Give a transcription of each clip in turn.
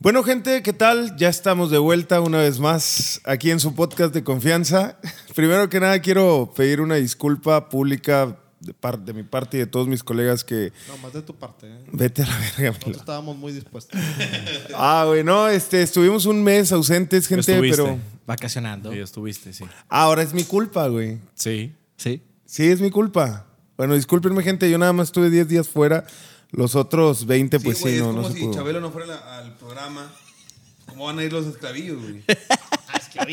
Bueno, gente, ¿qué tal? Ya estamos de vuelta una vez más aquí en su podcast de confianza. Primero que nada, quiero pedir una disculpa pública de, par- de mi parte y de todos mis colegas que. No, más de tu parte. ¿eh? Vete a la verga, Nosotros Milo. estábamos muy dispuestos. Ah, güey, no, este, estuvimos un mes ausentes, gente, Estuviste. pero. Vacacionando. Sí, estuviste, sí. Ahora es mi culpa, güey. Sí. Sí. Sí, es mi culpa. Bueno, discúlpenme, gente, yo nada más estuve 10 días fuera. Los otros 20, pues güey, sí, no, es como no se si pudo. Chabelo no fuera la- al programa. ¿Cómo van a ir los esclavillos, güey?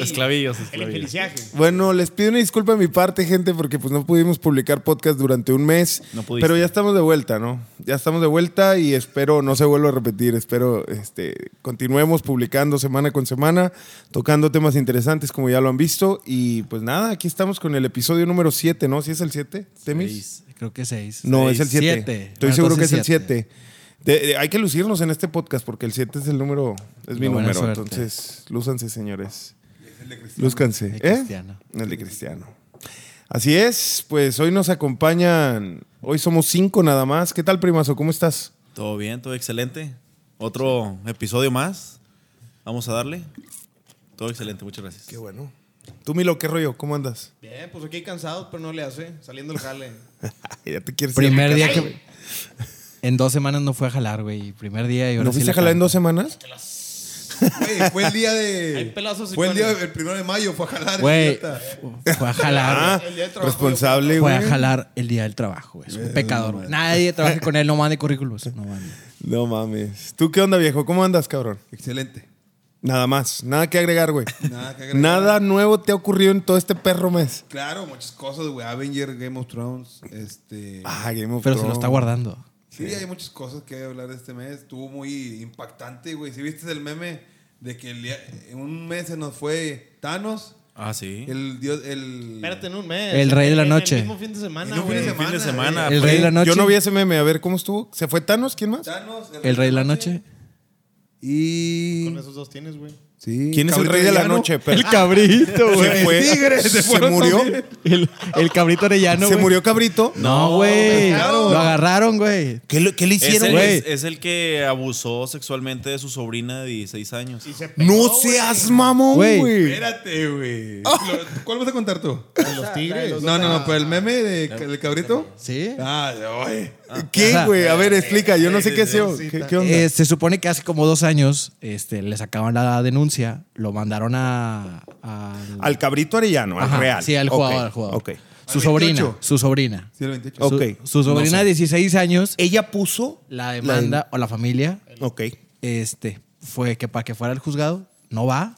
Esclavillos, El esclavillos. infelicidad. Bueno, les pido una disculpa de mi parte, gente, porque pues no pudimos publicar podcast durante un mes. No pudiste. pero ya estamos de vuelta, ¿no? Ya estamos de vuelta y espero no se vuelva a repetir. Espero este, continuemos publicando semana con semana, tocando temas interesantes como ya lo han visto. Y pues nada, aquí estamos con el episodio número 7, ¿no? ¿Sí es el 7, Temis? Creo que seis. No, es Seis, el 7. siete. Estoy Bueno, seguro que es entonces el 7. hay que lucirnos en este podcast porque el 7 es el número, es mi La buena número. suerte. Entonces, lúzcanse, señores. Es el de Cristiano. Lúzcanse. El ¿Eh? cristiano. El de Cristiano. Así es, pues hoy nos acompañan, hoy somos cinco nada más. ¿Qué tal, primazo? ¿Cómo estás? Todo bien, todo excelente. Otro episodio más. Vamos a darle. Todo excelente, muchas gracias. bueno. Tú, Milo, ¿qué rollo? ¿Cómo andas? Bien, pues aquí cansados, pero no le hace. Saliendo del jale. Ay, ya te quieres ir a Primer mi día casa, que. güey. En dos semanas no fue a jalar, güey. Primer día y ahora ¿No sí fuiste le a jalar en canto. dos semanas? Güey, fue el día Hay de. pelazos y Fue el día cuernos. del primero de mayo, fue a jalar. Güey, idiota. fu- fue a jalar. El día del trabajo, Responsable, Fue Ah, güey. a jalar el día del trabajo, güey. Es un pecador. güey. Nadie trabaje con él, no mande currículos. No mande. No mames. ¿Tú qué onda, viejo? ¿Cómo andas, cabrón? Excelente. Nada más, nada que agregar, güey. Nada que agregar. Nada nuevo te ha ocurrido en todo este perro mes. Claro, muchas cosas, güey. Avenger, Game of Thrones, este. Ah, Game of Pero se lo Thrones. está guardando. Sí, hay muchas cosas que hablar este mes. Estuvo muy impactante, güey. Si viste el meme de que el día- en un mes se nos fue Thanos, Ah, sí. el dios, el. Espérate en un mes. El rey de la En noche. El mismo fin de semana, En un fin güey. de fin de semana. eh, güey. pues, El rey de la noche. Yo no vi ese meme, a ver cómo estuvo. ¿Se fue Thanos? ¿Quién más? Thanos, El rey de la noche. Y. Con esos dos tienes, güey. Sí, ¿Quién es el Cabrito rey de la Villano. noche? Pero- El cabrito, se fue. Tigres, se se fueron murió. también. El, el cabrito orellano. se Ah, güey. murió Cabrito. No, güey. claro. Lo agarraron, güey. ¿Qué, le- qué le Es el, güey. es- es el que abusó sexualmente de su sobrina de 16 años. Y se pegó, No güey. seas mamón, Güey. güey. Espérate, güey. Lo- ¿Cuál vas a contar tú? De los tigres. No, no, no, pero el meme de- del cabrito. Sí. Ah, oye. ¿Qué, güey? A ver, explica. Yo no sé qué hacía. ¿Qué, qué onda? Eh, se supone que hace como dos años este, le sacaban la denuncia, lo mandaron a. al- Al Cabrito Arellano, al Ajá, Real. Sí, al Ok, jugador. al jugador. ok. Su Al sobrina. 28. Su sobrina. Sí, el 28. Ok. Eh, Su, su sobrina de 16 años, Ella puso. la demanda o la familia Ok. este, fue que para que fuera al juzgado, no va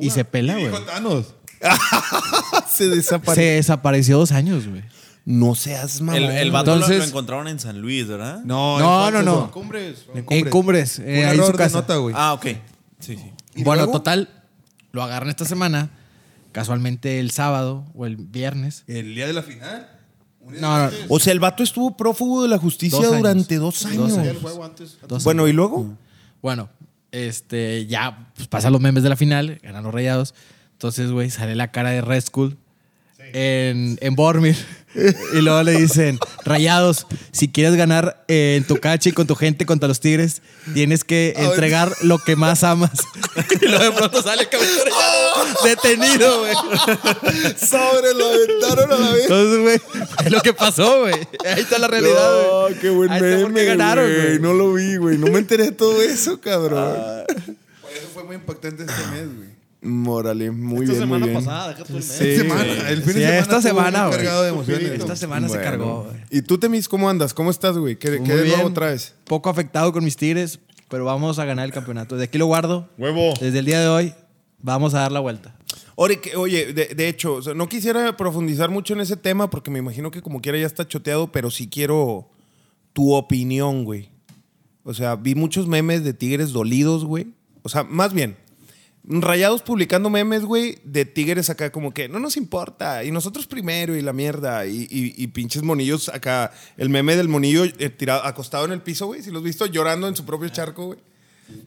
y se pela, güey. Dijo Thanos. Se Se desapareció. desapareció dos años, güey. No seas mamón. El, el vato lo- lo, Entonces- encontraron en San Luis, ¿verdad? No, No, ¿en no, cuál no. Cumbres. En Cumbres, Un eh, ahí en error su casa. de nota, güey. Ah, ok. Sí, sí. Bueno, luego? total, lo agarran esta semana, casualmente el sábado o el viernes. El día de la final. Un día No, no, antes. O sea, el vato estuvo prófugo de la justicia Dos años. durante dos años. El juego antes. dos Bueno, ¿y luego? Bueno, este, ya pues, pasan los memes de la final, ganan los rayados. Entonces, güey, sale la cara de Red Skull en, en Bormir. y luego le dicen, rayados, si quieres ganar eh, en tu cache y con tu gente contra los tigres, tienes que entregar lo que más amas. y luego de pronto sale el cabello rayado, detenido, güey. Sobre lo aventaron a la vez. Entonces, güey, es lo que pasó, güey. Ahí está la realidad, No, güey. qué buen Ahí está por qué meme, ganaron, güey. güey. Ah. No lo vi, güey. No me enteré de todo eso, cabrón. Por Eso fue muy impactante este mes, güey. Eh, Morales, muy Esta bien, muy semana bien. pasada, deja tú el mes. Sí, Esta semana, güey. Ah, el fin Sí, de semana. esta estuvo muy semana, güey. Cargado de emociones. ¿eh? Esta semana se Bueno. cargó, güey. Pues ¿Y tú, Temis, cómo andas? ¿Cómo estás, güey? ¿Qué, qué Muy de nuevo bien. traes? Poco afectado con mis tigres, pero vamos a ganar el campeonato. De aquí lo guardo. Huevo. Desde el día de hoy vamos a dar la vuelta. Oye, que- oye, de, de hecho, o sea, no quisiera profundizar mucho en ese tema porque me imagino que como quiera ya está choteado, pero sí quiero tu opinión, güey. O sea, vi muchos memes de tigres dolidos, güey. O sea, más bien, rayados publicando memes, güey, de tigres acá como que no nos importa, y nosotros primero, y la mierda, y, y- y pinches monillos acá. El meme del monillo eh, tirado, acostado en el piso, güey, si los has visto llorando en su propio charco, güey.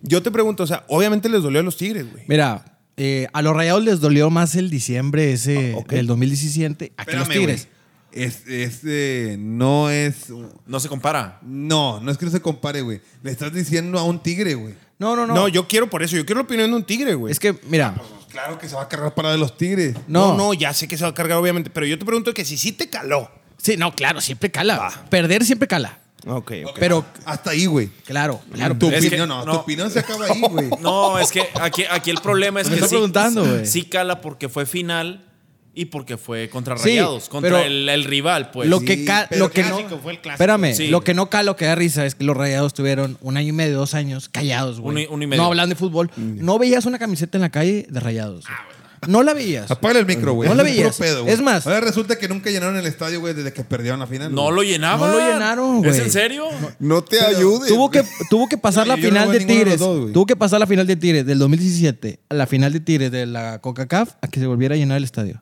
Yo te pregunto, o sea, obviamente les dolió a los tigres, güey. Mira, eh, a los rayados les dolió más el diciembre ese Ah, ok. del 2017. Aquí los Espérame, tigres. güey. Es, es, eh, no es. No se compara. No, no es que no se compare, güey. Le estás diciendo a un tigre, güey. No, no, No, no. yo quiero por eso. Yo quiero la opinión de un tigre, güey. Es que, mira, Pues claro que se va a cargar para de los tigres. no. no. no, ya sé que se va a cargar, obviamente. Pero yo te pregunto que si sí te caló. Sí, no, claro, siempre cala. Perder siempre cala. Ok, ok. Pero, Hasta ahí, güey. claro, claro. Tu Es que- opinión, que- no, no. Tu opinión se acaba ahí, güey. No, es que aquí, aquí el problema es Me que está sí, preguntando, güey. sí cala porque fue final y porque fue contra Sí, Rayados, pero contra el, el rival, pues. lo sí, que, ca- pero lo que clásico, no. fue el clásico. Espérame, Sí. lo que no cala, lo que da risa es que los rayados tuvieron un año y medio, dos años callados, güey. Uno y- uno y medio. No hablan de fútbol. Mm. No veías una camiseta en la calle de rayados. Ah, No la veías. Apaga el micro, güey. No la Es puro veías. pedo, güey. Es más- Ahora resulta que nunca llenaron el estadio, güey, desde que perdieron la final. No lo llenaban. No lo llenaron, ¿Es güey. en serio? No te ayudes. Tuvo que, tuvo que pasar No, la yo no final veo de ninguno de los Tigres. dos, güey. tuvo que pasar la final de Tigres del 2017 a la final de Tigres de la Coca-Caf a que se volviera a llenar el estadio.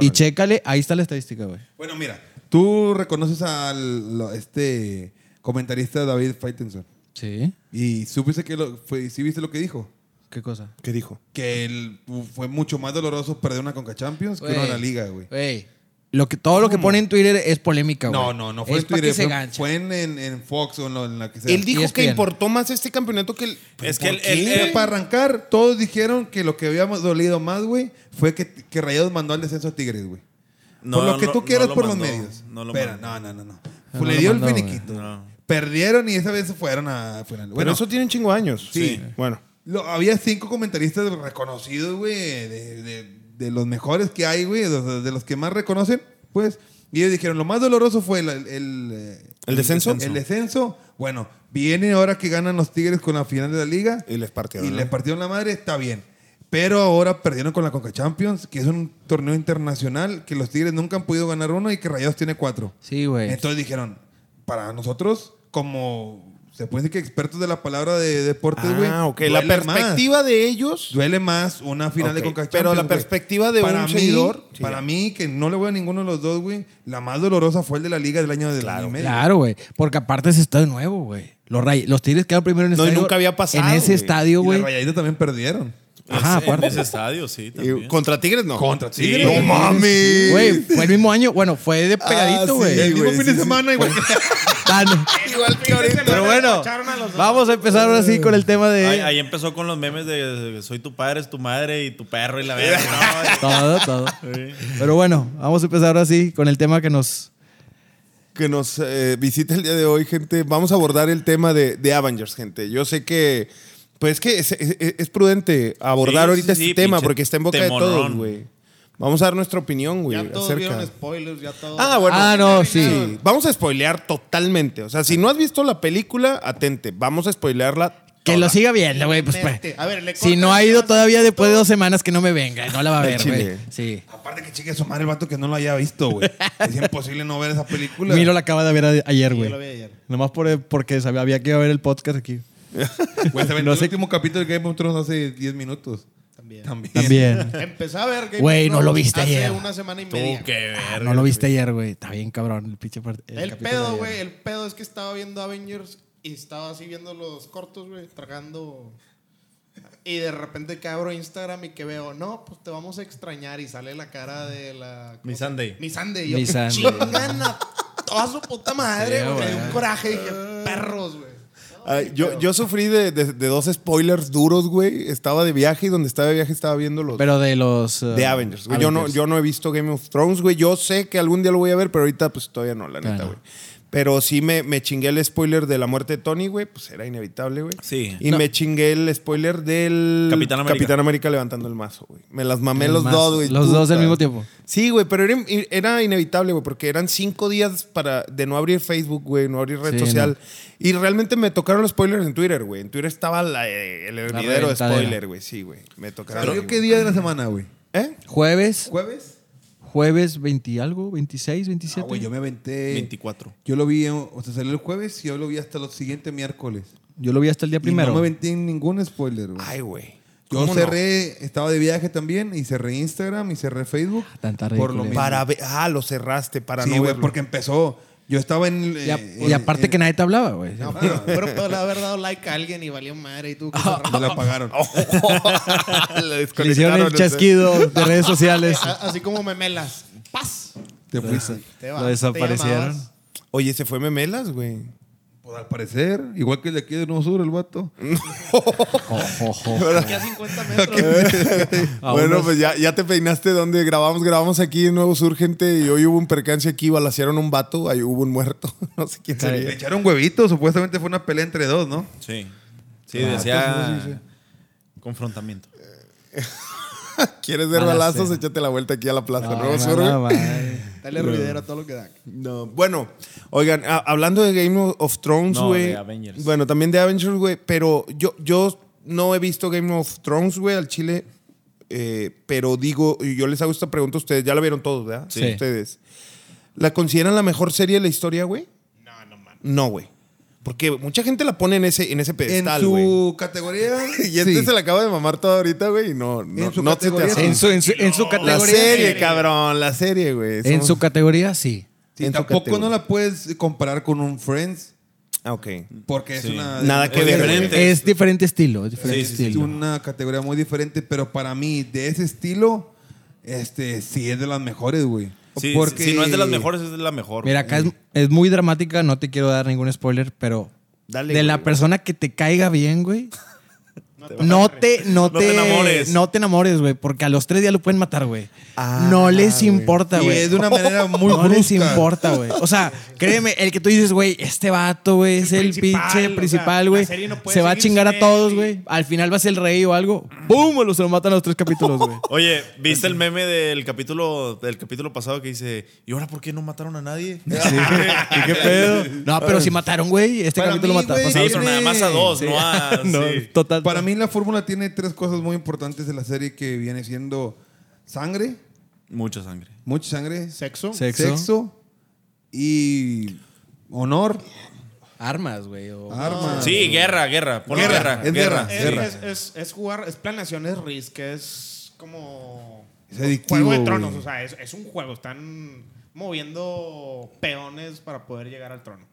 Y chécale, ahí está la estadística, güey. Bueno, mira, tú reconoces al lo- este comentarista David Faitenson. Sí. Y supiste que lo, fue, sí viste lo que dijo. ¿Qué cosa? ¿Qué dijo? Que él uh, fue mucho más doloroso perder una Conca Champions que una de la Liga, güey. Lo que, todo lo que pone en Twitter es polémica, güey. No, no, no fue Es en pa' que Twitter. se Fue, gancha. fue en, en- en Fox o en, lo- en la que sea. Él dijo que ESPN. importó más este campeonato que el. Pues Es ¿Por que el- qué? el- Mira, el- para arrancar, todos dijeron que lo que habíamos dolido más, güey, fue que, que Rayados mandó al descenso a Tigres, güey. No, por lo que no- tú quieras no lo por los mandó, medios. no lo Pero, mandó. no, no, no, no. No Le lo dio mandó, el güey. finiquito. No. Perdieron y esa vez se fueron a final. Pero Bueno, eso tiene un chingo de años. Sí. Bueno. lo- había cinco comentaristas reconocidos, güey, de, de- de los mejores que hay, güey, de, de los que más reconocen, pues. Y ellos dijeron, lo más doloroso fue el... ¿El, eh, ¿El descenso? El descenso. Bueno, viene ahora que ganan los Tigres con la final de la liga. Y les partieron. Y ¿no? le partieron la madre, está bien. Pero ahora perdieron con la Conca Champions, que es un torneo internacional que los Tigres nunca han podido ganar uno y que Rayados tiene cuatro. Sí, güey. Entonces dijeron, para nosotros, como se puede decir que expertos de la palabra de deportes, güey. Ah, ok. La duele más. perspectiva de ellos. Duele más una final Ok, de Conca pero la güey. perspectiva de para un mí, seguidor- Sí, Para ya. mí, que no le voy a ninguno de los dos, güey, la más dolorosa fue el de la Liga del año del año y medio. Claro, güey. Porque aparte ese estadio nuevo, güey. Los, Ray- los Tigres quedaron primero en el No, y estadio. nunca había pasado, En ese güey. estadio, Y la güey. Rayadita también perdieron. Ajá, Es- en aparte. ese estadio, sí. Y- También. ¿Contra Tigres no? Contra Sí. Tigres. No mames! Güey, fue el mismo año. Bueno, fue de Ah, sí, pegadito, güey. el mismo güey, fin sí, de sí. semana, igual que Tan- Igual que ahorita. Pero bueno, Echaron a los dos. vamos a empezar ahora sí con el tema eh, de... Ahí, ahí empezó con los memes de, de soy tu padre, es tu madre y tu perro y la verga. ¿no? Todo, todo. Pero bueno, vamos a empezar ahora sí con el tema que nos... que nos eh, visita el día de hoy, gente. Vamos a abordar el tema de, de Avengers, gente. Yo sé que, pues que es, es- es prudente abordar Sí, ahorita sí, este sí, tema pinche porque está en boca de todos, temorrón. güey. Vamos a dar nuestra opinión, güey, Ya todos vieron acerca. spoilers, ya todos. Ah, bueno. ah, no, sí. Sí, Vamos a spoilear totalmente. O sea, si no has visto la película, atente. Vamos a spoilearla. Que lo siga viendo, güey. Pues, Vete. pues, A ver, le si no cortas ha y ido vas a- todavía después de dos semanas que no me venga, no la va a ver, Chile. güey. Sí. Aparte que chique su madre el vato que no lo haya visto, güey. es imposible no ver esa película. Miro la acaba de ver a- ayer, Sí, güey. yo la vi ayer. Nomás por, porque sabía había que iba a ver el podcast aquí. Güey, se aventó No el sé- último capítulo de Game of Thrones hace 10 minutos. También. También. También. Empecé a ver. Game Güey, of no Thrones lo viste hace ayer. una semana y Tú, media. qué Ah, verga. Ah, no lo viste ayer, güey. Está bien cabrón el pinche part- capítulo El, de pedo, ayer. güey. El pedo es que estaba viendo Avengers y estaba así viendo los cortos, güey, tragando. Y de repente que abro Instagram y que veo, no, pues te vamos a extrañar. Y sale la cara de la. Mi Sunday. Mi Sunday. Y yo, Mi Sunday. Chingan a toda su puta madre, Sí, güey. Me dio güey. un coraje. Dije, perros, güey. Ah, yo, yo sufrí de, de- de dos spoilers duros, güey. Estaba de viaje y donde estaba de viaje estaba viendo los Pero de los... eh, de Avengers. güey. Yo, no, yo no he visto Game of Thrones, güey. Yo sé que algún día lo voy a ver, pero ahorita pues todavía no, la neta, Claro. güey. Pero sí me, me chingué el spoiler de la muerte de Tony, güey. Pues era inevitable, güey. Sí. Y me chingué el spoiler del Capitán América. levantando el mazo, güey. Me las mamé El los mazo. dos, güey. Los puta. dos al mismo tiempo. Sí, güey, pero era, era inevitable, güey, porque eran cinco días para de no abrir Facebook, güey, no abrir red Sí, social. Y realmente me tocaron los spoilers en Twitter, güey. En Twitter estaba la, eh, el hervidero de reventadera. spoiler, güey. Sí, güey. Me tocaron. ¿Salió ahí, qué güey. día de la semana, güey? ¿Eh? Jueves, ¿Jueves? jueves 20 y algo, 26, 27. Ah, güey, yo me aventé. 24. Yo lo vi, eh, o sea, salió el jueves y yo lo vi hasta los siguientes miércoles. Yo lo vi hasta el día Y primero. no me aventé en ningún spoiler, güey. Ay, güey. Yo ¿Cómo no? cerré, estaba de viaje también y cerré Instagram y cerré Facebook. Ah, tan tarde, Por lo culero. mismo. Para ver. Ah, lo cerraste para sí, no güey, verlo. porque empezó. Yo estaba en. Y, a- eh, y aparte en- que nadie te hablaba, güey. No, pero, pero, pero le haber dado like a alguien y valió madre. Y tú, que cerrar- Me Ah, la pagaron. Le Oh, Le hicieron desconectaron, el no sé. chasquido de redes sociales. A- así como memelas. ¡Paz! Te fuiste. Te Lo vas, te desaparecieron. llamabas. Oye, se fue Memelas, güey. Pues Pues al parecer, igual que el de aquí de Nuevo Sur, el vato. Aquí a 50 metros. bueno, pues ya, ya te peinaste donde grabamos, grabamos aquí en Nuevo Sur, gente, y hoy hubo un percance aquí, balacearon un vato, ahí hubo un muerto, no sé quién Le sería. echaron huevitos, supuestamente fue una pelea entre dos, ¿no? Sí. Ah, pues, Sí, decía confrontamiento. ¿Quieres ver Balacera. balazos? Échate la vuelta aquí a la plaza, Nuevo Sur, güey. Dale ruidero a todo lo que da. No, bueno, oigan, a- hablando de Game of Thrones, No, güey. de Avengers. Bueno, también de Avengers, güey, pero yo, yo no he visto Game of Thrones, güey, al Chile. eh, pero digo, y yo les hago esta pregunta a ustedes, ya la vieron todos, ¿verdad? Sí. Ustedes. ¿La consideran la mejor serie de la historia, güey? No, no mames. No, güey. Porque mucha gente la pone en ese, en ese En pedestal, güey. su categoría. Y este sí. se la acaba de mamar toda ahorita, güey, y no, no, En su no se te categoría, asusta. En su, en su, en su La categoría. serie, cabrón, la serie, güey. En Somos- su categoría, sí. Sí, en su tampoco categoría. no la puedes comparar con un Friends, Ah, ok. porque es Sí. una. Nada que Es ver. diferente. güey. Es diferente estilo. Es diferente Sí, sí, sí. Es estilo. una categoría muy diferente, pero para mí, de ese estilo, este sí es de las mejores, güey. Sí, Porque- Si no es de las mejores, es de la mejor. Mira, acá es, es muy dramática, no te quiero dar ningún spoiler, pero Dale, de güey. la persona que te caiga bien, güey. te No te, no, No te, te enamores. No te enamores, güey, porque a los tres días lo pueden matar, güey. Ah, no les güey. importa, Y güey. es de una manera muy no les brusca. importa, güey. O sea, créeme, el que tú dices, güey, este vato, güey, es el, principal, pinche o sea, principal, la güey. serie no puede se va a seguir chingar a sin todos, él, güey. Al final va a ser el rey o algo. ¡Bum! Lo se lo matan a los tres capítulos, güey. Oye, ¿viste el meme del capítulo del capítulo pasado que dice, ¿y ahora por qué no mataron a nadie? ¿Y qué pedo? No, pero si mataron, güey. Este Para capítulo mí, lo mataron. güey, Sí, pasaron. pero nada más a dos, Sí. no a. Este, No, sí. total. Para mí la fórmula tiene tres cosas muy importantes de la serie que viene siendo sangre, Mucha sangre. mucha sangre, ¿Sexo? Sí. Sexo. sexo, y honor, Armas, güey. o- armas. Sí, guerra, guerra. Ponle Ah. Guerra, guerra. es guerra. Es, Guerra. es- es- es jugar, es planeación, es risk, es como. Es adictivo, juego de güey. tronos, o sea, es, es un juego. Están moviendo peones para poder llegar al trono.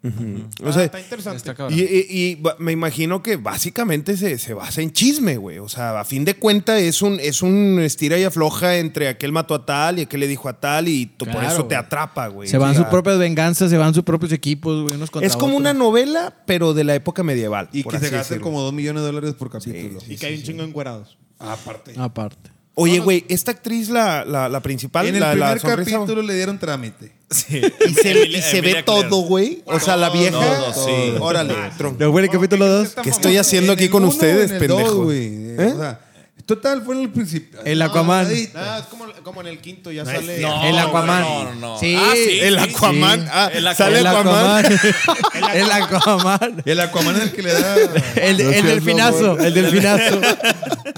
O Ah, sea, está interesante. Está cabrón. Y, y- y ba- me imagino que básicamente se, se basa en chisme, güey. O sea, a fin de cuenta es un, es un estira y afloja entre aquel mató a tal y aquel le dijo a tal y tú- por Claro, eso te güey. atrapa, güey. se O van sea, sus propias venganzas, se van sus propios equipos, güey. Unos contra Es como otros. una novela, pero de la época medieval. Y por que se así gasten decirlo. como dos millones de dólares por capítulo. y que hay un chingo de encuerados. Aparte. Aparte. Oye, güey, esta actriz, la, la, la principal, en el la, la primer sonrisa- capítulo le dieron trámite. Sí. Y se, y Emilia- se ve Emilia todo, Clarke. güey. O sea, la Todo, vieja. todo, sí. Órale, tronco. Pero, güey, el capítulo ¿por qué 2. está ¿Qué mamón? estoy haciendo En aquí el con uno, ustedes, en el dos, pendejo? güey. Eh, ¿Eh? o sea, total, fue en el principio. El Aquaman. Nada, es como, como en el quinto, ya sale. No, el Aquaman. güey, no, no, no. Sí. Ah, sí, El sí, Aquaman. sí. Ah, El Aquaman. sale el Aquaman. Aquaman. el Aquaman. El Aquaman es el que le da. El, No el seas delfinazo. mamón. El delfinazo.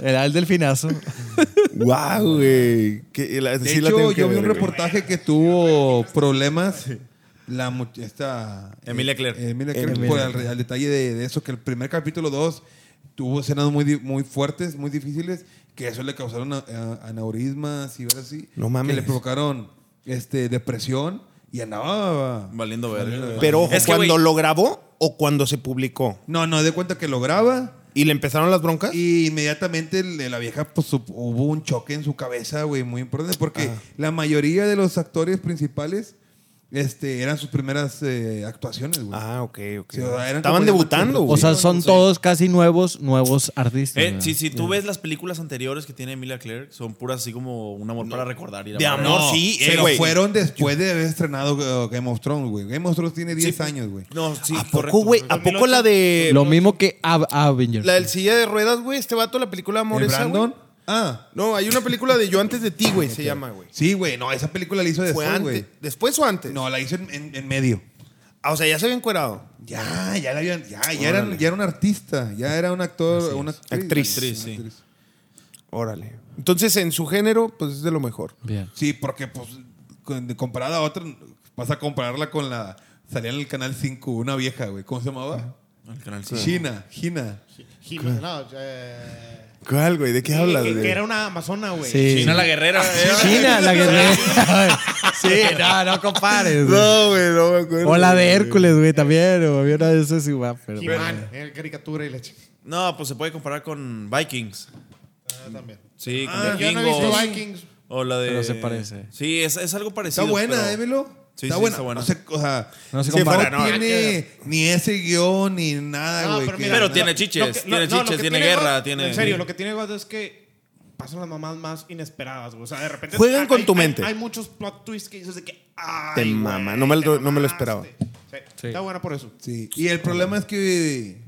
El, el delfinazo. Wow, güey. Que- la- De sí la tengo hecho, que yo vi ver, un güey. reportaje que tuvo problemas. La much- esta, eh, Emilia Clarke. Emilia Clarke, Emilia por al, al detalle de, de eso, que el primer capítulo 2 tuvo escenas muy, di- muy fuertes, muy difíciles, que eso le causaron a- a- aneurismas y ver así. No mames. Que le provocaron este, depresión y andaba. Valiendo verga. Pero ojo, Es que, cuando güey, lo grabó o cuando se publicó. No, no, de cuenta que lo graba. ¿Y le empezaron las broncas? Y inmediatamente el de la vieja, pues sup- hubo un choque en su cabeza, güey, muy importante, porque la mayoría de los actores principales este, eran sus primeras eh, actuaciones, güey. Ah, ok, ok. Sí, o sea, eran Estaban como- debutando, O güey. sea, son todos casi nuevos, nuevos artistas. Eh, güey. si, si tú ves las películas anteriores que tiene Emilia Clarke, son puras así como un amor para recordar. Y la De madre. amor, sí, eh, Pero güey. fueron después de haber estrenado uh, Game of Thrones, güey. Game of Thrones tiene 10 años, güey. No, sí, ¿A correcto. poco, güey? ¿A poco la de. Lo mismo que Av- Avengers. La del silla de ruedas, güey. Este vato, la película de amor ¿El esa, güey. Brandon? Ah, No, hay una película de Yo antes de ti, güey, se llama, güey. sí, güey. No, esa película la hizo ¿Fue después, antes? güey. ¿Después o antes? No, la hizo en, en- en medio. Ah, o sea, ya se había encuerado. Ya, ya la habían. Ya, ya, eran, ya era un artista. Ya era un actor. Una actriz. Actriz. güey, Actriz, sí. Órale. Entonces, en su género, pues es de lo mejor. Bien. Sí, porque pues con- comparada a otra, vas a compararla con la... Salía en el Canal 5 una vieja, güey. ¿Cómo se llamaba? Al canal sí. China, Gina. Jimena, no, eh, ¿Cuál, güey? ¿De qué hablas, que, güey? que era una amazona, güey. Sí. China la guerrera. China, la guerrera. sí, no, no compares. güey. No, güey, no me acuerdo. O la de Hércules, güey, también. O había una de esas igual, pero. He-Man, eh, caricatura y la chica. No, pues se puede comparar con Vikings. Ah, también. Sí, con yo no he vikingos. visto Vikings. O la de. Pero se parece. Sí, es, es algo parecido. Está buena, eh, pero- Émelo. Sí, está sí, buena. está buena. No sé, o sea, No se si compara. fuera, no, tiene ni ese guión ni nada, No, güey. pero que- mira, Pero no, tiene Lo chiches, que- tiene lo- no, lo chiches, que tiene tiene guerra, God- tiene... En serio, lo que tiene God es que pasan las mamás más inesperadas, güey. O sea, de repente. Juegan hay- con tu hay- mente. Hay, muchos plot twists que dices de que. Ay, Te güey, mama, no me lo- te no me lo mamaste. esperaba. Sí, Sí. Está buena por eso. Sí. Y el problema es que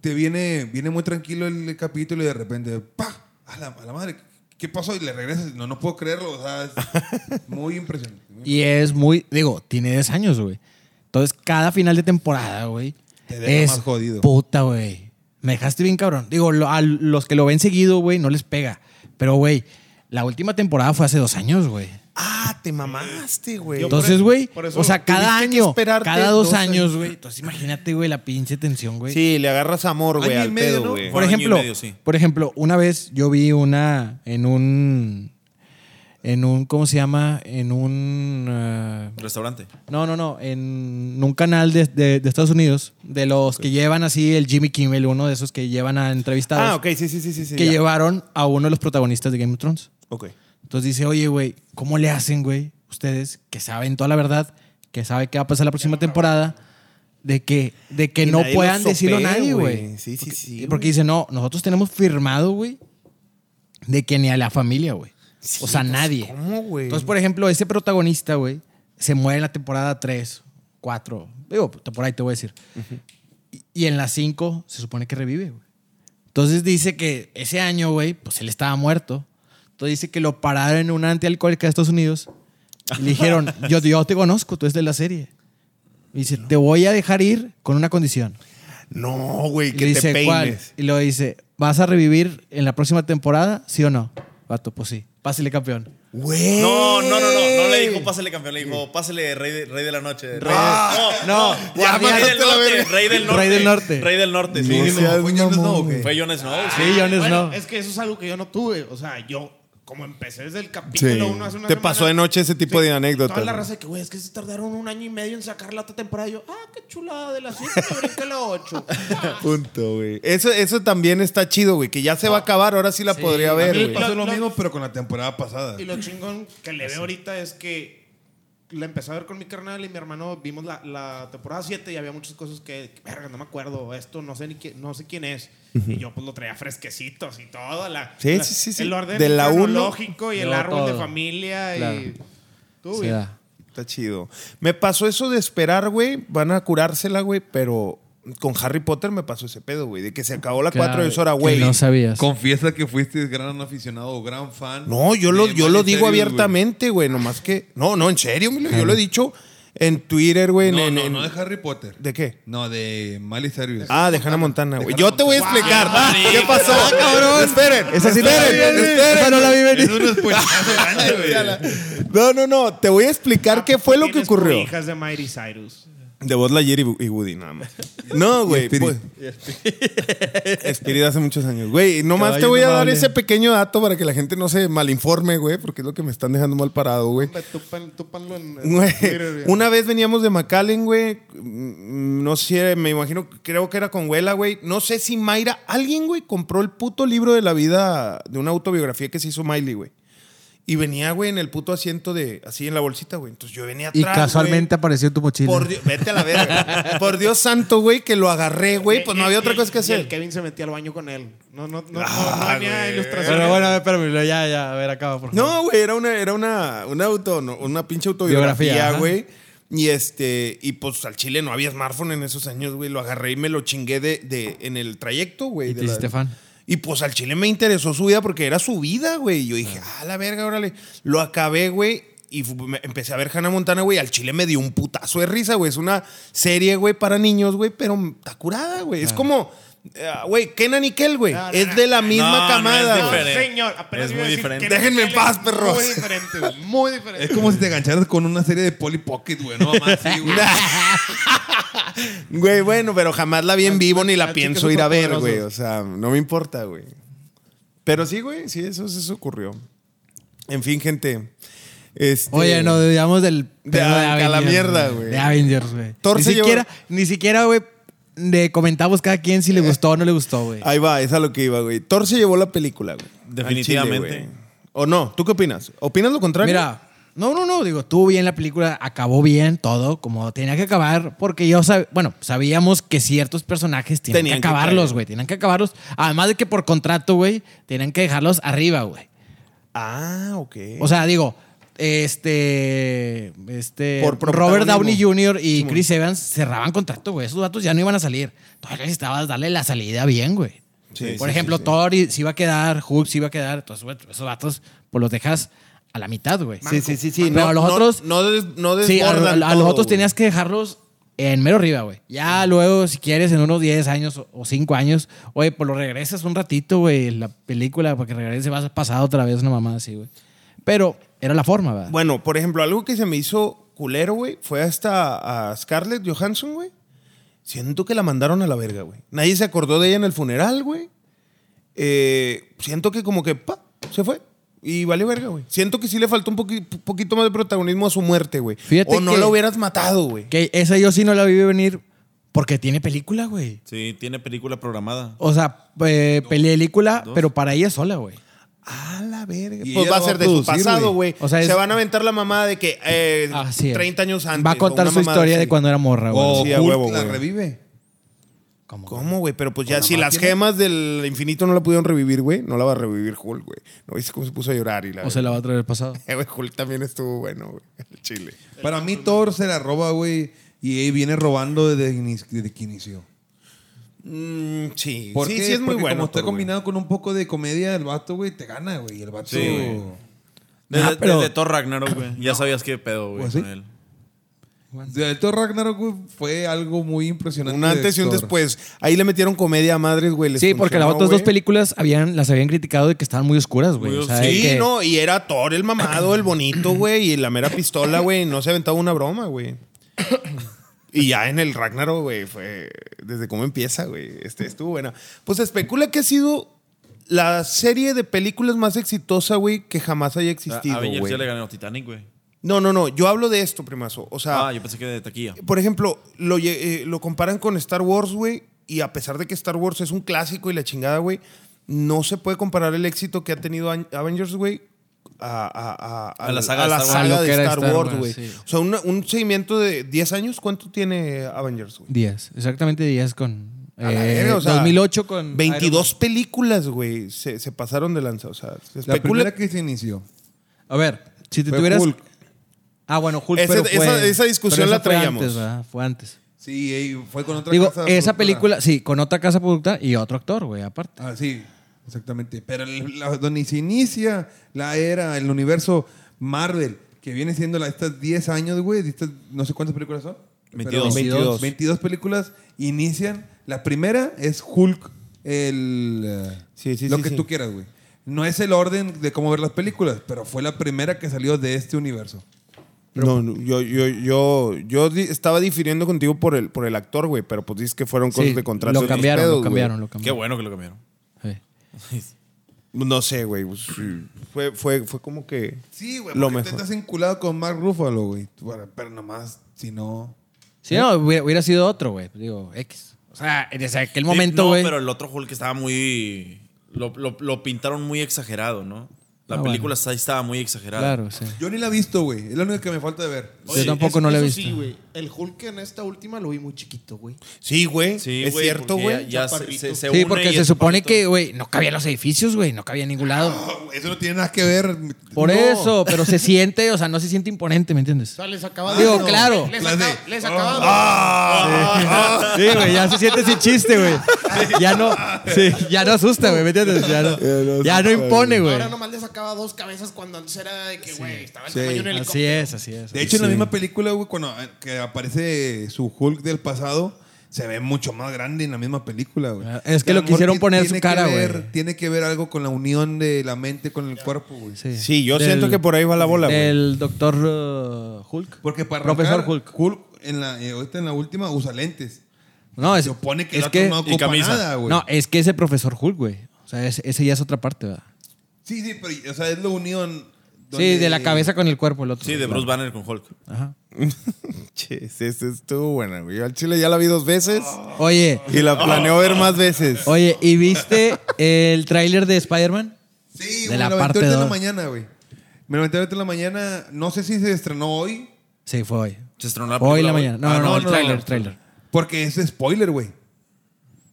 te viene, viene muy tranquilo el capítulo y de repente, ¡pa! A la, a la madre, ¿qué pasó? Y le regresas. No, no puedo creerlo. O sea, es muy impresionante. Y es muy, digo, tiene 10 años, güey. Entonces, cada final de temporada, güey, Te deja es más jodido. puta, güey. Me dejaste bien cabrón. Digo, lo- a los que lo ven seguido, güey, no les pega. Pero, güey, la última temporada fue hace dos años, güey. Ah, te mamaste, güey. Yo por Entonces, eso- güey, por eso o sea, cada tuviste que año, esperarte cada dos, dos años. años, güey. Entonces, imagínate, güey, la pinche tensión, güey. Sí, le agarras amor, güey, Año y al medio, pedo, ¿no? güey. Por Año y ejemplo, medio, sí. por ejemplo, una vez yo vi una en un en un ¿cómo se llama? En un eh, Restaurante. no, no, no, en un canal de, de- de Estados Unidos de los que llevan así el Jimmy Kimmel, uno de esos que llevan a entrevistados Ah, ok, sí, sí, sí, sí. sí que ya. llevaron a uno de los protagonistas de Game of Thrones. Ok. Entonces dice, "Oye, güey, ¿cómo le hacen, güey? Ustedes que saben toda la verdad, que sabe qué va a pasar la próxima temporada." De que, de que Y no nadie puedan lo decirlo a sopea, nadie, güey. güey. Sí, sí, Porque- sí, Porque güey. dice, no, nosotros tenemos firmado, güey, de que ni a la familia, güey. o sea, nadie. ¿Cómo, güey? Entonces, por ejemplo, ese protagonista, güey, se muere en la temporada 3, 4, digo, por ahí te voy a decir. Y- Y en la 5 se supone que revive, güey. Entonces dice que ese año, güey, pues él estaba muerto. Entonces dice que lo pararon en una antialcohólica de Estados Unidos y le dijeron, yo, yo te conozco, tú eres de la serie. Y dice, te voy a dejar ir con una condición. No, güey, Y que le te dice, peines. "¿Cuál?". Y lo dice, ¿vas a revivir en la próxima temporada? ¿Sí o no? Vato, pues sí. Pásale campeón. Güey. No, no, no, no. No le dijo pásele campeón, le dijo pásele rey de, rey de la noche. Rey, no, ya, guardián rey, del de la norte, verga. rey del norte. Rey del norte. Rey del norte, Sí, sí. no, seas güey, yo no, mamón, no, güey. Fue Jones Snow, sí. Sí, Jones Bueno, no. Es que eso es algo que yo no tuve. O sea, yo, como empecé desde el capítulo 1 hace una Te pasó de noche ese tipo de anécdotas, Toda la ¿no? raza de que, güey, es que se tardaron un año y medio en sacar la otra temporada. Y yo, ah, qué chulada, de la 7 me brinqué la 8. Punto, güey. Eso, eso también está chido, güey. Que ya se va a acabar, ahora sí la podría A ver, mí me güey. pasó lo, Lo- lo- mismo, pero con la temporada pasada. Y lo chingón que le veo ahorita es que la empecé a ver con mi carnal y mi hermano. Vimos la, la temporada 7 y había muchas cosas que, que, verga, no me acuerdo. Esto no sé ni quién, no sé quién es. Y yo pues lo traía fresquecitos y todo. La, Sí, la- sí, sí, sí. El orden De la uno- cronológico y el Yo árbol de todo. familia y. Claro. Tú, Sí, güey. da. Está chido. Me pasó eso de esperar, güey. Van a curársela, güey, pero con Harry Potter me pasó ese pedo, güey. De que se acabó la Claro, 4 y es hora, que güey. No sabías. Confiesa que fuiste gran aficionado o gran fan. No, yo de lo, yo Man lo digo in Series, güey. abiertamente, güey. Nomás que. No, no, en serio, Milo, yo lo he dicho en Twitter, güey. en- No, en- no, en- no de Harry Potter. ¿De qué? No, de Miley Cyrus. Ah, de Hannah Montana, De güey. Hannah Yo te voy a explicar. ¿Qué pasó? cabrón! Esperen, esperen, esperen. no la vi Es un spoilazo grande, güey. No, no, no. Te voy a explicar qué fue lo que Ah, Tienes ocurrió. Hijas de Miley Cyrus. De Buzz Lightyear y, y Woody, nada más. No, güey. Spirit. Pues, Spirit hace muchos años. Güey, nomás te voy a dar indomable. ese pequeño dato para que la gente no se malinforme, güey, porque es lo que me están dejando mal parado, güey. Hombre, tupan- túpanlo en- en Güey, Twitter, güey. una vez veníamos de McAllen, güey. mm, No sé, me imagino, creo que era con Huela, güey. No sé si Mayra, alguien, güey, compró el puto libro de la vida de una autobiografía que se hizo Miley, güey. Y venía, güey, en el puto asiento de, así en la bolsita, güey. Entonces yo venía atrás. Y güey. casualmente apareció en tu mochila. Por Dios, vete a la verga. Por Dios santo, güey, que lo agarré, güey. Pues no Y- había y- otra cosa que y hacer. el Kevin se metía al baño con él. No, no, no, no, no tenía ilustración. Pero bueno, a ver, espérame, lo- ya, ya, a ver, acaba, por favor. No, güey, era una, era una, una auto, no, una pinche Biografía, autobiografía, ajá. güey. Y este, y pues al Chile no había smartphone en esos años, güey. Lo agarré y me lo chingué de, de- en el trayecto, güey. Y de te la- hiciste fan. Y pues al Chile me interesó su vida porque era su vida, güey. Y yo dije, ah, la verga, órale. Lo acabé, güey. Y fu- me- empecé a ver Hannah Montana, güey. Al Chile me dio un putazo de risa, güey. Es una serie, güey, para niños, güey, pero está curada, güey. Es como, eh, güey, Kenan y Kel, güey. No, no, es no. de la misma No, no, es camada, diferente. güey. No, señor, apenas Es iba a muy decir diferente. que Déjenme en Kelly paz, es perros. Muy diferente, güey, muy Es diferente. como si te engancharas con una serie de Polly Pocket, güey. No, más sí, güey. Güey, bueno, pero jamás la vi en vivo ni la las pienso chicas ir a ver, superpoderosas. güey. O sea, no me importa, güey. Pero sí, güey, sí, eso, eso ocurrió. En fin, gente. Este, Oye, nos dudamos del. pedo a la Avengers, mierda, güey. De Avengers, güey. Thor Ni se llevó- siquiera, ni siquiera, güey, le comentamos cada quien Eh. si le gustó o no le gustó, güey. Ahí va, es a lo que iba, güey. Thor se llevó la película, güey. Al Definitivamente. chile, güey. ¿O no? ¿Tú qué opinas? ¿Opinas lo contrario? Mira, No, no, no, digo, tú bien la película, acabó bien todo, como tenía que acabar, porque yo sabía, bueno, sabíamos que ciertos personajes tienen Tenían que que acabarlos, caer. güey, tienen que acabarlos. Además de que por contrato, güey, tenían que dejarlos arriba, güey. Ah, ok. O sea, digo, este, este, Por Robert Downey protagonismo. Jr. y Chris Evans cerraban contrato, güey, esos datos ya no iban a salir. Todavía necesitabas darle la salida bien, güey. Sí, por sí, ejemplo, sí, sí. Thor y- se iba a quedar, Hulk se iba a quedar, entonces, güey, esos datos, pues los dejas a la mitad, güey. Sí, sí, sí, sí. Pero a los otros- No, des- no Sí, a, desbordan a- a los todo, otros güey. tenías que dejarlos en mero arriba, güey. Ya luego, si quieres, en unos 10 años o- o 5 años, oye, pues lo regresas un ratito, güey, la película, para que regrese, vas pasado otra vez una mamá así, güey. Pero era la forma, ¿verdad? Bueno, por ejemplo, algo que se me hizo culero, güey, fue hasta a Scarlett Johansson, güey. Siento que la mandaron a la verga, güey. Nadie se acordó de ella en el funeral, güey. Eh, siento que como que, pa, se fue. Y vale verga, güey. Siento que sí le faltó un poqui- poquito más de protagonismo a su muerte, güey. Fíjate o no que- la hubieras matado, güey. Que esa yo sí no la vi venir porque tiene película, güey. Sí, tiene película programada. O sea, eh, película, Dos. pero para ella sola, güey. A la verga. Y Pues ella va a lo ser va a de su producir, pasado, güey. güey. O sea, es- Se van a aventar la mamá de que eh, Así es. 30 años antes. Va a o contar una su mamada historia de así. Oh. cuando era morra, güey. O Sí, a Hulk huevo, la güey. Ah, revive. ¿Cómo? ¿Cómo, güey? Pero pues ya, Pues si nada las más tiene- gemas del infinito no la pudieron revivir, güey, no la va a revivir Hulk, güey. ¿No viste cómo se puso a llorar? Y la O se la va a traer el pasado. Eh, güey, Hulk también estuvo bueno, güey. El chile. Para mí Thor se la roba, güey. Y ahí viene robando desde, ini- desde que inició. Mm, sí. ¿Por sí, qué? sí es muy Porque bueno. Como está Thor, güey. combinado con un poco de comedia, el vato, güey, te gana, güey. El vato. Sí, güey. Desde, Nah, pero- desde Thor Ragnarok, güey. Ya sabías qué pedo, güey, Pues con sí. él. O sea, el Thor Ragnarok, güey, fue algo muy impresionante. Un de antes y un Thor. después. Ahí le metieron comedia a madres, güey. les Sí, porque las funcionó, otras dos güey. películas habían, las habían criticado de que estaban muy oscuras, güey. Muy O sea, de Sí, que- no, y era Thor el mamado, el bonito, güey, y la mera pistola, güey. No se aventaba una broma, güey. Y ya en el Ragnarok, güey, fue desde cómo empieza, güey. Este estuvo buena. Pues se especula que ha sido la serie de películas más exitosa, güey, que jamás haya A- existido, Avengers güey. ya le ganó Titanic, güey. No, no, no. Yo hablo de esto, primazo. O sea, Ah, yo pensé que de taquilla. por ejemplo, lo, lle- eh, lo comparan con Star Wars, güey, y a pesar de que Star Wars es un clásico y la chingada, güey, no se puede comparar el éxito que ha tenido An- Avengers, güey, a, a- a- A la saga de Star Wars. saga A lo de que era Star Star Wars, Wars, güey. sí. O sea, una- un seguimiento de 10 años, ¿cuánto tiene Avengers, güey? Días, exactamente días con... A la eh, verga, o sea, 2008 con... 22 películas, güey, se, se pasaron de lanza. O sea, se La especula. primera que se inició. Iron Man. A ver, si te Fue tuvieras... Hulk. Ah, bueno, Hulk, Ese- pero fue- esa- esa discusión pero la esa fue traíamos. antes, ¿verdad? Fue antes. Sí, y fue con otra Digo, casa esa productora. película, sí, con otra casa productora y otro actor, güey, aparte. Ah, sí, exactamente. Pero el- la- donde se inicia la era, el universo Marvel, que viene siendo la, estas 10 años, güey, de estas no sé cuántas películas son. 22. 22. 22 películas inician. La primera es Hulk, el... eh, Sí, sí, lo sí, que sí. tú quieras, güey. No es el orden de cómo ver las películas, pero fue la primera que salió de este universo. No, no, yo, yo, yo, yo di- estaba difiriendo contigo por el, por el actor, güey, pero pues dices que fueron cosas Sí, de contrato. y lo otros cambiaron, pedos, lo güey. cambiaron, lo Qué cambiaron. bueno que lo cambiaron. Sí. No sé, güey. pues, sí. Fue, fue, fue como que. Sí, güey, Lo porque te mejor. estás enculado con Mark Ruffalo, güey. Bueno, Pero nomás, si no... Sí, no, hubiera, hubiera sido otro, güey. Digo, X. O sea, desde aquel momento, Sí, güey. No, pero el otro Hulk estaba muy. Lo, lo- lo pintaron muy exagerado, ¿no? La Ah, bueno. película sí estaba muy exagerada. Claro, sí. Yo ni la he visto, güey. Es la única que me falta de ver. Yo tampoco no la he eso visto. Sí, güey. El Hulk en esta última lo vi muy chiquito, güey. Sí, güey. Sí, es güey, cierto, porque güey. Ya, ya se, Chaparrito. se, se Sí, une porque y se es supone chaparrito. que, güey, no cabían los edificios, güey, no cabía en ningún lado. Oh, Eso no tiene nada que ver. Por No. eso, pero se siente, o sea, no se siente imponente, ¿me entiendes? O sea, les acaba Digo, dando- claro. Ah, Les, Las de- acaba- les acaba Ah, Sí, güey, ya se siente sin chiste, güey. Ya no, sí, ya no asusta, güey, ¿me entiendes? Ya no, ya no impone, güey. Ahora nomás le sacaba dos cabezas cuando antes era de que, güey, estaba el Sí. tamaño en el Así es, así es. De hecho, en la misma película, güey, cuando eh, que aparece su Hulk del pasado, se ve mucho más grande en la misma película, güey. Ah, es que A lo mejor quisieron ti- poner tiene su que cara, güey. ver- Tiene que ver algo con la unión de la mente con el cuerpo, güey. Sí, yo siento que por ahí va la bola, güey. El doctor uh, Hulk. Porque para Profesor arrancar, Hulk. en la, eh, ahorita en la última usa lentes. No, es, Se supone que el es otro que, no no, ocupa camisa. nada, güey. es que ese profesor Hulk, güey. O sea, es- ese ya es otra parte, ¿verdad? Sí, sí, pero o sea, es la unión. Sí, donde- de la cabeza con el cuerpo, el otro. Sí, de Bruce Banner con Hulk. Ajá. Che, sí, sí, estuvo buena, güey. Yo Al chile ya la vi dos veces Oh. Oye, y la planeo ver más veces. oye, ¿y viste el tráiler de Spider-Man? Sí, De güey, la la aventé parte ahorita en la dos. mañana, güey. Me levanté ahorita en la mañana, no sé si se estrenó hoy, Sí, fue hoy. Se estrenó la Hoy en la película mañana. No, Ah, no, no, no, el no, tráiler, no. tráiler. porque es spoiler, güey.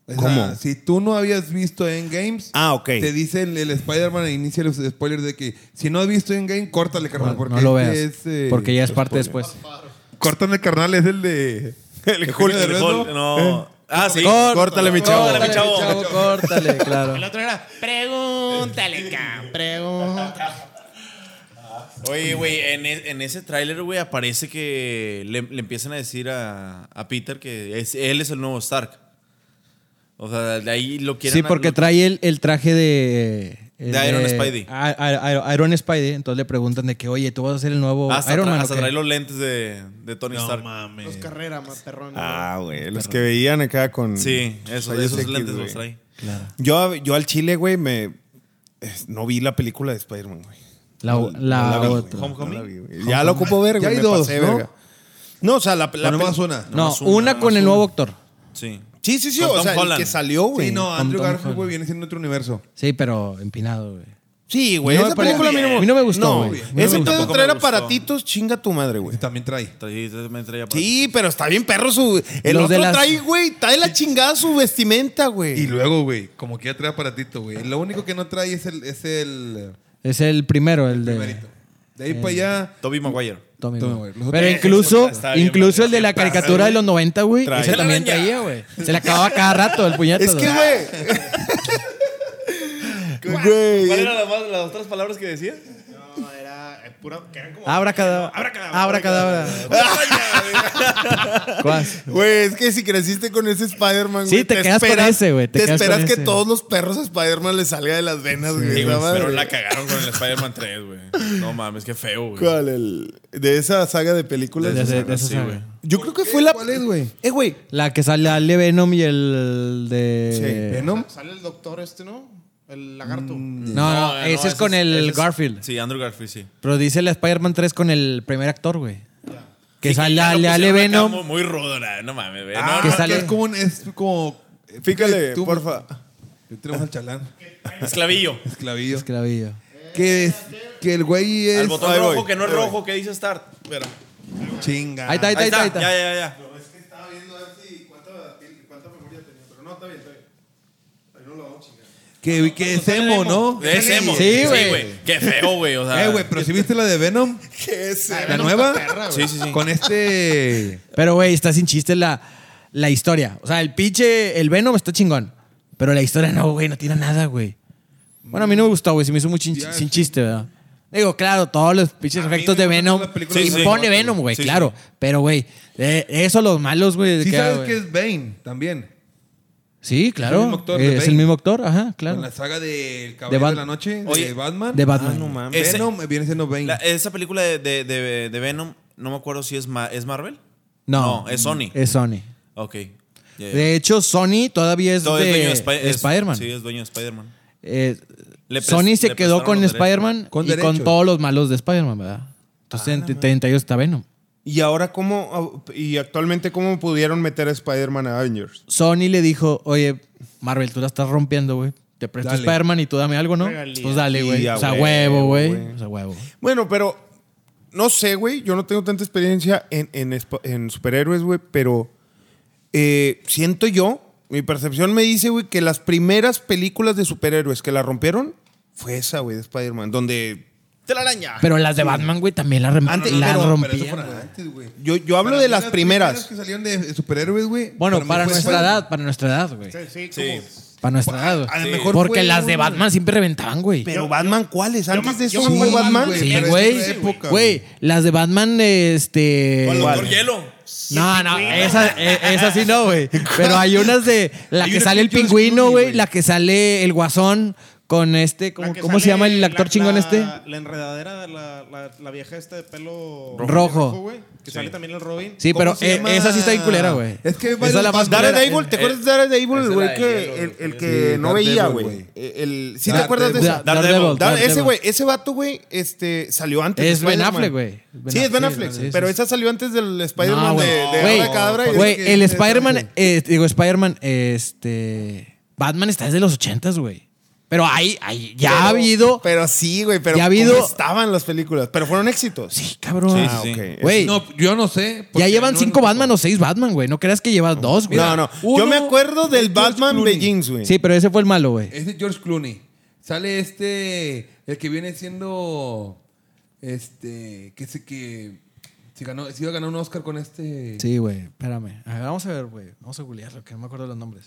O sea, ¿Cómo? Si tú no habías visto Endgames, Ah, ok. te dice el, el Spider-Man al inicio de los spoilers de que si no has visto Endgame, córtale, carnal. No, Porque no lo veas. este es, eh, porque ya es parte después. Córtale, carnal, es el de. El Julio de El Hulk, Rezo. no. Ah, sí. Córtale, mi chavo. Córtale, mi chavo. Córtale, claro. El otro era, pregúntale, cabrón, pregúntale. Oye, güey, en, e- en ese tráiler, güey, aparece que le, le empiezan a decir a, a Peter que es- él es el nuevo Stark. O sea, de ahí lo quieren... Sí, porque lo- trae el, el traje de. el De Iron Spidey. Ah, ah, ah, Iron Spidey. Entonces le preguntan de que, oye, tú vas a ser el nuevo Hasta, Iron tra- Man. o hasta qué? trae los lentes de, de Tony Stark. Los carreras, más perrón. Ah, güey. Los que veían acá con. Sí, eso, rayos esos X, lentes güey. los trae. Yo, yo al Chile, güey, me. es- No vi la película de Spider-Man, güey. La, No- la no vi, güey. No otra. la Homecoming. vi, güey. ya lo ocupo ver, Ya güey. hay me dos, pasé, ¿no? verga. No, o sea, la. No, la nomás pe- una. No, Nomás una, una con nomás el nuevo actor. Sí. Sí, sí, sí. Con O Tom sea, el Holland. que salió, güey. Sí, no, Con Andrew Tom Garfield, Holland. güey, viene siendo otro universo. Sí, pero empinado, güey. Sí, güey. No me esa pare- película a mí no, a mí no me gustó, güey. A mí no Ese me pedo gustó. de traer Tampoco me gustó. aparatitos, chinga tu madre, güey. Y pues, También trae. Traí- me traía para- Sí, pero está bien perro su... El Los de otro las- trae, güey, trae la chingada su vestimenta, güey. Y luego, güey, como que ya trae aparatito, güey. Lo único que no trae es el. Es el Es el primero, el de. primerito. De ahí para allá. Tobey Maguire. Tommy, Tommy, güey. güey. Los Pero otros- incluso, Eso está bien, incluso güey. el de la caricatura de los 90, güey. Trae. Ese también Araña. traía, güey. Se le acababa cada rato el puñetazo. es que, güey. güey... ¿Cuáles Güey... eran las, más- las otras palabras que decía? No, era eh, pura, que eran como... Abra cadabra. Abracadabra. Ah, Abra cadabra. Ah, ¿Cuál? Güey, es que si creciste con ese Spider-Man, Sí, güey, te quedas con ese, güey, te Te, quedas con esperas que ese. todos los perros a Spider-Man les salga de las venas, Ah, güey. esa madre. Pero la cagaron con el Spider-Man 3, güey. No mames, qué feo, güey. ¿Cuál? El... De esa saga de películas. De- de- de esa Sí, saga. güey. Yo creo que fue la... ¿Cuál es, güey? Eh, güey. La que sale Ale Venom y el de. Venom. Sale el doctor este, ¿no? El No, lagarto. no, ese es con el ese es- Garfield. Sí, Andrew Garfield, sí. Pero dice la Spider-Man 3 con el primer actor, güey. Que Sí, sale ya lo Ale, Ale pusieron acá Venom. Muy, muy rudo, la- no mames, güey. Ah, No, que no, sale- Es como. un- Es como Fíjale, Tú- porfa. Yo tenemos al chalán. no, esclavillo. Esclavillo. Esclavillo. Que, es, que el güey es. Al botón ahí rojo voy, que no es ahí voy. rojo, que dice start. Espera. Chinga. Ahí está, ahí está, ahí está. Ahí Ahí está, está. ya, ya, ya. Es que estaba viendo a ver si cuánta, memoria tenía, pero no, está bien, está bien. Ahí no lo vamos a chingar. Que, que es emo, ¿no? De ese emo. Sí, Sí, güey. güey. Qué feo, güey. O sea, Eh, güey, pero si viste la de Venom, ¿Qué es? la nueva. Sí, sí, sí. Con este. Pero, güey, está sin chiste la, la historia. O sea, el pinche, el Venom está chingón. Pero la historia no, güey, no tiene nada, güey. Bueno, a mí no me gustó, güey. Se me hizo muy chin- Ya, sin sí. chiste, ¿verdad? Digo, claro, todos los pinches A mí efectos me de gustan Venom. las películas Sí, de impone Venom. Venom, güey, Sí, sí. claro. Pero, güey, eh, eso los malos, güey. Sí, que, ah, sabes güey. que es Bane también. Sí, claro. Es el mismo actor, de es Bane. el mismo actor ajá, claro. Con la saga del Caballero Bat- de, la Noche, Oye, de Batman. De Batman. Ah, güey. Ese- Venom viene siendo Bane. la- esa película de, de, de, de Venom, no me acuerdo si es, ma- ¿es Marvel. No, No, es Sony. Es Sony. Ok. Ya, ya. De hecho, Sony todavía es Todo es de, dueño de Spi- de es- Spider-Man. Sí, es dueño de Spider-Man. Eh, Le pres- Sony se quedó le prestaron con los derechos. Spider-Man Con y con derechos. todos los malos de Spider-Man, ¿verdad? Entonces, en- en- entre ellos está Venom. Y ahora, ¿cómo? ah, Y actualmente, ¿cómo pudieron meter a Spider-Man a Avengers? Sony le dijo, oye, Marvel, tú la estás rompiendo, güey. Te presto Dale. Spider-Man y tú dame algo, ¿no? Regalías. Pues dale, Y güey. a O sea, huevo, huevo, güey. güey. O sea, huevo. Bueno, pero no sé, güey. Yo no tengo tanta experiencia en, en esp- en superhéroes, güey. Pero eh, siento yo, mi percepción me dice, güey, que las primeras películas de superhéroes que la rompieron fue esa, güey, de Spider-Man. Donde. ¡Telaraña! Ah, Pero las de Batman, güey, también las Antes- la pero- rompían. fueron güey. antes, güey. Yo, yo hablo Para de mí, las primeras. que salieron de superhéroes, güey. Bueno, mí para fue nuestra Spider-Man. edad, para nuestra edad, güey. Sí, sí. Sí. Para nuestra A- edad. a lo güey. mejor Porque fue las de un- Batman siempre reventaban, güey. Pero Batman, ¿cuáles? Antes de eso, yo me hubo acuerdo de Batman. Batman, Sí, pero es güey. otra época, Güey, las de Batman, este. Con el ¿Cuál? doctor hielo. No, no, esa, e- esa sí no, güey. Pero hay unas de la Hay que una sale con el George pingüino, Clooney, güey, güey. la que sale el guasón con este, La ¿cómo, que cómo se sale llama el la- actor chingón la- este? La enredadera, de la, la, la vieja esta de pelo Rojo. güey, Sí. que sale también el Robin. Sí, ¿Cómo pero se eh, llama? esa sí está bien culera, güey. Es que esa es la más culera. Daredevil, ¿te acuerdas de Daredevil? esa El güey la de que, hielo, el, el sí. que Sí, no veía, Daredevil, güey. güey. El- ¿Sí te Daredevil. acuerdas de Da- esa? Daredevil, Da- ese Daredevil. güey, ese vato, güey, este, salió antes. Es de Ben Spider-Man. Affleck, güey. Sí, es Ben sí, Affleck. sí, sí, pero sí. esa salió antes del Spider-Man No, de, güey. de Güey, Abra Cadabra y- Güey, que- el es- Spider-Man, eh, digo, Spider-Man, este. Batman está desde los ochentas, güey. Pero hay, hay ya ha Pero- habido. Pero sí, güey, pero Ya ha habido- ¿cómo estaban las películas? Pero fueron éxitos. Sí, cabrón. Sí, Ah, sí, sí. ok. Güey, No, yo no sé. porque ya llevan no- cinco Batman o seis Batman, güey. No creas que llevas dos, güey. no, no. Yo uno me acuerdo de del George Batman Clooney. Begins, güey. Sí, pero ese fue el malo, güey. Es de George Clooney. Sale este, el que viene siendo, este, que se que se ganó, se iba a ganar un Oscar con este. Sí, güey. Espérame. A ver, vamos a ver, güey. Vamos a googlearlo, que no me acuerdo los nombres.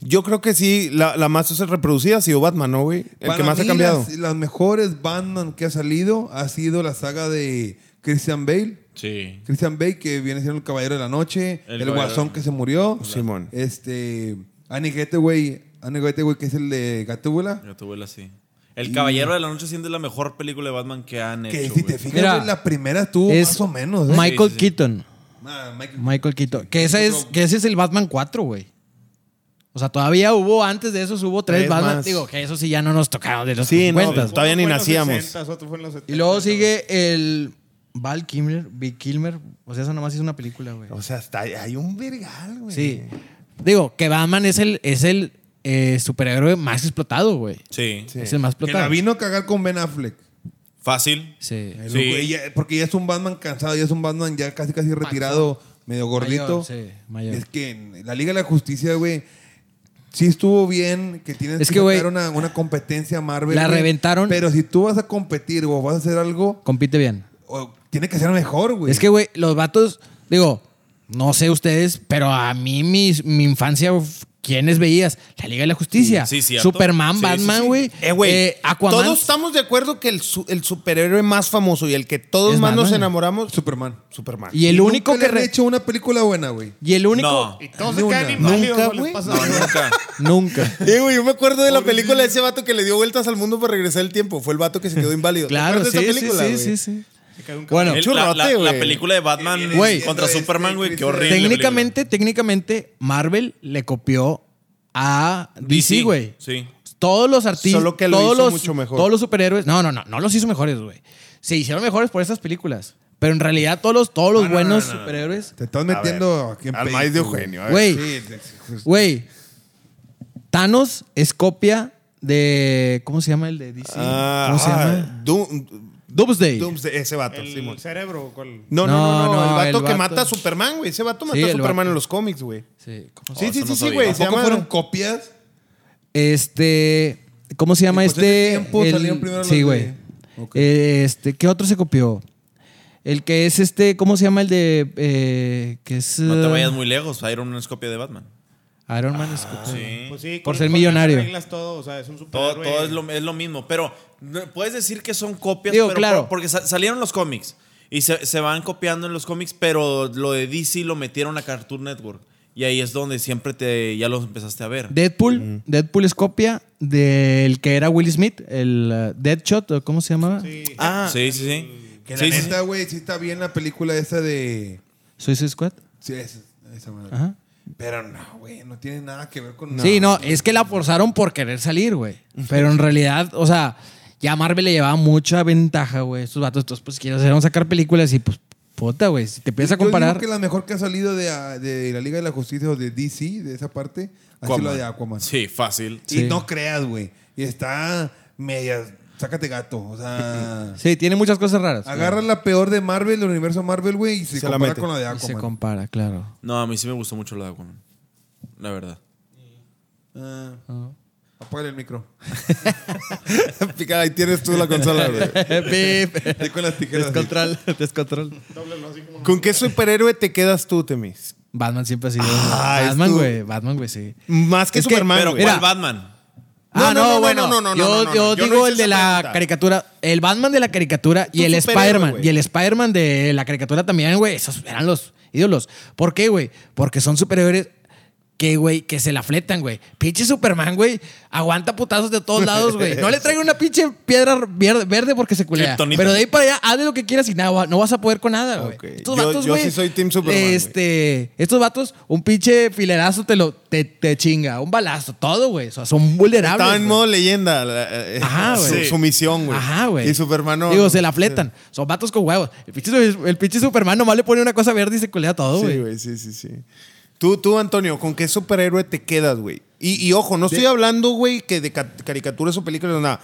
Yo creo que sí, la, la más reproducida ha sido Batman, ¿no, güey? El Para que más ha mí, cambiado. Las, las mejores Batman que ha salido ha sido la saga de Christian Bale. Sí. Christian Bale, que viene siendo el Caballero de la Noche, El el, Caballero. Guasón que se murió. Simón. Este, Annie Hathaway, Annie Hathaway, que es el de Gatúbela. Yo te vuelo así. El Caballero de la Noche siendo la mejor película de Batman que han Que hecho. si güey. te fijas, Mira, güey, la primera tuvo es más o menos. ¿eh? Michael Sí, sí, sí. Keaton. Ah, Michael- Michael Keaton. Que, esa es, Keaton. que ese es el Batman 4, güey. O sea, todavía hubo, antes de esos hubo tres, Tres Batman. más. Digo, que eso sí ya no nos tocaron de los Sí, no, 50. Todavía ni Uno fue en los nacíamos. 60s, otro fue en los Y luego 70s, sigue el Val Kilmer, Big Kilmer. O sea, esa nomás hizo una película, güey. O sea, hasta hay un vergal, güey. Sí. Digo, que Batman es el, es el eh, superhéroe más explotado, güey. Sí. Es el más Que la explotado. vino a cagar con Ben Affleck. Fácil. Sí. El Sí. güey ya- porque ya es un Batman cansado, ya es un Batman ya casi casi retirado, medio gordito. Mayor, sí, mayor. Es que en la Liga de la Justicia, güey, sí estuvo bien que tienes Es que, que, güey, sacar una, una competencia Marvel. la güey, reventaron. Pero si tú vas a competir o vas a hacer algo, Compite bien. o- tiene que ser mejor, güey. Es que, güey, los vatos, digo, no sé ustedes, pero a mí mis- mi infancia, uf, ¿quiénes veías? La Liga de la Justicia. Sí, cierto. Superman, Sí, sí, Batman, sí. güey. Eh, güey, Eh, Aquaman. todos estamos de acuerdo que el, su- el superhéroe más famoso y el que todos Es más nos Batman. enamoramos, Superman. Superman. Y el único Nunca que... le han re- hecho una película buena, güey. Y el único... No. Y todos se Nunca. quedan inválidos. Nunca, no les güey. pasa No, nada. nunca. Nunca. Eh, güey, yo me acuerdo de la película de ese vato que le dio vueltas al mundo para regresar el tiempo. Fue el vato que se quedó inválido. ¿Te Claro, acuerdas sí, de esa sí, película, sí, güey? sí, sí. Se cae un cabrón. Bueno, El- la, Churrote, la- la güey. película de Batman Viene Güey. contra siendo Superman, este güey, qué Christian- horrible. técnicamente, técnicamente, Marvel le copió a DC, güey. Sí. Todos los artistas. Solo que lo todos hizo los, mucho mejor. Todos los superhéroes. No, no, no. No los hizo mejores, güey. Se hicieron mejores por estas películas. Pero en realidad, todos los, todos los No, no, buenos no, no, no. superhéroes. Te estás A ver, metiendo aquí en al pedo, maíz de güey. Eugenio. a ver. Güey, Sí, te- pues, güey. Thanos es copia de. ¿Cómo se llama el de DC? Ah, ¿Cómo se ah, llama? Doom- Doomsday. Doomsday, ese vato, Simón. El cerebro, ¿cuál? No, no, no, no, no, No, El vato el que vato. mata a Superman, güey. Ese vato mata Sí, a el Superman vato. en los cómics, güey. Sí, ¿cómo se- Sí, sí, eso no sí, sí, sabía. güey. Se ¿Tampoco llama- fueron copias? Este. ¿Cómo se llama Y, pues, este? ese tiempo salieron primero sí, los güey. de- Ok. Eh, Este, ¿qué otro se copió? El que es este, ¿cómo se llama el de eh, que es No te eh, vayas muy lejos. Iron Man es copia de Batman. Iron Man es Ah, copió. Sí. Pues eh. sí, Por con- ser con millonario. esas reglas todo, o sea, es un Todo, superhéroe. todo es, lo, es lo mismo. Pero no- puedes decir que son copias. Digo, pero claro. por- porque sa- salieron los cómics. Y se, se van copiando en los cómics. Pero lo de DC lo metieron a Cartoon Network. Y ahí es donde siempre te ya los empezaste a ver. Deadpool, Deadpool es copia del que era Will Smith, el eh, Deadshot, ¿o ¿cómo se llamaba? Sí. Ah, sí, sí, sí. Que la Sí, sí, sí. neta, güey, sí está bien la película esa de... Suicide Squad. Sí, esa, esa madre. Ajá. Pero no, güey, no tiene nada que ver con... Sí, no, es que la forzaron por querer salir, güey. Pero en realidad, o sea, ya Marvel le llevaba mucha ventaja, güey. Estos vatos, estos, pues quieren vamos a sacar películas y pues, puta, güey. Si te empiezas a Yo comparar. digo que la mejor que ha salido de, ah, de la Liga de la Justicia o de DC, de esa parte, ha sido la de Aquaman. Sí, fácil. Y Sí. no creas, güey. Y está media... Sácate gato, o sea... Sí, tiene muchas cosas raras. Agarra la peor de Marvel, del universo Marvel, güey, y se, Se la compara mete. con la de Y se Aquaman. compara, claro. No, a mí sí me gustó mucho la de Aquaman. La verdad. Ah, Apágale el micro. Pica, ahí tienes tú la consola, güey. Ahí con las tijeras. así. descontrol, descontrol. Dóblalo así como- ¿Con qué superhéroe te quedas tú, Temis? Batman siempre ha sido. Ah, es Batman, tu- güey. Batman, güey, sí. Más que Es que- Superman, Pero güey. ¿cuál Mira. Batman? No, no, ah, no, no, no, bueno. no, no, no, yo, no, no, yo no. Yo no digo hice el de esa la pregunta. caricatura. El Batman de la caricatura y Tu el superhéroe, Spider-Man. güey. Y el Spider-Man de la caricatura también, güey. Esos eran los ídolos. ¿Por qué, güey? Porque son superhéroes que, güey, que se la fletan, güey. Pinche Superman, güey. Aguanta putazos de todos lados, güey. No le traigan una pinche piedra vier- verde porque se culea. Kriptonita. Pero de ahí para allá, haz de lo que quieras y nada, va- no vas a poder con nada, güey. Ok. Estos Yo- vatos, yo güey. sí soy team Superman, güey. Este, este, estos vatos, un pinche filerazo te lo te, te chinga, un balazo, todo, güey. O sea, son vulnerables. Estaba en güey. modo leyenda. la- eh, Ajá, su, güey. su misión, güey. Ajá, güey. Y Superman no. Digo, se la fletan. Son vatos con huevos. El pinche, el pinche Superman nomás le pone una cosa verde y se culea todo, Sí, güey. güey, sí, sí, sí. Tú, tú, Antonio, ¿con qué superhéroe te quedas, güey? Y, y ojo, no estoy hablando, güey, que de ca- caricaturas o películas, nada.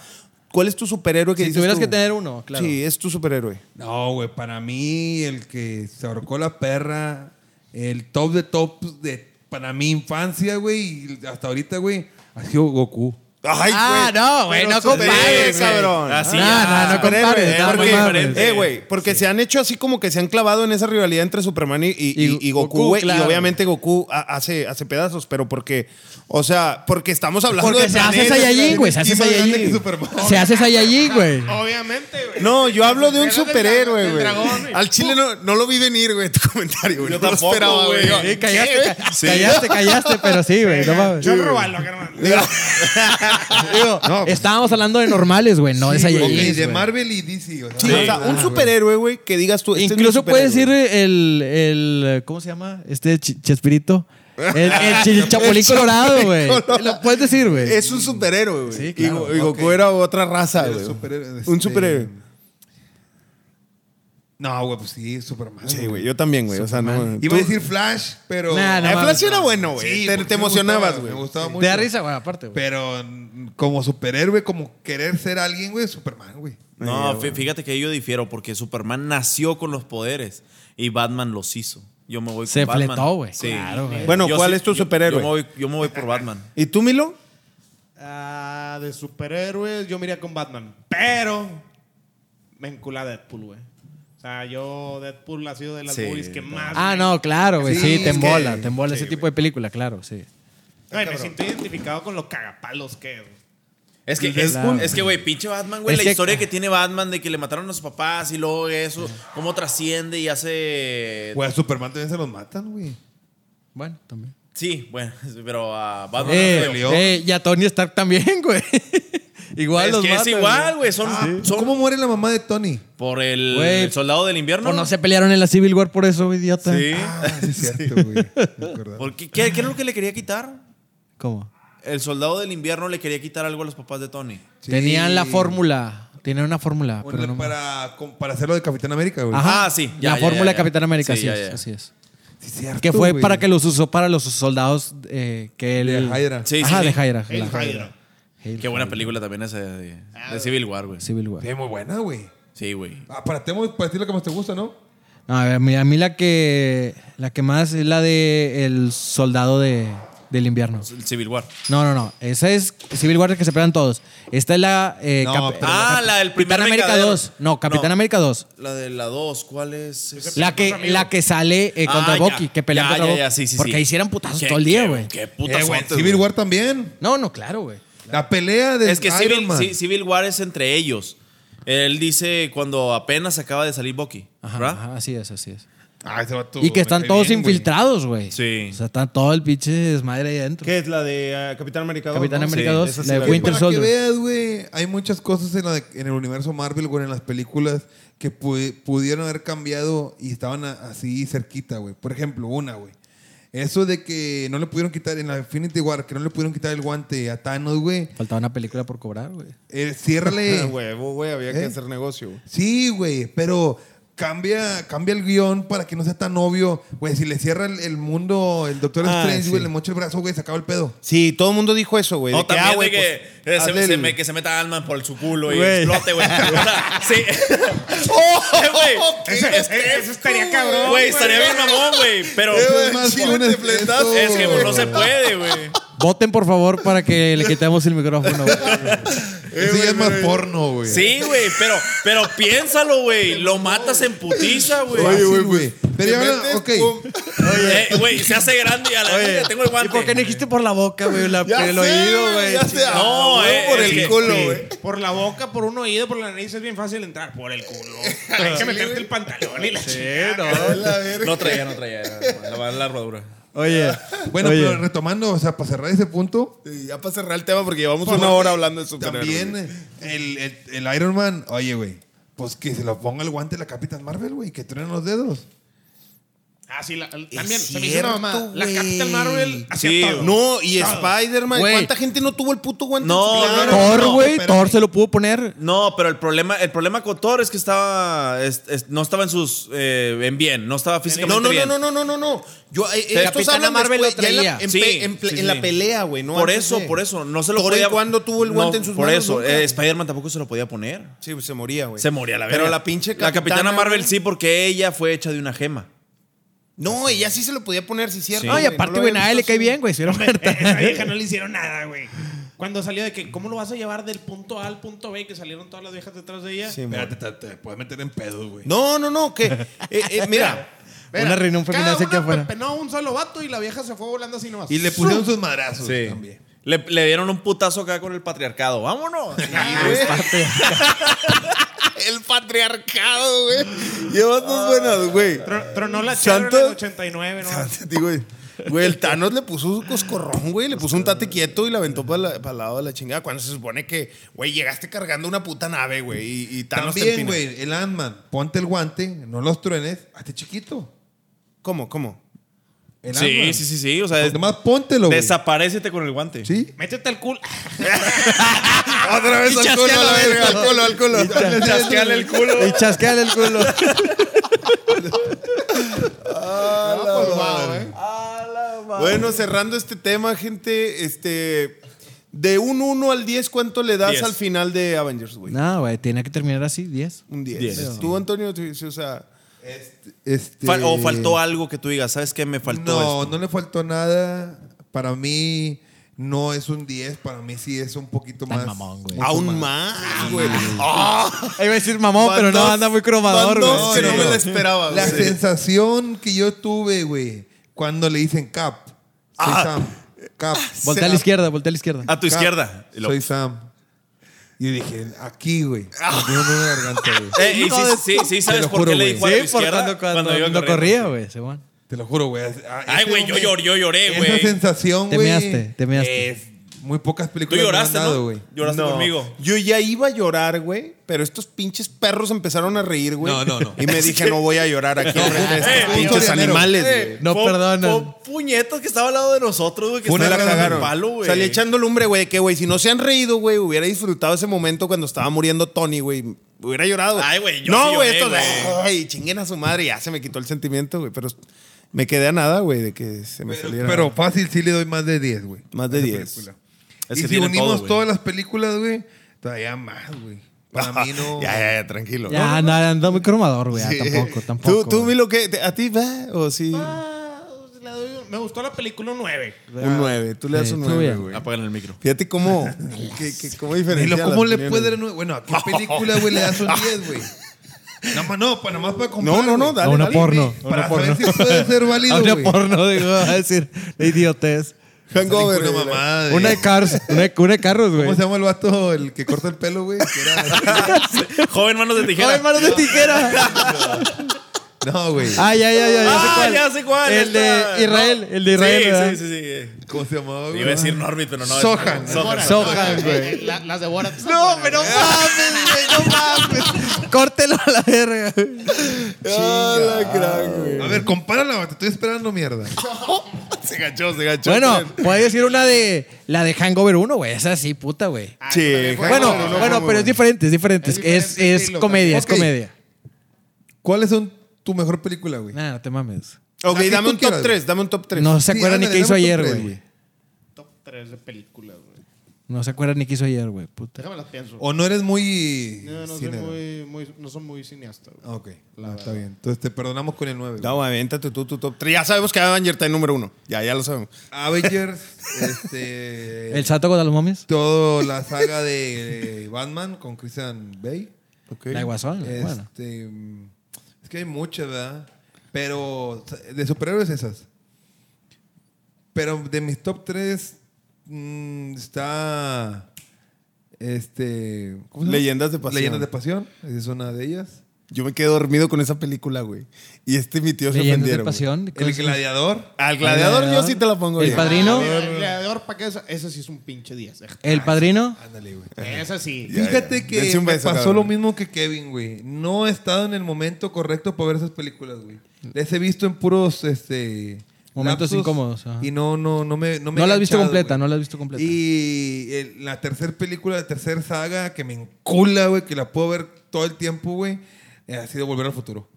¿Cuál es tu superhéroe que Si dices tuvieras tú? que tener uno, claro. Sí, es tu superhéroe. No, güey, para mí el que se ahorcó la perra, el top de tops de para mi infancia, güey, y hasta ahorita, güey, ha sido Goku. Ay, Ah, no, güey, Pero no superhéroe, compares, güey. cabrón. Así, No, ah, no, no compares, superhéroe, no, porque- porque, no mames. eh, güey, porque se han hecho así como que se han clavado en esa rivalidad entre Superman y, y- y- y Goku, Goku, güey. claro. Y obviamente Goku ha- hace, hace pedazos, pero porque, o sea, porque estamos hablando Porque de se hace planetas, Saiyajin, güey. Se Y hace más grande que Saiyajin. Superman. Se hace Saiyajin, güey. Obviamente, güey. No, yo hablo de un Era del superhéroe, dra- del güey. dragón, güey. Al chile no, no lo vi venir, güey, tu comentario, güey. Yo No lo tampoco, esperaba, güey. güey. Sí, callaste, ca- callaste, callaste, pero sí, güey. Eh, No mames. Yo robalo, carnal. Digo, pues. estábamos hablando de normales, güey, no de Ok, Saiyajin. de Marvel y DC. O sea, Sí, o sea, un Ah, superhéroe, güey, que digas tú. este es mi Incluso puedes ir superhéroe. el, el. ¿Cómo se llama? Este chi- Chespirito. El, el chi- Chapulín Colorado, güey. Lo puedes decir, güey. Es un superhéroe, güey. Sí, claro. Y Go- y, Goku era otra raza, Era güey. superhéroe, Un este- superhéroe. No, güey, pues sí, Superman. Sí, güey. Yo también, güey. O sea, no. Iba a tú- decir Flash, pero. Eh, Nah, no. Ah, Flash era bueno, güey. Sí, te, porque te me emocionabas, gustaba, güey. Me gustaba mucho. Te da risa, güey, aparte, güey. Pero mm, como superhéroe, como querer ser alguien, güey, Superman, güey. No, fí- fíjate que yo difiero porque Superman nació con los poderes y Batman los hizo. Yo me voy Se con Batman. fletó, güey. Claro, güey. Bueno, ¿cuál es tu yo- yo superhéroe? me voy- Yo, me voy por Batman. ¿Y tú, Milo? Ah, de superhéroes, yo me iría con Batman. Pero me encula Deadpool, güey. O sea, yo Deadpool ha sido de las Sí, movies que no. más. Ah, me- no, claro, güey. Sí, Sí, te es que- embola, te embola sí, ese tipo de película, claro, sí. Ay, me siento identificado con los cagapalos que es. Es que, Claro. es, es que, güey, pinche Batman, güey. Es La que- historia que tiene Batman de que le mataron a sus papás y luego eso, cómo trasciende y hace. Güey, a Superman también se los matan, güey. Bueno, también. Sí, bueno, pero a Batman. Eh, no creo. peleó. eh, y a Tony Stark también, güey. igual es los que es matan, Ah. igual, güey. Son, son Ah, ¿Cómo muere la mamá de Tony? por el, Güey. el soldado del invierno. O no se pelearon en la Civil War por eso, güey, idiota. Sí. Ah, sí, es cierto, güey. Me acordaba. Porque, ¿qué, ¿Qué era lo que le quería quitar? ¿Cómo? El soldado del invierno le quería quitar algo a los papás de Tony. Sí. Tenían la fórmula. Tenían una fórmula. Bueno, pero no- para, com- para hacerlo de Capitán América, güey. Ajá. Ah, sí, ya, la ya, fórmula ya, de ya. Capitán América, Sí, así ya, es, ya. así es. Sí, es cierto, Que fue güey. para que los usó para los soldados eh, que él. De Hydra. Sí, Ajá, sí, de sí. Hydra. El la Hydra. Hydra. Hail Qué buena Hydra. película también esa de, de Civil War, Ah, güey. Civil War. Sí, muy buena, güey. Sí, güey. Ah, para, ti, para ti la que más te gusta, ¿no? No, a, ver, a mí, a mí la que la que más es la de el soldado de, del invierno. El Civil War. No, no, no. Esa es Civil War que se pelean todos. Esta es la eh, No, Cap- pero- Ah, la del primer Capitán América Vengadero. 2. No, Capitán No. América 2. La de la 2, ¿cuál es? Es- La que, amigos. la que sale eh, contra Ah, ya. Bucky, que pelean Ya, contra ya, Bucky. ya, sí, sí, Porque sí. ahí hicieran putazos Qué- todo el día, qué- güey. Qué Eh, putas güey, Civil War también. No, no, claro, güey. La pelea de Es que Iron Civil, Man. Ci- Civil War es entre ellos. Él dice cuando apenas acaba de salir Bucky, Ajá, ¿verdad? ajá, así es, así es. Ah, ese vato Y que me están cae todos bien, güey. infiltrados, güey. Sí. O sea, está todo el pinche desmadre ahí adentro. ¿Qué es la de eh, Capitán América 2? Capitán no? América Sí, 2, esa sí la de la vi. Winter Para que Soldier. veas, güey, hay muchas cosas en, la de- en el universo Marvel, güey, en las películas que pu- pudieron haber cambiado y estaban a- así cerquita, güey. Por ejemplo, una, güey. Eso de que no le pudieron quitar, en la Infinity War, que no le pudieron quitar el guante a Thanos, güey. Faltaba una película por cobrar, güey. Eh, Ah, ciérrale. huevo, güey, había ¿Eh? que hacer negocio. güey. Sí, güey, pero cambia, cambia el guión para que no sea tan obvio. Güey, si le cierra el, el mundo el Doctor Ah, Strange, güey, sí. le mocha el brazo, güey, se acaba el pedo. Sí, todo el mundo dijo eso, güey. No, de que, también ah, güey, de que, pues, eh, se, hazle se el- me- que se meta Alman por su culo y Güey. explote, güey. O sea, sí. Eh, güey, Eso, estaría cabrón. Güey, estaría bien mamón, güey. Pero Es más que un espletazo, es que güey. no se puede, güey. Voten, por favor, para que le quitemos el micrófono. güey. Eso ya es más porno, güey. Sí, güey, pero, pero piénsalo, güey. Lo matas en putiza, güey. Oye, güey, güey. te Pero ya, metes, ok. pum. Eh, Güey, se hace grande y a la verga tengo el ¿Y guante. por qué no dijiste por la boca, güey? La- Ya El sé, oído, güey, güey. ya sé, chingada. No, ah, eh, por es el que- culo, sí. güey. Por la boca, por un oído, por la nariz es bien fácil entrar. Por el culo. Hay que meterte el pantalón y la chingada. No traía, no traía. La, la, la rodura. Oye. Bueno, oye. pero retomando, o sea, para cerrar ese punto, Sí, Ya para cerrar el tema porque llevamos una hora hablando de superhéroes. también güey. el, el- el Iron Man, oye, güey, pues que se lo ponga el guante la Capitán Marvel, güey, que truenen los dedos. Ah, sí, la- también. Es se me hizo una cierto, mamá. La güey. Captain Marvel hacía Sí, todo. No, y Todo. Spider-Man. Güey. ¿Cuánta gente no tuvo el puto guante? No, Claro. no, no, Thor, güey. espérame. Thor se lo pudo poner. No, pero el problema, el problema con Thor es que estaba. es- es- no estaba en sus. eh, en bien, no estaba físicamente. No, no, no, bien. no, no, no, no, no. Yo, eh, Capitana estos hablan Marvel lo después, ya en la- traía. en, Sí, pe- en ple- sí, en la sí. pelea, güey. ¿no? por Antes eso, de- por eso. No se lo Thor, podía. ¿en cuándo tuvo el guante No, en sus Por manos? eso. Nunca. eh, Spider-Man tampoco se lo podía poner. Sí, pues, se moría, güey. Se moría la verga. Pero la pinche La capitana Marvel güey. sí, porque ella fue hecha de una gema. No, ella sí se lo podía poner, si cierto. Sí. No, y güey, aparte, lo güey, había nadie le visto cae así. bien, güey. Si era Berta. Esa vieja no le hicieron nada, güey. Cuando salió de que, ¿cómo lo vas a llevar del punto A al punto B? Que salieron todas las viejas detrás de ella. Sí, mo- Espérate, te, te puedes meter en pedos, güey. No, no, no, que. eh, eh, mira, Mira, Una reunión cada feminazi una aquí afuera. pepenó un solo vato y la vieja se fue volando así nomás. Y le pusieron sus madrazos Sí. también. Le, le dieron un putazo acá con el patriarcado. ¡Vámonos! el patriarcado, güey. Llevas dos buenas, güey. Tro- Tronó la Santo- Chevrolet en el 89, ¿no? Digo, güey, el Thanos le puso su coscorrón, güey. Le puso un tate quieto y la aventó para el lado de la chingada. Cuando se supone que, güey, llegaste cargando una puta nave, güey. Y, y Thanos te También, empina. güey, el Ant-Man, ponte el guante, no los truenes, hazte chiquito. ¿Cómo, cómo? El sí, Ant-Man. sí, sí, sí. O sea, Pues nomás póntelo, güey. desaparecete con el guante. Sí. Métete al culo. Otra vez al culo, a la verga, al culo, al culo. Chasqueale el culo. Y chasqueale el culo. No, pues, wow, ¿eh? Bueno, cerrando este tema, gente, este. De un 1 al 10, ¿cuánto le das Diez. al final de Avengers, güey? No, güey, tenía que terminar así, 10. Un 10. Diez. Tú, Antonio, tú- sí, o sea. Este- Fal- o faltó algo que tú digas, ¿sabes qué? Me faltó No, esto. no le faltó nada. Para mí no es un 10, para mí sí es un poquito Tan más. mamón, güey. mucho Aún más, güey. ¡Ah! Ahí iba a decir mamón, Van pero no, dos- anda muy van cromador, dos güey. que no Sí, me no. la esperaba, La güey. sensación que yo tuve, güey, cuando le dicen Cap. Soy Sam. Cap. Voltea a la izquierda, voltea a la izquierda. Ah. A tu Cap, izquierda. Y lo- Soy Sam. Y yo dije, aquí, güey. Me dio un nudo en la garganta, güey. Ah. Eh, y sí, sí, sí, ¿sabes lo por juro, qué güey. le dijo a tu Sí, por izquierda? cuando, cuando, iba cuando corría, güey, Simón. Te lo juro, güey. A- a Ay, ese güey, yo momento- llor- yo lloré, güey. Esa sensación, Te güey. measte, te Eh, measte. es- Muy pocas Tú películas me han lloraste, dado, ¿no? güey. Lloraste Ah, No, conmigo. Yo ya iba a llorar, güey, pero estos pinches perros empezaron a reír, güey. No, no, no. Y me dije, no voy a llorar aquí enfrente de Eh, estos un pinches sorianero. animales, Eh, güey. No fue- perdonan. fue puñetas que estaba al lado de nosotros, güey. Que Fue una estaba la agarrando el cagaron. palo, güey. Salí echando lumbre, güey, que, güey, si no se han reído, güey, hubiera disfrutado ese momento cuando estaba muriendo Tony, güey. Hubiera llorado. Ay, güey, yo No, sí güey, lloré, esto de, güey. ay, chinguen a su madre, ya se me quitó el sentimiento, güey, pero me quedé a nada, güey, de que se me Pero, saliera. pero fácil, sí le doy más de 10, güey. Más de Esa 10. película. Es y que si tiene todo, unimos güey. todas las películas, güey, todavía más, güey. Para mí no. ya, ya, ya, tranquilo. Ya, no, anda muy cromador, güey. ah, Tampoco, tampoco. ¿Tú, tú, güey. Milo, qué? ¿Te- ¿A ti va o sí? Ah, le doy un- Me gustó la película 9. Un 9. Tú le das Sí, un tú 9, bien. güey. Apagan el micro. Fíjate cómo, que, que- cómo diferencia. Milo, ¿Cómo las le opiniones. puede dar un- Bueno, ¿a qué película, güey, le das un 10, güey? Nada más, no, para, nada más para comprar. No, no, no, güey. dale. a una dale, porno. a Para una porno. saber si puede ser A válido, una güey. porno, digo, va a decir, la idiotez. Hangover. Una güey. mamada de- Una de cars, una de, una de carros, güey. ¿Cómo se llama el vato, el que corta el pelo, güey? Que era- Joven manos de tijera. ¡Ay, manos de tijera! No, güey. ¡Ay, ay, ay! ay Ah, ya sé cuál, El esta- de Israel, no. el de Israel, Sí, ¿verdad? sí, sí, sí. ¿Cómo se llamaba, güey? Iba a decir Norbit, pero no. es- Sohan. Sohan. Sohan, güey. Eh, la- las de Borat. No, pero no mames, güey, no mames. Córtelo a la verga. güey. Ah, la crack, güey. A ver, compárala, güey, te estoy esperando, mierda. Se ganchó, se ganchó. Bueno, Bien. puedes decir una de la de Hangover 1, güey. Esa sí, puta, güey. Ah, Sí, esa también fue Bueno, buena. no, bueno, muy pero bueno. es diferente, es diferente. Es Es, diferente es estilo, comedia, es ok. comedia. ¿Cuáles son tu mejor película, güey? Nah, no te mames. Ok, la que dame tú un top quieras, 3, dame un top 3. No se Sí, acuerda ni ándale, qué hizo dame un top ayer, tres, güey. Top pues- 3 de películas, güey. No se acuerda ni qué hizo ayer, güey. Puta. Déjame las pienso. Oh, O no eres muy. no, no, soy cinero? muy, muy- no soy muy cineasta, güey. Ah, Ok, Ah, está bien. Entonces te perdonamos con el 9. No, aviéntate tú tu top 3. Ya sabemos que Avenger está en número 1. Ya, ya lo sabemos. Avengers, este. ¿El sato contra los momios? Toda la saga de Batman con Christian Bale. La de Guasón, bueno. Este, mm, Es que hay muchas, ¿verdad? Pero de superhéroes esas. Pero de mis top 3 está. Este. ¿cómo se llama? Leyendas de Pasión. Leyendas de Pasión. Es una de ellas. Yo me quedé dormido con esa película, güey. Y este mi tío se Leyendas de ofendieron. güey. pasión. El gladiador. Al gladiador, yo sí te la pongo El bien. padrino. El gladiador, ¿para qué? Eso- Ese sí es un pinche 10. El padrino. Ese sí. Ya, Fíjate ya. que Dense un me beso, pasó cabrón. lo mismo que Kevin, güey. No he estado en el momento correcto para ver esas películas, güey. Las he visto en puros, este... Momentos lapsos incómodos, ajá. Y no, no, no me... No, me No he la has visto enganchado, completa, güey. no la has visto completa. Y el- la tercer película, la tercer saga que me encula, güey, que la puedo ver todo el tiempo, güey, eh, ha sido Volver al Futuro.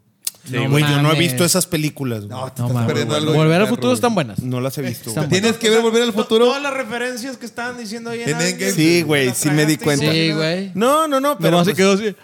Sí, No Güey, güey. yo no he mames. visto esas películas, güey. No, te No estás mames. perdiendo algo. Volver al perro, futuro güey. están buenas. No las he visto. Están güey. Tienes que ver Volver al To- futuro. Todas las referencias que estaban diciendo ahí en Tienen Avengers, que- Sí, güey, las sí me di tragaste y cuenta. no- Sí, güey. No, no, no, pero. Nomás se pues- quedó así.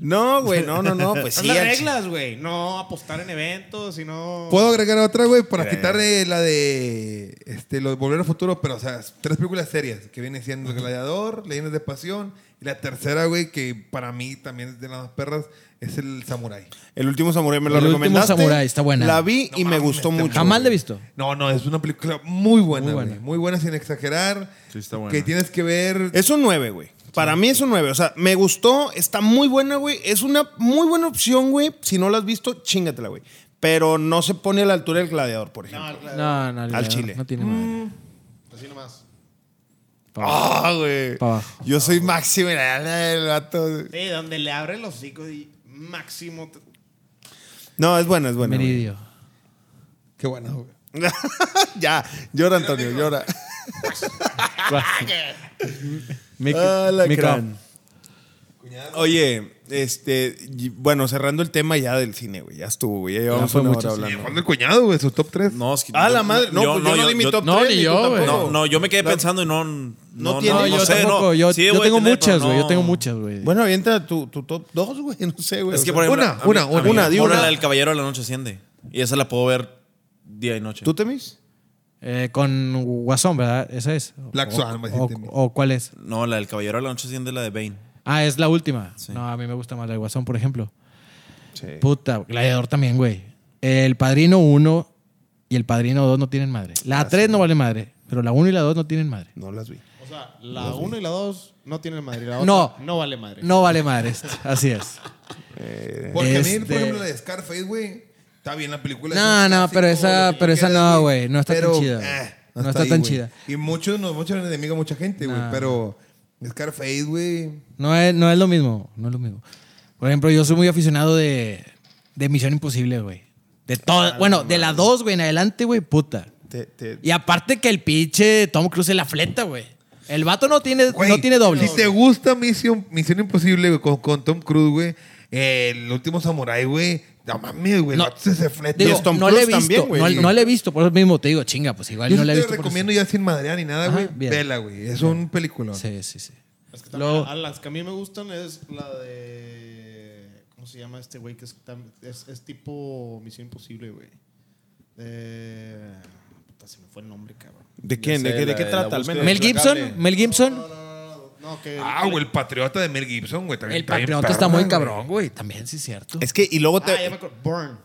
No, güey, no, no, no. Pues Son sí. las al- reglas, güey. No apostar en eventos, sino. Pues- Puedo agregar otra, güey, para Mira, quitar eh, la de este, lo de Volver al Futuro, pero, o sea, tres películas serias que vienen siendo El Gladiador, Leyendas de Pasión, y la tercera, güey, que para mí también es de las más perras, es El Samurai. El último samurái me lo El último recomendaste. samurái, está buena. La vi No y me mames, gustó está mucho. Jamás la he güey. visto. No, no, es una película muy buena, Muy muy buena. buena, muy buena sin exagerar. Sí, está buena. Que tienes que ver. Es un 9, güey. Para mí es un 9. O sea, me gustó, está muy buena, güey. Es una muy buena opción, güey. Si no la has visto, chingatela, güey. Pero no se pone a la altura del gladiador, por No, ejemplo. claro, No, no, no, chile. No tiene madre. así nomás. Ah, güey. Pa' abajo. Yo soy máximo. mira, la- el vato. Sí, donde le abre los hocicos y máximo. te- No, es buena, es buena. güey. Meridio. Qué buena, güey. ya, llora, Antonio, llora. Mico- Mico. Alacrán. Oye, este, y- bueno, cerrando el tema ya del cine, güey, ya estuvo, güey, ya llevamos fue una mucho, hora sí. hablando. ¿Cuándo el cuñado, güey? Su top 3. No, es que- Ah, la madre, no, pues yo, no yo- di mi yo- top no, tres, ni tú yo, güey. tampoco. No, no, yo me quedé La- pensando y no. No, no, tiene- No, No yo sé, tampoco. no. Yo, Sí, yo voy a tengo tener, muchas, pero güey. Yo no. tengo muchas, güey. Bueno, avienta tu, tu top 2, güey, no sé, güey. Es o que, sea, por ejemplo, una, a una, a una. Una, di ponle una. la del Caballero de la Noche Asciende. Y esa la puedo ver día y noche. ¿Tú temis? Eh, con Guasón, ¿verdad? Esa es. Black O- Swan, me o, dijiste a mí. o cuál es? No, la del Caballero de la Noche Asciende, la de Bane. Ah, es la última. Sí. No, a mí me gusta más la de Guasón, por ejemplo. Sí. Puta, Gladiador también, güey. El Padrino 1 y el Padrino 2 no tienen madre. Ah, La 3 no vale madre, pero la 1 y la 2 no tienen madre. No las vi. O sea, la 1 y la 2 no tienen madre. La No. otra no vale madre. No vale madre, así es. Porque a mí, Este- por ejemplo, la de Scarface, güey, está bien la película. No, es un no, pero esa- lo que pero esa quieras, eh, no, güey, no está tan chida, güey. No hasta está tan güey. chida. Y muchos, no, muchos enemigos, mucha gente, güey, No. pero Scarface, güey. No es, no es lo mismo, no es lo mismo. Por ejemplo, yo soy muy aficionado de, de Misión Imposible, güey. De todo, Ah, bueno, de la 2, güey, en adelante, güey, puta. Te- te- Y aparte que el pinche Tom Cruise es la fleta, güey. El vato no tiene, Güey, no tiene doble. Si te gusta Misión, Misión Imposible güey, con, con Tom Cruise, güey, eh, el último samurái, güey, no mames, güey, No. no se se fleta. Digo, Y es Tom no le Cruise he visto, también, güey. no, no le he visto, por eso mismo te digo, chinga, pues igual Yo no sí le he te visto. por recomiendo ya sin madrear ni nada, Ajá, güey. bien. Vela, güey. Es un película. eso. Sí, sí, sí. Las que, Luego- también- a las que a mí me gustan es la de. ¿Cómo se llama este güey? Que es, tam- es, es tipo Misión Imposible, güey. Eh, puta, se me fue el nombre, cabrón. ¿De quién? sé, ¿De, qué- de la- qué la trata? Al búsqueda menos. Mel Gibson, Implacable. Mel Gibson. No, que. Ah, güey, el patriota de Mel Gibson, güey. también El bien patriota está perra, muy güey. cabrón, güey. También, sí, es cierto. Es que, y luego te... Ah, ya me acuerdo. Burn.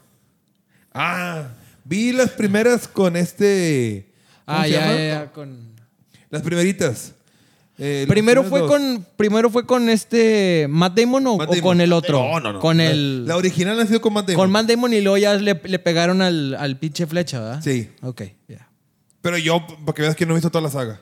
Ah, vi las primeras con este. ¿cómo ah, se ya, llama? ya, ya, con... Las primeritas. Eh, las Primero primeras fue dos. con primero fue con este Matt Damon o, Matt o Damon. con el otro, No, no, no. con La- el La original ha sido con Matt Damon. con Matt Damon y luego ya le, le pegaron al, al pinche flecha, ¿verdad? Sí. Ok, ya. Pero yo, para que veas que no he visto toda la saga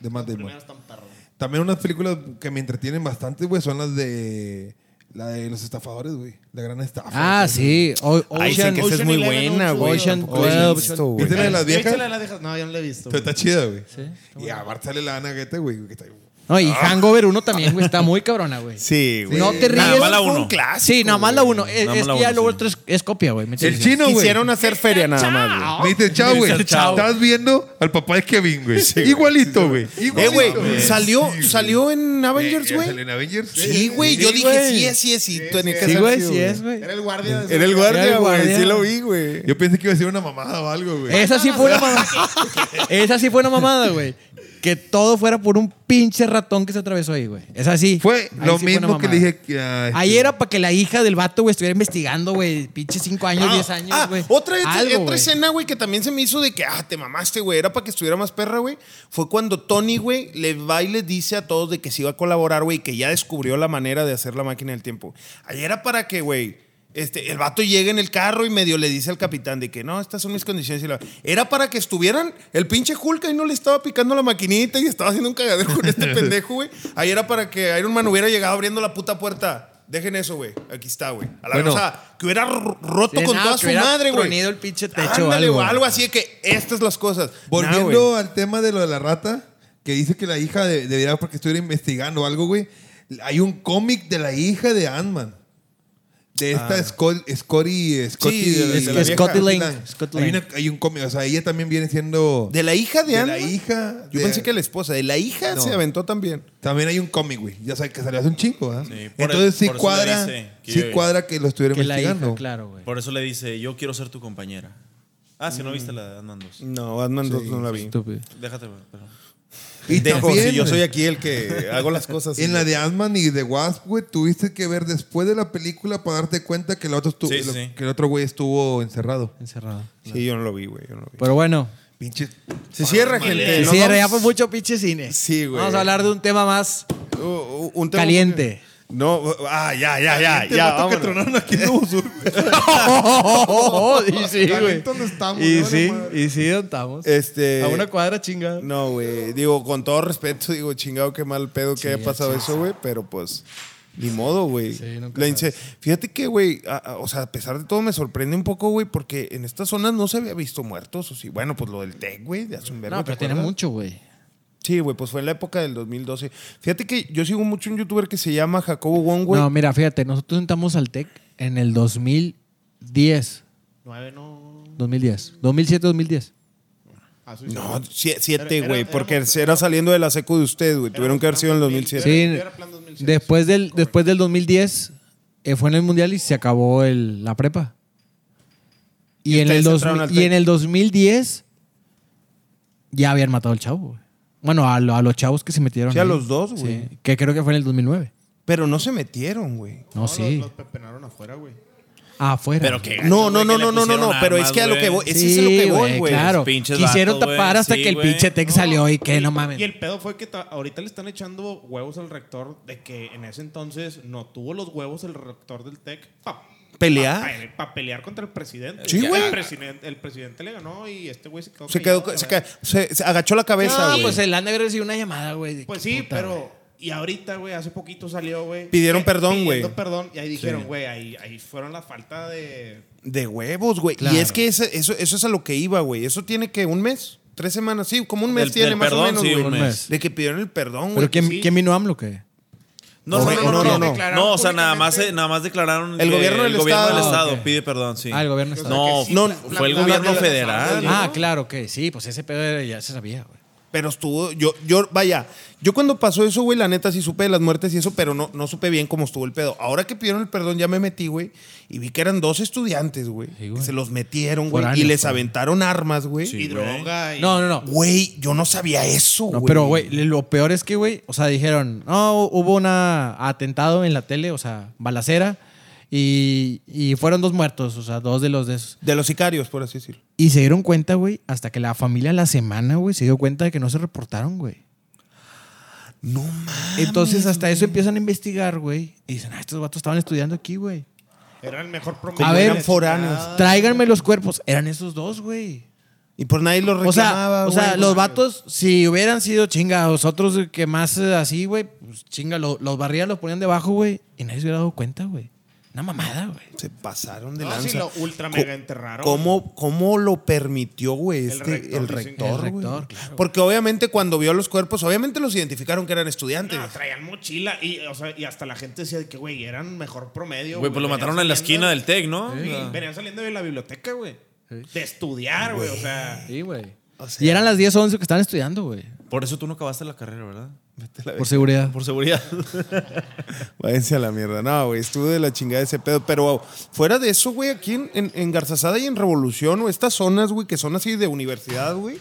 de Matt Las Damon. primeras están perros. También unas películas que me entretienen bastante, güey, son las de. La de los estafadores, güey. La gran estafa. Ah, sí. O- Ay, dicen Ocean, que esa es muy Ocean Eleven, buena, güey. Ocean Tampoco la he Twelve. visto, güey. ¿Viste la de las ¿Ya viste viejas? la de las viejas? No, yo no la he visto. Está, güey. está chida, güey. Sí, está Y aparte sale la Ana Guetta, güey. que está- No, y Hangover 1 también, güey, está muy cabrona, güey. Sí, güey. No te ríes. Nada más Ah, la Fue un uno. clásico, Sí, nada más la güey. 1. Es, Nada es más la que ya uno, lo sí. otro es, es copia, güey. ¿me El entiendes? chino, güey. Quisieron hacer feria nada más, güey. Me dice, chao, güey. Dice, "Chao". Estás viendo al papá de Kevin, güey. Sí, güey. Igualito, güey. Eh, Igualito. güey, salió, salió en Avengers, Eh, ¿sale güey. en Avengers? Sí, güey, yo Sí, dije güey. sí es, sí es, sí. tenía que Sí, haber güey, sido, sí es, güey. Era el guardia de Era el Era guardia, el güey, guardia. Eh, sí lo vi, güey. Yo pensé que iba a ser una mamada o algo, güey. Esa sí fue una mamada. Esa sí fue una mamada, güey. que todo fuera por un pinche ratón que se atravesó ahí, güey. Es así. Fue Ahí lo sí fue una mismo que mamada. le dije. que a este- Ahí era para que la hija del vato, güey, estuviera investigando, güey, pinche 5 años, Ah, 10 años, ah, güey. otra, Algo, otra güey. escena, güey, que también se me hizo de que, ah, te mamaste, güey. Era para que estuviera más perra, güey. Fue cuando Tony, güey, le va y le dice a todos de que se iba a colaborar, güey, que ya descubrió la manera de hacer la máquina del tiempo. Ahí era para que, güey, este, el vato llegue en el carro y medio le dice al capitán de que no, estas son mis condiciones. y la- Era para que estuvieran el pinche Hulk ahí no le estaba picando la maquinita y estaba haciendo un cagadero con este pendejo, güey. Ahí era para que Iron Man hubiera llegado abriendo la puta puerta. Dejen eso, güey. Aquí está, güey. A la Bueno. o sea, que hubiera ro- roto Sí, con nada, toda que su hubiera madre, güey. tronido el pinche techo o Ándale, algo. güey, algo así de que estas las cosas. Nah, güey. Volviendo al tema de lo de la rata, que dice que la hija de, debería porque estuviera investigando algo, güey. Hay un cómic de la hija de Ant-Man. De esta Scott, Scotty, Scotty, Ah. Sí, de- es- de la vieja Scotty Lang, Lang. Scotty Hay, Lang. una- hay un cómic, o sea, ella también viene siendo. de la hija de, de Ana. la hija. Yo de- pensé que la esposa. De la hija No. se aventó también. También hay un cómic, güey. Ya sabes que salió hace un chingo, ¿verdad? Sí, por Entonces el- sí por eso cuadra, le dice que sí yo- cuadra que lo estuviera Que la hija, investigando. claro, güey. Por eso le dice, yo quiero ser tu compañera. Ah, si no viste la de Ant-Man 2. No, Batman 2 no la vi. Estúpido. Déjate, güey, perdón. Y Dejo, también, si yo soy aquí el que hago las cosas. En la de Ant-Man y de Wasp, güey, tuviste que ver después de la película para darte cuenta que el otro, estu- Sí, el- sí. Que el otro güey estuvo encerrado. Encerrado. Sí, yo no lo vi, güey. yo no lo vi. Pero bueno, Pinche. Se cierra, gente. se Eh, ¿no? cierra ya Vamos- por mucho pinche cine. Sí, güey. Vamos a hablar de un tema más Uh, uh, un tema- caliente. No, ah, ya, ya, ya. ya vámonos. aquí en Nuevo Sur, güey. Oh, y sí, güey. Caliente donde estamos, Y ¿no? sí, La madre. y sí, ¿dónde estamos? Este. A una cuadra chingada. No, güey. Digo, con todo respeto, digo, chingado, qué mal pedo que haya pasado eso, güey. Pero pues, ni modo, güey. Sí, nunca La ince- Fíjate que, güey, a- a- o sea, a pesar de todo me sorprende un poco, güey, porque en estas zonas no se había visto muertos. O sí, bueno, pues lo del TEC, güey, de hace un vergo, No, ¿te pero tiene acuerdas? mucho, güey. Sí, güey, pues fue en la época del 2012. Fíjate que yo sigo mucho un youtuber que se llama Jacobo Wong, güey. No, mira, fíjate, nosotros entramos al TEC en el 2010. Nueve no. 2010. 2007, 2010. Ah, sí, sí. No, sie- siete, Era- güey, era- porque éramos- era saliendo de la secu de usted, güey. Tuvieron que haber sido en el 2007. Sí, Era plan 2006. después del, después del 2010 eh, fue en el Mundial y se acabó el- la prepa. Y, en, el ustedes 2000 entraron al y en TEC. el 2010 ya habían matado al chavo. güey. Bueno, a, lo- a los chavos que se metieron. Sí, a ahí. los dos, güey. Sí, que creo que fue en el 2009. Pero no se metieron, güey. No, No, sí. Los, los pepenaron afuera, güey. Afuera. Pero qué No, gacho, no, güey, no, que no, le no, no, no, pusieron pero es armas, que a lo que güey. voy, ese es a lo que voy, güey. Claro. Los pinches Quisieron vatos, tapar güey. hasta Sí, que el güey. pinche Tec No, salió y que y- no mames. Y el pedo fue que ta- ahorita le están echando huevos al rector de que en ese entonces no tuvo los huevos el rector del TEC para Pelear. pelear contra el presidente. Sí, güey. El presidente, el presidente le ganó y este güey se quedó Se quedó, callado, se, la ca- se- se agachó la cabeza, No, güey. pues el han de haber recibido una llamada, güey. de Pues que sí, puta, pero. güey. Y ahorita, güey, hace poquito salió, güey. Pidieron eh, perdón, pidiendo güey. perdón. Y ahí dijeron, güey, ahí, ahí fueron la falta de. De huevos, güey. Claro. Y es que ese- eso, eso es a lo que iba, güey. Eso tiene que un mes, tres semanas, sí, como un mes Del- tiene del más perdón, o menos, sí, güey. un mes. De que pidieron el perdón, güey. ¿Pero quién, sí. quién vino AMLO, qué? No, No, no, no, no, no, no, no. no. o sea, nada más, eh, nada más declararon El que gobierno del el gobierno estado. del estado Ah, ok. pide perdón, sí. Ah, el gobierno O sea, está. No, que sí, no, la- fue la- el la- gobierno la- federal. la- Ah, claro, que sí, pues ese pedo ya se sabía, güey. Pero estuvo, yo, yo, vaya, yo cuando pasó eso, güey, la neta sí supe de las muertes y eso, pero no, no supe bien cómo estuvo el pedo. Ahora que pidieron el perdón, ya me metí, güey, y vi que eran dos estudiantes, güey. Sí, güey. que se los metieron, Por güey, y años, les güey. aventaron armas, güey. Sí. Y droga. Y, No, no, no. Güey, yo no sabía eso, güey. No, pero, güey, lo peor es que, güey, o sea, dijeron, no, hubo un atentado en la tele, o sea, balacera, y, y fueron dos muertos, o sea, dos de los de esos. De los sicarios, por así decirlo. Y se dieron cuenta, güey, hasta que la familia a la semana, güey, se dio cuenta de que no se reportaron, güey. No mames. Entonces, hasta eso empiezan a investigar, güey, y dicen, ah, estos vatos estaban estudiando aquí, güey. Era el mejor promedio. A ver, eran foráneos. tráiganme los cuerpos. Eran esos dos, güey. Y por nadie los O reclamaba, sea, o sea, güey. los vatos, si hubieran sido chingados, otros que más eh, así, güey, pues chinga, lo- los barrían, los ponían debajo, güey, y nadie se hubiera dado cuenta, güey. Una mamada, güey. Se pasaron de No, lanza. si lo ultra Co- mega enterraron. ¿Cómo, cómo lo permitió, güey, El este, rector, el dicen que- rector, El güey? rector, claro. Porque obviamente cuando vio los cuerpos, obviamente los identificaron que eran estudiantes. No, traían mochila y, o sea, y hasta la gente decía de que, güey, eran mejor promedio. Güey, pues lo Venían mataron en la saliendo- esquina del TEC, ¿no? Sí, O sea, Venían saliendo de la biblioteca, güey. Sí. De estudiar, güey. O sea, Sí, güey. O sea- y eran las 10 o 11 que estaban estudiando, güey. Por eso tú no acabaste la carrera, ¿verdad? Por seguridad. eh, Por seguridad. Váyanse a la mierda. No, güey, estuvo de la chingada ese pedo. Pero wow, fuera de eso, güey, aquí en, en, en Garzasada y en Revolución, o estas zonas, güey, que son así de universidad, güey,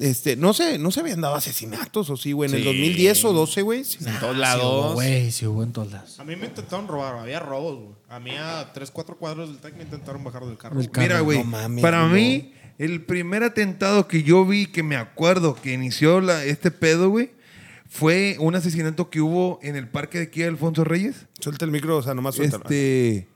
Este, no sé, no se habían dado asesinatos, o sí, güey. En el Sí. 2010 o 12, güey. sí. En todos Sí hubo, lados. Oh, Güey, sí hubo en todos lados. A mí me intentaron robar, había robos, güey. A mí a 3, 4 cuadros del TEC me intentaron bajar del carro. Del güey. carro. Mira, güey, no mames, para no. mí, el primer atentado que yo vi, que me acuerdo, que inició la- este pedo, güey, fue un asesinato que hubo en el parque de aquí de Alfonso Reyes. Suelta el micro, o sea, nomás suéltalo. Este,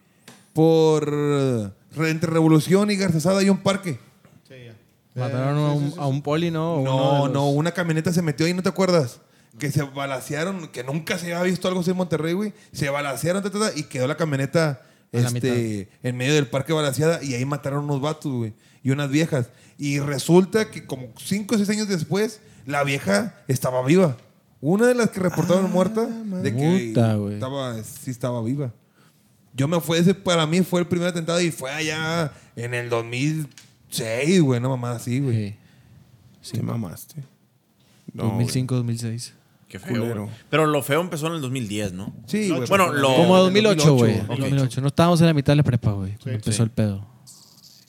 por eh, entre Revolución y Garzazada hay un parque. Sí, ya. Mataron a un, a un poli, ¿no? O No, uno de no, los- una camioneta se metió ahí, ¿no te acuerdas? Que se balacearon, que nunca se había visto algo así en Monterrey, güey. Se balacearon, ta, ta, ta, y quedó la camioneta A la este, en medio del parque balaseada y ahí mataron unos vatos, güey, y unas viejas. Y resulta que como 5 o 6 años después, la vieja estaba viva. Una de las que reportaron muerta, de que Ah, Puta, güey. estaba, sí estaba viva. Yo me fue, ese para mí fue el primer atentado y fue allá en el 2006, güey, no mamá, así, güey. Sí. Sí, mamaste. No, güey. 2005, 2006. Qué feo. Culero. güey. Pero lo feo empezó en el 2010, ¿no? Sí, güey. Bueno, pero- lo- Como en 2008, güey. Ok. 2008. No estábamos en la mitad de la prepa, güey. cuando Sí, empezó sí. el pedo.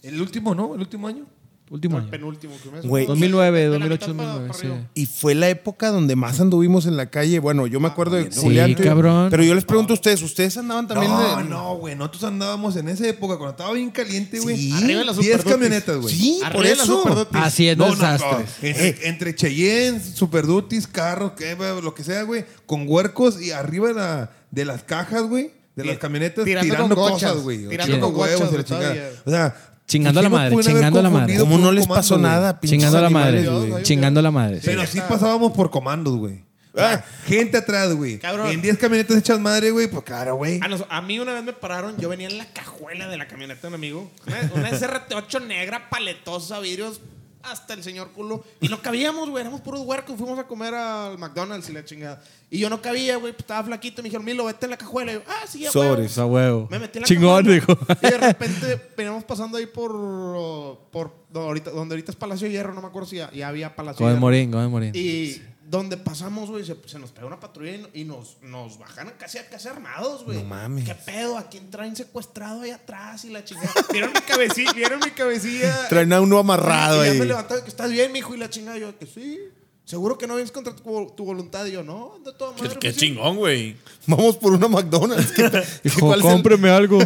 El último, ¿no? El último año. Último El año. penúltimo que me Güey. 2009, De la 2008, mitad para- 2009. para sí. arriba. Y fue la época donde más anduvimos en la calle. Bueno, yo me acuerdo de Sí, Julián. tú- cabrón. Pero yo les pregunto a ustedes, ¿ustedes andaban también no, de.? no, güey. Nosotros andábamos en esa época cuando estaba bien caliente, güey. Sí. Arriba de las 10 Super camionetas, güey. Sí, Arriba por de la eso. Super Ah, Dot. Haciendo No, no, desastres. no. Eh. Entre, entre Cheyenne, Super Duties, carros, que- eh, lo que sea, güey. Con huercos y arriba de, la- de las cajas, güey. De las Ti- camionetas Eh, tirando tirando, con gochas, cosas, güey. tirando Tirando con huevos y la gochas, güey, chingada. O sea, Chingando a la ¿por qué madre, nos pueden haber chingando a la madre. confundido ¿Cómo por no un les pasó comando, güey? nada, pinches Chingando a la animales, madre. güey? güey. Chingando a la madre. Pero sí pasábamos por comandos, güey. O sea, gente atrás, güey. Ah. Cabrón. En 10 camionetas hechas madre, güey. Pues claro, güey. A, nos- a mí una vez me pararon, yo venía en la cajuela de la camioneta de un amigo. Una, una SRT8 negra, paletosa, vidrios hasta el señor culo. Y no cabíamos, güey. Éramos puros huercos. Fuimos a comer al McDonald's y la chingada. Y yo no cabía, güey. pues, Estaba flaquito. Me dijeron, Milo, vete en la cajuela. Y yo, ah, sí, ya, güey. Sobres. A huevo. Me metí en la Chingón, cajuela. dijo. Y de repente veníamos pasando ahí por. oh, por no, ahorita, donde ahorita es Palacio de Hierro, no me acuerdo si ya, ya había Palacio de Gómez Morín, Hierro. Gómez Morín. Y donde pasamos, güey, se, se nos pegó una patrulla y, y nos, nos bajaron casi, casi armados, güey. No mames. ¿Qué pedo? ¿A quién traen secuestrado ahí atrás? Y la chingada. Vieron mi cabecilla, vieron mi cabecilla. Traen a uno amarrado Y ya ahí. me levantaba que estás bien, mijo, y la chingada. Yo, que sí. Seguro que no vienes contra tu, tu voluntad. Y yo, no, de toda Qué, madre. qué pues sí. chingón, güey. Vamos por una McDonald's. ¿Qué- qué- Dijo, cuál es el- cómpreme algo.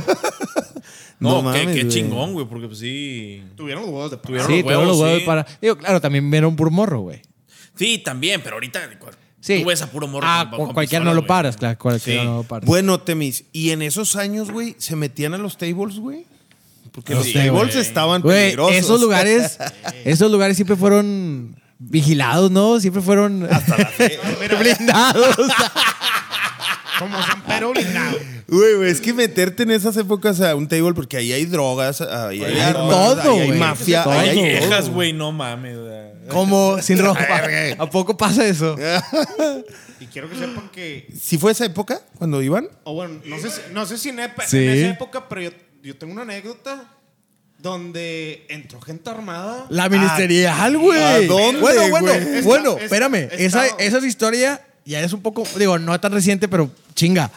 No, No qué, mames, qué güey. chingón, güey, porque pues sí. Tuvieron los huevos de parar. Tuvieron sí, los todos los huevos, huevos sí. para. Digo, claro, también vieron puro morro, güey. Sí, también, pero ahorita cu- Sí. tú ves a puro morro. Ah, con- con con cualquiera pistola, no lo güey. paras, claro. Cualquiera Sí. no lo paras. Bueno, Temis, ¿y en esos años, güey, se metían a los tables, güey? Porque No los sé, tables güey. estaban Güey, peligrosos. esos lugares, esos lugares siempre fueron vigilados, ¿no? Siempre fueron blindados. Como San Pedro blindado. Güey, güey, es que meterte en esas épocas a un table porque ahí hay drogas, ahí hay hay armas, todo, ahí hay güey. mafia, Todo, ahí hay güey. todo. Viejas, güey, no mames. güey. Como sin ropa. ¿A poco pasa eso? Y quiero que sepan que ¿Sí fue esa época cuando iban? O bueno, no sé, si- no sé si en, epa- Sí. en esa época, pero yo, yo tengo una anécdota donde entró gente armada. La ministerial, güey. ¿a dónde, bueno, bueno, güey? bueno, Esta- espérame. esta- Esa, esta- esa es historia ya es un poco, digo, no tan reciente, pero chinga.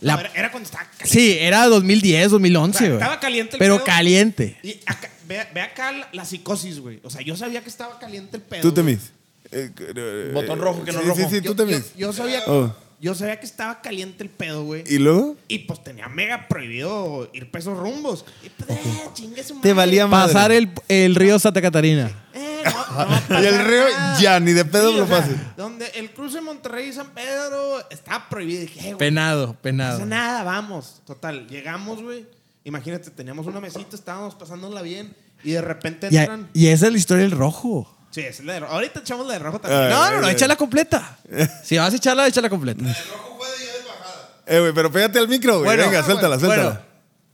La- Era, era cuando estaba caliente. sí, era 2010, 2011, O sea, güey. estaba caliente el Pero pedo. caliente. Y acá- ve, ve acá la, la psicosis, güey. O sea, yo sabía que estaba caliente el pedo. Tú, güey. Temis. Eh, eh, Botón rojo que no sí, rojo. Sí, sí, tú, Yo, yo, Temis. yo sabía, Oh. yo sabía que estaba caliente el pedo, güey. ¿Y luego? Y pues tenía mega prohibido ir pesos rumbos. Y pues, eh, chingue su Te madre. valía más. Pasar el, el río Santa Catarina. Eh, no, no va a pasar Y el río nada. ya, ni de pedo Sí, lo o sea, pases. Donde el cruce Monterrey y San Pedro estaba prohibido. Dije, "Eh, güey, Penado, no penado. pasa nada, vamos. Total, llegamos, güey. Imagínate, teníamos una mesita, estábamos pasándola bien y de repente Y, entran. y esa es la historia del rojo. Sí, esa es la de rojo. Ahorita echamos la de rojo también. Ah. No, no, no, échala completa. Si vas a echarla, échala completa. Eh, güey, pero pégate al micro, güey. Venga, suéltala, suéltala. Bueno,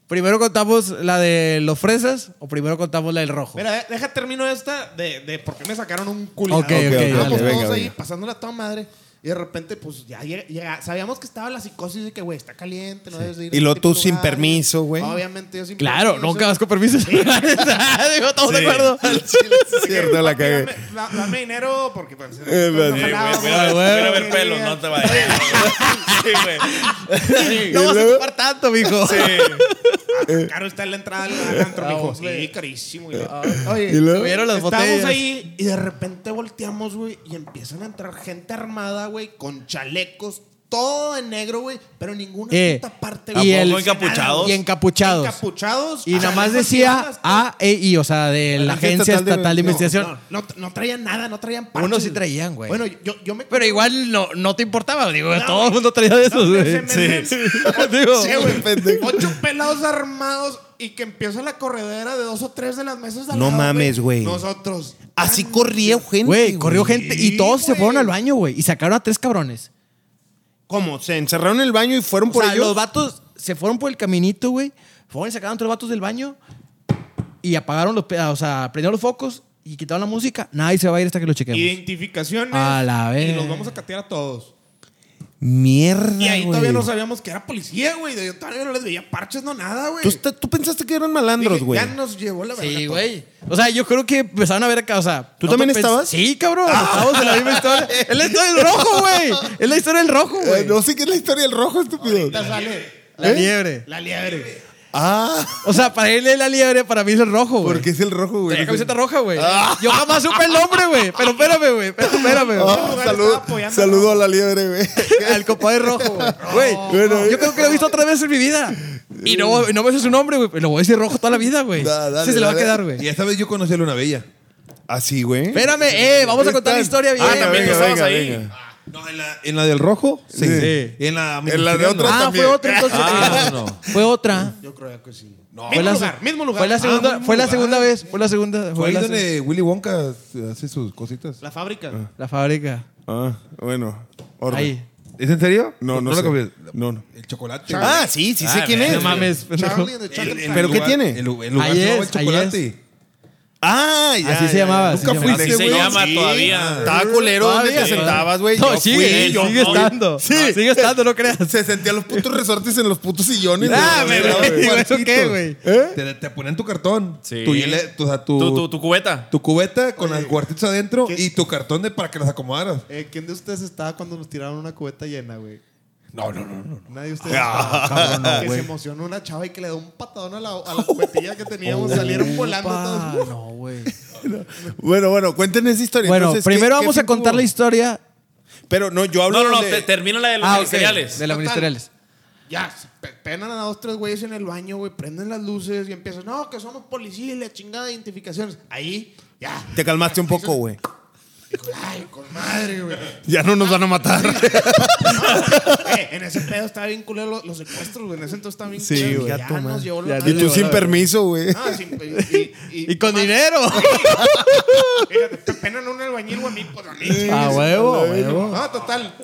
primero contamos la de los fresas o primero contamos la del rojo. Mira, de- deja termino esta de, de por qué me sacaron un culo. Ok, ok, dale, Estábamos venga, todos ahí venga. pasándola a toda madre. Y de repente, pues ya llega- llega- sabíamos que estaba la psicosis de que, güey, está caliente, no debes de ir. Y a lo este tú sin lugar. permiso, güey. Obviamente yo sin claro, permiso. nunca vas con permiso. Digo, estamos de Sí. acuerdo. Cierto, la cagué. Dame, da- dame dinero porque pues, Eh, no sí, Sí, güey, jalaba, fuera- güey, fuera a ver quería. pelos, no te vayas. güey. No vas a ocupar tanto, mijo. Este, Ah, Eh. Caro está en la entrada al antro, Ah, mijo. hombre. Ah, Sí, carísimo. Y- Oye, ¿Y luego? Vieron las estábamos botellas. ahí y de repente volteamos, güey, y empiezan a entrar gente armada, güey, con chalecos, todo en negro, güey, pero ninguna Eh, puta parte, y güey. el- dice nada, encapuchados? güey. Y encapuchados. Encapuchados. Ah, Y nada más chalecos decía lianas, A, E, I, o sea, de la Agencia Agencia Estatal de- Estatal de, no, Investigación. No, no, no traían nada, no traían parches. Unos sí güey. traían, güey. Bueno, yo, yo me... Pero igual no, no te importaba, digo, No, todo güey. el mundo traía de esos, No, güey. ese meme- Sí. Digo, Sí, güey. Pendejo. Ocho pelados armados y que empieza la corredera de dos o tres de las mesas de al No lado, mames, güey. Nosotros. Así Tan- corría gente. Güey, corrió gente y Sí, todos se güey. fueron al baño, güey. Y sacaron a tres cabrones. ¿Cómo? ¿Se encerraron en el baño y fueron O por sea, ellos? los vatos se fueron por el caminito, güey. Fueron y sacaron a tres vatos del baño y apagaron los... pe- O sea, prendieron los focos y quitaron la música. Nadie se va a ir hasta que lo chequemos. Identificaciones. A la Y vez. los vamos a catear a todos. Mierda, Y ahí güey. todavía no sabíamos que era policía, güey. Yo todavía no les veía parches, no nada, güey. ¿Tú, está- tú pensaste que eran malandros, Dije, güey. Ya nos llevó la verga Sí, todo. güey. O sea, yo creo que empezaron a ver acá, o sea... ¿Tú no también te pens- estabas? Sí, cabrón. Estábamos en la misma historia. Es la historia del rojo, güey. Es la historia del rojo, Eh, güey. no ¿eh? sé qué es la historia del rojo, estúpido. La sale. La liebre. La liebre. Ah, O sea, para él es la liebre, para mí es el rojo, güey. porque Ah. es el rojo, güey. Tenía camiseta roja, güey. Yo jamás supe el nombre, güey. Pero espérame, güey. Pero espérame, güey. lugar Oh, saludo, estaba apoyando saludo a la liebre, güey. Al compadre rojo, güey. Ah, güey. yo eh. creo que lo he visto tres veces en mi vida. Y no, y no me sé su nombre, güey. pero Lo voy a decir rojo toda la vida, güey. Da- dale, Sí, se le va a dale. quedar, Y güey. esta vez yo conocí a Luna Bella. Así, Ah, güey. Espérame, eh. Vamos a contar la historia bien. Ah, también tú venga, estabas venga, ahí. venga. No, en la, en la del rojo, sí. Sí. En la, En la de ministerial, otra no. Ah, también. fue otra entonces. Ah, no, no. Fue otra. Yo creo que sí. fue mismo la, lugar, mismo lugar. Ah, Fue la segunda, mismo fue la lugar. segunda vez. Fue la segunda. Fue, Fue ahí la, se- donde Willy Wonka hace sus cositas. La fábrica. la fábrica. Ah, bueno. Orden. Ahí. ¿Es en serio? No, no, la sé. copias? No, no. El chocolate. Ah, sí, sí sé Ah, quién verga. es. No mames. Charlie and the Chocolate ¿Pero Factory. qué tiene? El, lu- el lugar Ahí se llama es, el ahí chocolate. es. Ah, ya. Así ya, se ya. llamaba, así Nunca se fuiste, Así se güey. llama Sí. todavía. Estaba culero donde te Todavía. sentabas, güey. No, Yo sigue, fui, yo sigue fui. estando. Sí. Sigue estando, no creas. Se sentían los putos resortes en los putos sillones. Ah, güey. me- güey. Digo, ¿eso qué, güey? Te, te ponen tu cartón. Sí. Tu, hiele- tu, o sea, tu, Tu, tu, tu cubeta. tu cubeta con las cuartitos adentro ¿Qué? y tu cartón de, para que las acomodaras. Eh, ¿Quién de ustedes estaba cuando nos tiraron una cubeta llena, güey? No, no, no. Ah. no. Nadie de ustedes. estaba. que se emocionó una chava y que le da un patadón a la, a la cubetilla que teníamos. salieron volando Opa, todos. No, güey. Bueno, bueno, cuenten esa historia. Bueno, Entonces, ¿qué- primero qué vamos fin a contar tuvo? la historia. Ah, Pero no, yo hablo No, no, no. de- te- Termina la de los ok, ministeriales. De los Total. ministeriales. Ya, se pe- penan a dos, tres güeyes en el baño, güey. Prenden las luces y empiezan. No, que somos policías, y la chingada de identificaciones. Ahí, ya. Te calmaste un poco, güey. Dijo, Ay, con madre, güey. Ya no nos van a matar. Eh, en ese pedo estaba bien culero los, los secuestros, güey. En ese entonces estaba bien Sí, culero. güey. Ya, Gato, man. nos llevó la Ya, madre, Y tú güey. sin permiso, güey. No, sin pe- y, y- Y con más- dinero. Fíjate, te penan un albañil, güey, a mí, pues a mí. A huevo, a huevo. No, total.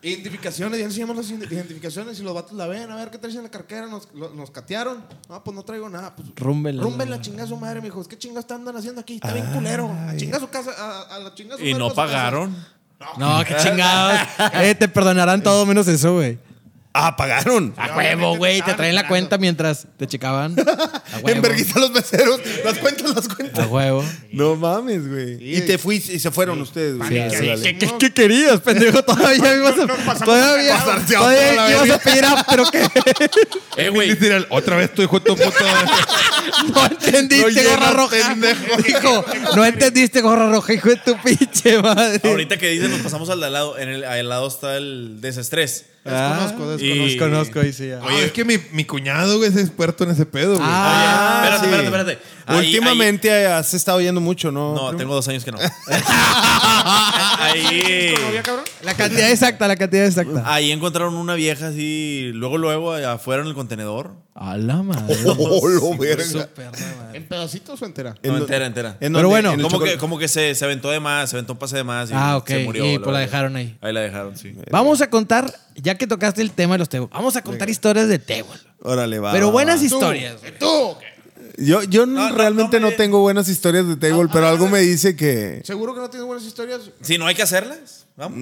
Identificaciones, ya enseñamos las ident- identificaciones y los vatos la ven, a ver qué traes en la cartera, nos, lo- nos catearon. No, pues no traigo nada. Pues, Rúmbela. Ah, Rúmbela, chinga su madre, mijo. Es que chingas te andan haciendo aquí, está bien culero. A chinga su casa, a, a la chinga Pues su Y madre no pa' su casa. pagaron. No, qué chingados. Eh, te perdonarán todo menos eso, güey. Ah, pagaron. A No, huevo, obviamente güey. te Te traen la estaban cuenta mientras te checaban. A En huevo. verguita los meseros. Las cuentas, las cuentas. A huevo. No mames, güey. Sí. Y te fuiste y se fueron ustedes, güey. Sí, Ya, sí, dale. sí. ¿Qué, qué querías, pendejo? Todavía ibas no a. pasamos Todavía. pasarse a otra, Todavía la ibas a pedir a. Pero que Eh, güey. Literal, otra vez tu hijo de tu puta. no entendiste, No gorra llegas, roja. pendejo. Hijo, no entendiste, gorra roja, hijo de tu pinche madre. Ahorita que dicen, nos pasamos al de al lado. En el al lado está el desestrés. Desconozco, Y- desconozco. Ah, Conozco ahí sí. ah. ya. Oye, es que mi, mi cuñado, güey, es experto en ese pedo, güey. Ah. Ah, Oye, espérate, sí. espérate, espérate. Ahí- Últimamente has estado yendo mucho, ¿no? ahí- no, primo? tengo dos años que no. ahí. ¿Con novia, cabrón? La cantidad exacta, la cantidad exacta. Ahí encontraron una vieja así, luego, luego, afuera en el contenedor. A la madre. Oh, lo verga. ¿En pedacitos o entera? ¿En No, dónde- entera, entera. en Pero dónde? bueno, ¿En el Como que, chocolate? como que se, se aventó de más, se aventó un pase de más y Ah, ok. se murió. Y, pues, la verdad. dejaron ahí. Ahí la dejaron, sí. Vamos a contar, ya que tocaste el tema de los Tebol, vamos a contar historias de Tebol. Órale, va. Pero va, buenas va. historias. güey. ¿Tú? Yo, yo No, no, realmente no no, me- tengo buenas historias de table, pero algo me dice que. ¿Seguro que no tienes buenas historias? Si no hay que hacerlas, vamos.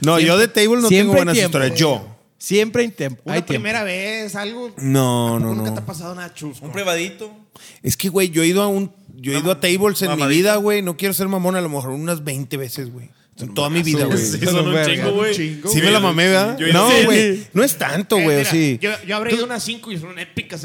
no, yo de table no siempre tengo hay buenas tiempo. historias. Yo. Siempre hay tiempo. Una hay tiempo. primera vez, algo. No, no, Nunca no. te ha pasado nada chusco. Un privadito. Es que, güey, yo he ido a un. Yo he ido a tables en mi mamadito. vida, güey. No quiero ser mamón, a lo mejor unas 20 veces, güey. En toda mi vida, güey. Sí, Sí, Son son un verga. chingo, güey. Chingo, me la mamé, ¿verdad? Yo- No, sí. güey. No es tanto, Eh, güey. mira, Sí. Yo, yo habré ido unas 5 y son épicas.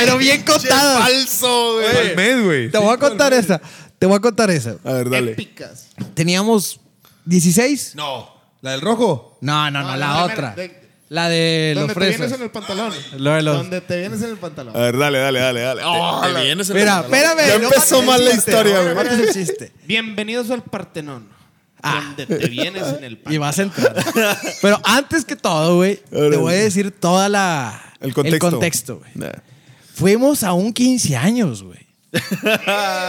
Pero bien contada. falso, Al mes, güey. Te voy a contar esa. Te voy a contar esa. A ver, dale. Épicas. Teníamos 16. No. ¿La del rojo? No, no, no, No, la no, otra. de- la de los Donde te vienes fresas. en el pantalón. Lo de los- Donde te vienes en el A pantalón. ver, dale, dale, dale, dale. Oh, Te la- vienes en Mira, el- espérame. Ya empezó mates mal el la chiste, historia, no güey. mates el chiste. Bienvenidos al Partenón. Donde te vienes en el Ah. Y pantalón. vas a entrar. Pero antes que todo, güey, te Órale. voy a decir toda la... El contexto. güey. Nah. Fuimos a un 15 años, güey.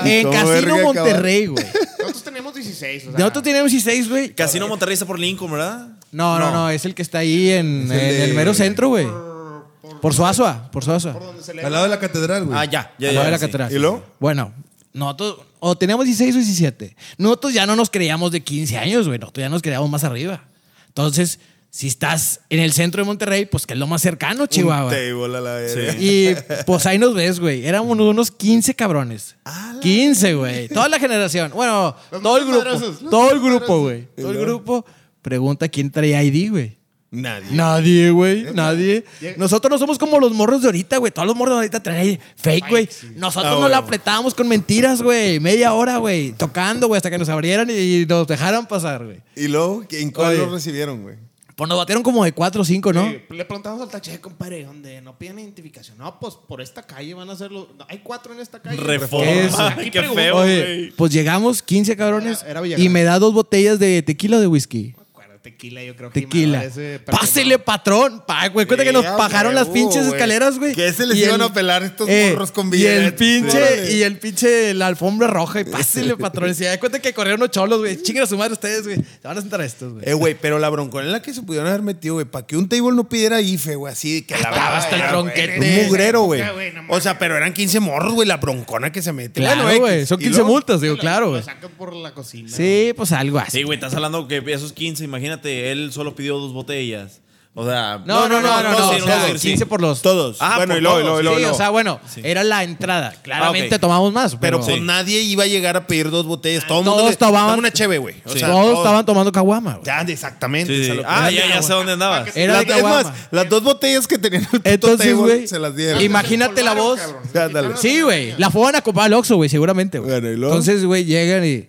en cómo Casino verga Monterrey, güey. Nosotros teníamos 16. O sea, Nosotros teníamos 16, güey. Casino Monterrey está por Lincoln, ¿verdad? No, no, no, es el que está ahí en, Es el en de- el mero centro, güey. por, por- Por Suazua, por Suazua. por donde se le Al lado de la catedral, güey. Ah, ya. ya, Al ya, lado de la sí. catedral. ¿Y luego? Bueno, nosotros o teníamos 16 o 17. Nosotros ya no nos creíamos de 15 años, güey. Nosotros ya nos creíamos más arriba. Entonces, si estás en el centro de Monterrey, pues que es lo más cercano, Chihuahua. Table a la verga. Y pues ahí nos ves, güey. Éramos unos 15 cabrones. 15, güey. Toda la generación. Bueno, Los todo el más grupo. madrazos, los Todo el más grupo, madrazos. güey. Todo el grupo. Pregunta quién traía ID, güey. Nadie. Nadie, güey, nadie. Llega- Nosotros no somos como los morros de ahorita, güey. Todos los morros de ahorita traen ahí fake, güey. Nosotros Ah, nos la bueno. apretábamos con mentiras, güey. Media hora, güey. Tocando, güey, hasta que nos abrieran y nos dejaron pasar, güey. ¿Y luego en cuál Oye. lo recibieron, güey? Pues nos batieron como de cuatro o cinco, ¿no? Sí, eh, le preguntamos al tache, compadre, donde no piden identificación. No, pues por esta calle van a hacerlo. No, hay cuatro en esta calle. Reforma. Aquí Qué pregunto. feo, Oye, güey. pues llegamos 15 cabrones Era- era Villagrán. y me da dos botellas de tequila o de whisky. Bueno, Tequila, yo creo que Tequila. me parece perfecto. Pásele, patrón. Pa, güey, cuenta que nos Sí, a bajaron las huevo, pinches güey. escaleras, güey. Que se les Y iban el- eh, a pelar estos morros con Y el billetes. pinche, Órale. y el pinche, la alfombra roja. Y pásele, patrón. Y da cuenta que corrieron unos cholos, güey. Chinguen a su madre ustedes, güey. Se van a sentar estos, güey. Eh, güey, pero la broncona en la que se pudieron haber metido, güey, para que un table no pidiera IFE, güey, así de que la Estaba hasta el Ah, güey, tronquete. Un mugrero, güey. Ya, Ah, güey, no mames. O sea, pero eran 15 morros, güey, la broncona que se metió. Claro, güey. Son 15 multas, digo, claro, Lo güey. sacan por la cocina. Sí, pues algo así. Sí, güey, estás hablando que esos 15, imagínate, él solo pidió dos botellas. O sea, No, no, no, no, no. todos o sí, sea, todos sí. 15 por los. Todos. Ah, bueno, por y luego, todos, y luego, y Sí, luego, y o luego. sea, bueno, era la entrada. Claramente tomamos más, Pero pero. pues nadie iba a llegar a pedir dos botellas. Todo el mundo Todos le- tomaban- dame una cheve, güey. O Sí. sea, todos estaban tomando caguama, güey. Ya, exactamente. Sí, o sea, sí. lo- Ah, Las- ya, ya sé dónde andabas. Era de es caguama. más, las dos botellas que tenían el puto Entonces, table güey, se las dieron. ima- Imagínate la voz. Ya, dale. Sí, güey. La fueron a comprar al Oxxo, güey, seguramente, güey. Bueno, ¿y luego? Entonces, güey, llegan y.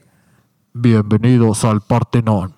Bienvenidos al Partenón,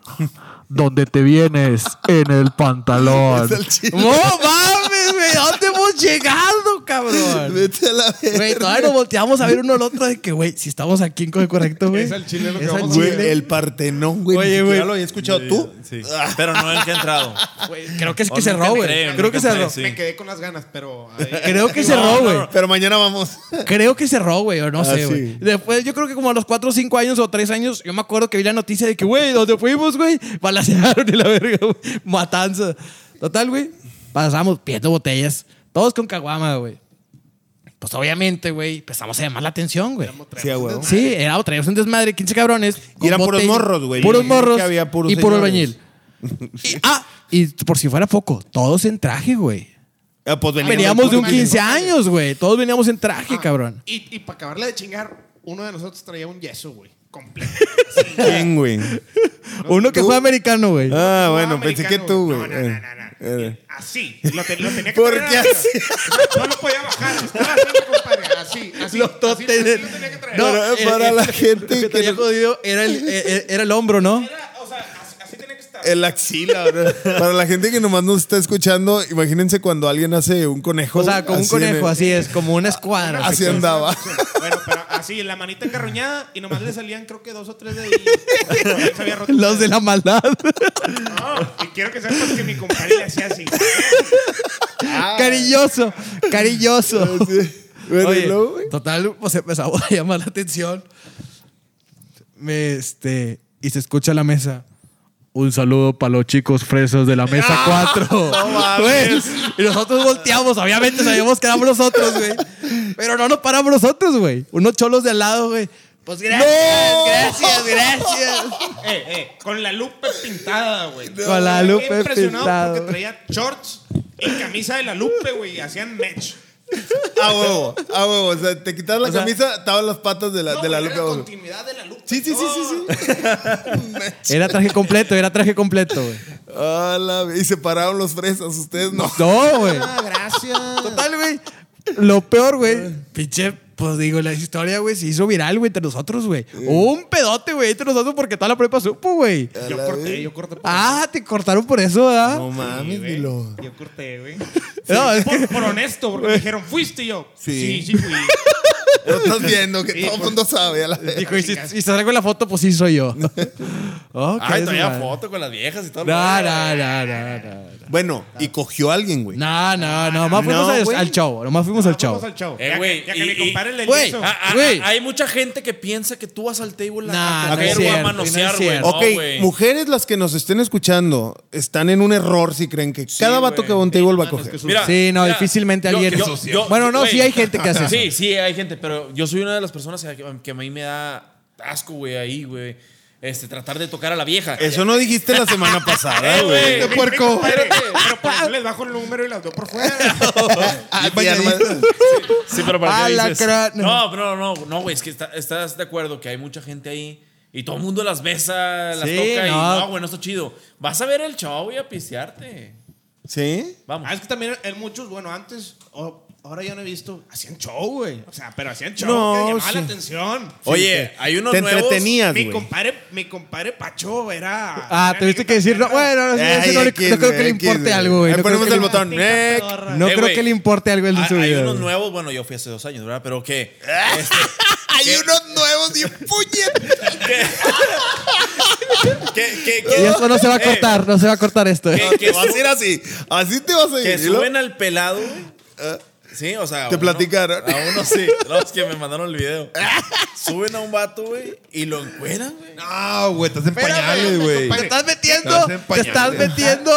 donde te vienes en el pantalón. Al chile, ¡No mames, güey! ¿Dónde hemos llegado, cabrón? vete a la verga. Güey, todavía nos volteamos a ver uno al otro de que, güey, si estamos aquí en co- correcto, güey. Es al chile lo que Es al vamos a Güey, chile. el Partenón, güey. Oye, Oye, güey. güey. lo había escuchado tú. Sí. Ah, Pero no el que ha entrado. Güey, Creo que es que Oh, nunca cerró, me güey. creen, Creo que nunca me cerró. creen, sí. Me quedé con las ganas, pero. Creo que cerró, güey. Pero mañana vamos. Creo que cerró, güey, o no Ah, sé, sí. güey. Después, yo creo que como a los 4 o 5 años o 3 años, yo me acuerdo que vi la noticia de que, güey, ¿dónde fuimos, güey? Balacearon y la verga, güey. Matanza. Total, güey. Pasamos pidiendo botellas. Todos con caguama, güey. Pues obviamente, güey, empezamos a llamar la atención, güey. Sí, a huevo. Sí, era otra. Era un desmadre, 15 cabrones. Y eran con puros botella- morros, güey. Puros Y morros. que había puros y puro albañil. señores. Y- ah, y por si fuera poco, todos en traje, güey. Ah, pues veníamos, Veníamos de un porque- 15 años, güey. Todos veníamos en Ah. traje, cabrón. Ah, Y, y para acabarla de chingar, uno de nosotros traía un yeso, güey. Completo. ¿Quién, güey? Uno que fue americano, güey. Ah, No, bueno, pensé que americano, tú, no, güey. No, no, no, no. Eh, eh. Así. Lo, te- lo tenía que ¿Por traer qué arriba. así? No lo podía bajar. Estaba haciendo, compadre. Así, así. Lo así, así lo tenía que traer. No. eh. Para- para la gente lo que que traía no- jodido era el, eh, eh, era el hombro, ¿no? Era, o sea, así, así tenía que estar. El axila, bro. Para la gente que nomás nos está escuchando, imagínense cuando alguien hace un conejo. O sea, como un así en conejo, el- así es, como una escuadra. Así andaba. Bueno, pero así, la manita encarroñada y nomás le salían creo que dos o tres de ahí. Se había roto. Los de la maldad. No, y quiero que sepas que mi compadre le hacía así. Carilloso, carilloso. Ah. Bueno, Oye, y luego, güey. total, pues empezamos a llamar la atención. Me, este, y se escucha a la mesa. Un saludo para los chicos fresos de la mesa Ah, 4. y nosotros volteamos, obviamente sabíamos que éramos nosotros, güey. Pero no nos paramos nosotros, güey. Unos cholos de al lado, güey. Pues gracias, gracias, gracias. Eh, eh, con la lupe pintada, güey. Con la Me quedé lupe impresionado pintada, Porque güey. traía shorts y camisa de la lupe, güey. y Hacían match. Ah, A huevo, a huevo. O sea, te quitabas la camisa, estaban las patas de la, No, de la güey, era lupa. continuidad de la lupe. Sí, sí, sí, sí, sí. Era traje completo, era traje completo, güey. Ah, Ala, y se pararon los fresas, ustedes no. No, güey. Ah, gracias. Total, güey. Lo peor, güey. Pinche, pues digo, la historia, güey, se hizo viral, güey, entre nosotros, güey. Hubo Un pedote, güey, entre nosotros porque toda la prepa supo, güey. Yo corté, yo corté. por- Ah, te cortaron por eso, ¿verdad? No, mames, dilo. Yo corté, güey. es que- Por, por honesto, porque me dijeron, ¿fuiste Y yo? Sí. Sí, sí, fui. Lo estás viendo, que todo el mundo sabe. a la verga. Dijo, y si, y si salgo en la foto, pues sí soy yo. Ok, Ay, eso, traía man. foto con las viejas y todo. No, no, no, no, no. Bueno, y cogió a alguien, güey. No, no, no. Más fuimos No, al- güey. al show. Nomás fuimos al show. Vamos al show. Eh, Ya- güey, Ya y- que y- le comparen el Güey, lienzo. Ah, ah, Güey. ah, hay mucha gente que piensa que tú vas al Nah, table a, no a es coger, güey, cierto, a manosear, no es güey. cierto. No, ok, güey. mujeres las que nos estén escuchando están en un error si creen que cada vato güey. que va a un table va a coger. Mira, Sí, no, mira, difícilmente yo- alguien. yo- Eso sí. yo- Bueno, no, güey. sí hay gente que hace eso. Sí, sí, hay gente, pero yo soy una de las personas a- que a mí me da asco, güey, ahí, güey. Este, tratar de tocar a la vieja. Eso no dijiste la semana pasada, Eh, güey. güey. Este puerco. Espérate, pero por eso les bajo el número y las doy por fuera. Ah, Y bañadito. Sí, pero ¿para qué dices? Alacrán. No, pero no, no, no, güey, es que está- estás de acuerdo que hay mucha gente ahí y todo el mundo las besa, las Sí, toca y no. no, güey, no está chido. Vas a ver el show y a pistearte. ¿Sí? Vamos. Ah, es que también hay muchos, bueno, antes, o- ahora ya no he visto, hacían show, güey. O sea, pero hacían show, No, que llamaba sí. la atención. Oye, hay unos Te nuevos. entretenías, Mi güey. compadre, mi compadre Pacho era. Ah, era tuviste bien que decir, no, bueno, no, sí, Ay, ese no, le- X, no creo que le güey, importe X, algo, güey. Ahí No creo ponemos que el le- botón. Nec. No Eh, creo güey. que le importe algo el de Ah, su Hay vida, unos güey. nuevos, bueno, yo fui hace dos años, ¿verdad? Pero que Hay unos nuevos y un puñet. que, que, Y que, eso no se va a Eh, cortar, no se va a cortar esto. eh. que, que Te vas a ir así. Así te vas a Que ir. ¿no? suben al pelado, güey. Sí, o sea. a Ah. Te uno- platicaron. A uno sí. No, es que me mandaron el video. Suben a un vato, güey, y lo encueran, güey. No, güey, estás en pañales, güey. Te estás Te metiendo, hacen te estás pañales. metiendo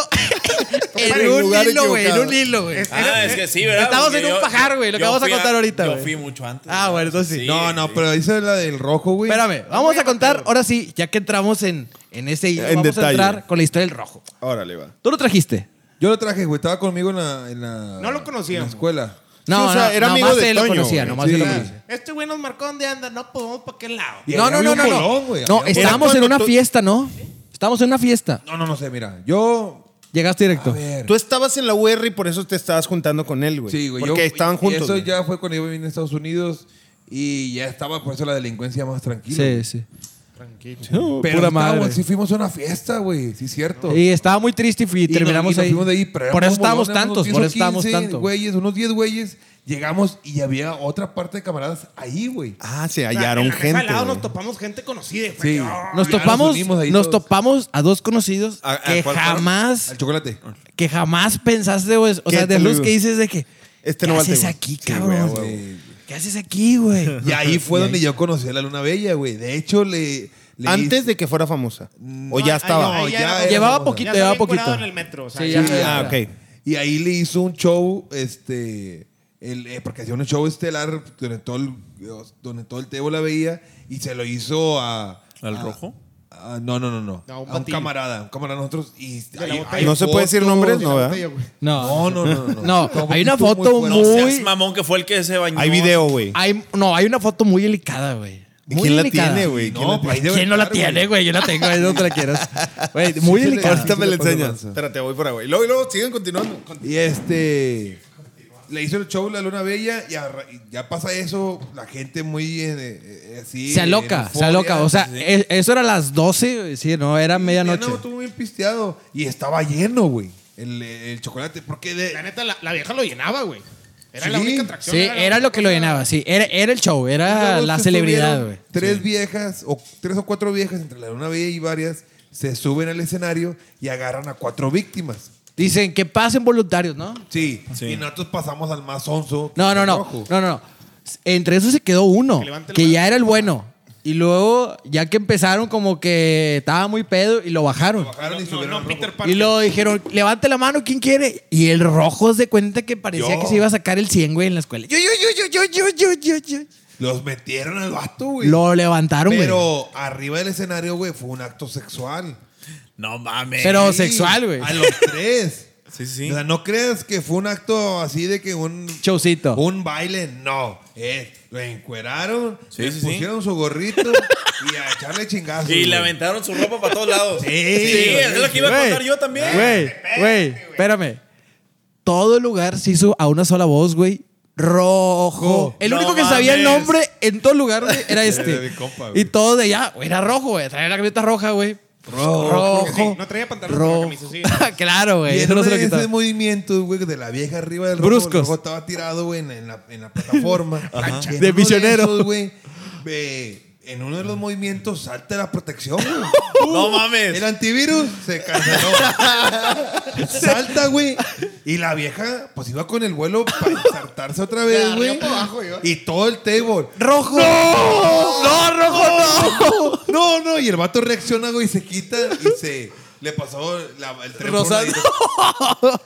en En un lugar hilo, güey, en equivocado. un hilo, güey. Ah, es que sí, ¿verdad? eh, Estamos Porque en un pajar, güey, lo que yo vamos a fui contar ahorita, Yo güey. fui mucho antes. Ah, güey. bueno, entonces sí. No, no, sí. pero dice la del rojo, güey. Espérame, vamos a contar, ahora sí, ya que entramos en, en ese hilo, En vamos a detalle. entrar con la historia del rojo. Órale, va. ¿Tú lo trajiste? Yo lo traje, güey. Estaba conmigo en la. En la No lo conocíamos. En la escuela. No, o sea, no, era nomás amigo de él lo Toño, conocía, güey. nomás Sí. él lo conocía. Este güey nos marcó donde anda, no, pues vamos para qué lado. Y No, había no, no, un no, bolón, no. güey, No, había un- estábamos en cuando una tú- fiesta, ¿no? Estábamos en una fiesta. No, no, no sé, mira. Yo. Llegaste A directo. ver. Tú estabas en la UR y por eso te estabas juntando con él, güey. Sí, güey. Porque yo- estaban juntos. Eso güey. ya fue cuando yo vine a Estados Unidos y ya estaba por eso la delincuencia más tranquila. Sí, sí. Pero Pura estábamos- madre. sí fuimos a una fiesta, güey. Sí, cierto. Y estaba muy triste y, fui- Y terminamos nos- y nos ahí. fuimos de ahí, pero por éramos eso estábamos bolones, tantos, unos por 10 o eso estábamos 15 tanto. Güeyes, unos 10 güeyes. Llegamos y había otra parte de camaradas ahí, güey. Ah, se O sea, hallaron en la mesa gente. Al lado güey. nos topamos gente conocida. Sí. Sí. Nos Ya nos topamos, unimos ahí nos todos. topamos a dos conocidos ¿A- a que cuál fueron? jamás, Al chocolate. que jamás pensaste, güey. O ¿Qué sea, de tal, luz güey? que dices de que. Este ¿Qué no va al haces table. aquí, Sí, güey, cabrón? güey. ¿Qué haces aquí, güey? Y ahí fue donde yo conocí a la Luna Bella, güey. De hecho, le. le Antes de que fuera famosa. O ya estaba. no, ya Llevaba Ya poquito, llevaba estaba ah, bien curado poquito. en el metro. O sea, Sí, ya- ya- Ah, ok. Y ahí le hizo un show, este, el, eh, porque hacía un show estelar donde todo el, donde todo el tebo la veía y se lo hizo a... ¿Al a- rojo? a- no, no, no, no. No, a a un un, batillo. camarada, un camarada de nosotros. Y hay- la botella. hay No se puede decir fotos. nombres, no, ¿verdad? Botella, güey. No, No, no, no. No, no. Fue un Hay una poquito foto fuerte. No seas Muy- mamón que fue el que se bañó. Hay video, güey. hay, no, hay una foto muy delicada, güey. Muy ¿Quién la delicada. tiene, güey? No, ¿Quién la pues ahí debe ¿Quién no la estar, güey. tiene, güey? Yo la tengo, ahí no te la quieras. Güey, muy sí, delicada. ahorita- Ahorita me la Sí, sí, enseñas. sí. Espérate, voy por ahí, güey. Luego, y luego, siguen continuando. Y este. Le hizo el show La Luna Bella y, arra- y ya pasa eso, la gente muy eh, eh, así. Se en aloca, se euforia. aloca. O sea, e- eso era las 12, güey, sí, no, era medianoche. Ya no, estuvo bien pisteado. Y estaba lleno, güey. El, el chocolate. Porque La de. neta, la, la vieja lo llenaba, güey. Era la Sí. única atracción. Sí, era lo que lo llenaba, sí. Era, era el show, era la se celebridad, subieron güey. Tres viejas, o tres o cuatro viejas, entre la una vieja y varias, se suben al escenario y agarran a cuatro víctimas. Dicen que pasen voluntarios, ¿no? Sí. Sí. Y nosotros pasamos al más onzo. No, no, no. rojo. No, no, no. Entre eso se quedó uno, Que levante la que mano. ya era el bueno. Y luego, ya que empezaron, como que estaba muy pedo y lo bajaron. Bajaron y No, subieron no, al rojo. Peter Y Parker. luego dijeron, levante la mano, ¿quién quiere? Y el rojo se cuenta que parecía Yo. que se iba a sacar el 100, güey, en la escuela. Yo, yo, yo, yo, yo, yo, yo, yo, yo. Los metieron al vato, güey. Lo levantaron, güey. Pero, Pero arriba del escenario, güey, fue un acto sexual. No mames. Sí, sexual, güey. A los tres. Sí, sí, sí. O sea, no creas que fue un acto así de que un Oh. Showcito. Un baile, no. eh, lo encueraron, Sí, le sí, sí. pusieron su gorrito y a echarle chingazos. Y le güey. aventaron su ropa para todos lados. Sí, sí güey, es lo que iba a Güey, contar yo también. Güey, güey, espérame. Todo el lugar se hizo a una sola voz, güey. Rojo. El No único que sabía el mames. nombre en todo lugar, güey, era Era mi este. compa, güey. y todo de allá, güey, era rojo, güey. Traía la camioneta roja, güey. Rojo. Sí, no traía pantalón, pero rojo. camisa sí. claro, güey. Y Eso en no se uno lo de quitaba. esos movimientos, güey, de la vieja arriba del Bruscos. rojo, el rojo estaba tirado, güey, en, en la, en la plataforma. Y en De uno misionero. esos, güey, ve, en uno de los movimientos salta la protección, güey. No mames. El antivirus se canceló. Salta, güey. Y la vieja, pues iba con el vuelo para saltarse otra vez, arriba güey. para abajo iba. Y todo el table. ¡Rojo! ¡No, rojo, no! No, no. Y el vato reacciona, güey, y se quita y se. Le pasó la- el tren. por un Rosado. ladito.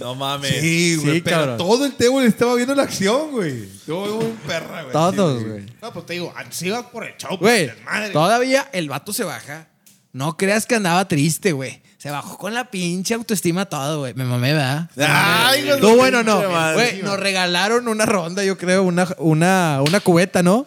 No mames. Sí, güey. Sí, pero cabrón. todo el table estaba viendo la acción, güey. Estuvo un perra, güey. Todos, Sí, güey. No, pues te digo, así vas por el show, pues, Güey, madre. todavía el vato se baja. No creas que andaba triste, güey. Se bajó con la pinche autoestima todo, güey. Me mamé, ¿verdad? Ay, güey, No, bueno, no. pinche madre. Güey, nos regalaron una ronda, yo creo, una, una, una cubeta, ¿no?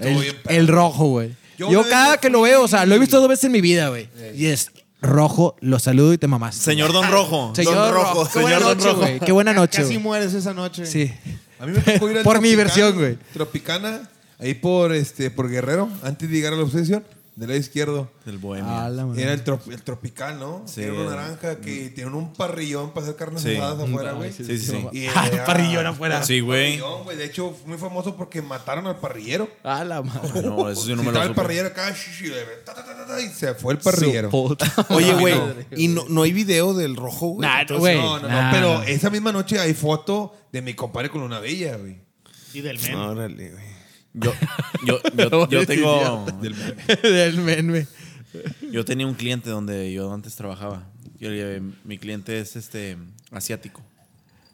El, el rojo, güey. Yo una Yo, vez cada me que lo veo, o sea, lo he visto dos veces en mi vida, güey. Y es rojo, lo saludo y te mamás. Señor Don Rojo. Señor Don Rojo. Rojo. Qué buena Señor Don noche, Rojo. güey. Qué buena noche, Casi güey. mueres esa noche. Sí. A mí me tocó ir al Por mi Tropicana- versión, güey. Tropicana, ahí por, este, por Guerrero, antes de llegar a la obsesión, del lado izquierdo. Del bohemio. Ah, la madre. Era el, trop- el tropical, ¿no? Sí. Era una naranja que tiene un parrillón para hacer carnes Sí. asadas afuera, güey. Sí, sí, sí. Y Ah, el era- parrillón afuera. Sí, güey. Parrillón, güey. De hecho, fue muy famoso porque mataron al parrillero. A la madre. No, eso sí Si no me estaba lo el supe. parrillero acá, sh- sh- ta, ta, ta, ta, ta, y se fue el parrillero. Oye, güey, ¿y no, no hay video del rojo, güey? Nah, Entonces, güey. No, no, no. nah. Pero esa misma noche hay foto de mi compadre con una bella, güey. Y del men. Órale, güey. Yo, yo, yo, yo tengo. Del men, güey. Yo tenía un cliente donde yo antes trabajaba. Yo le- mi cliente es este asiático.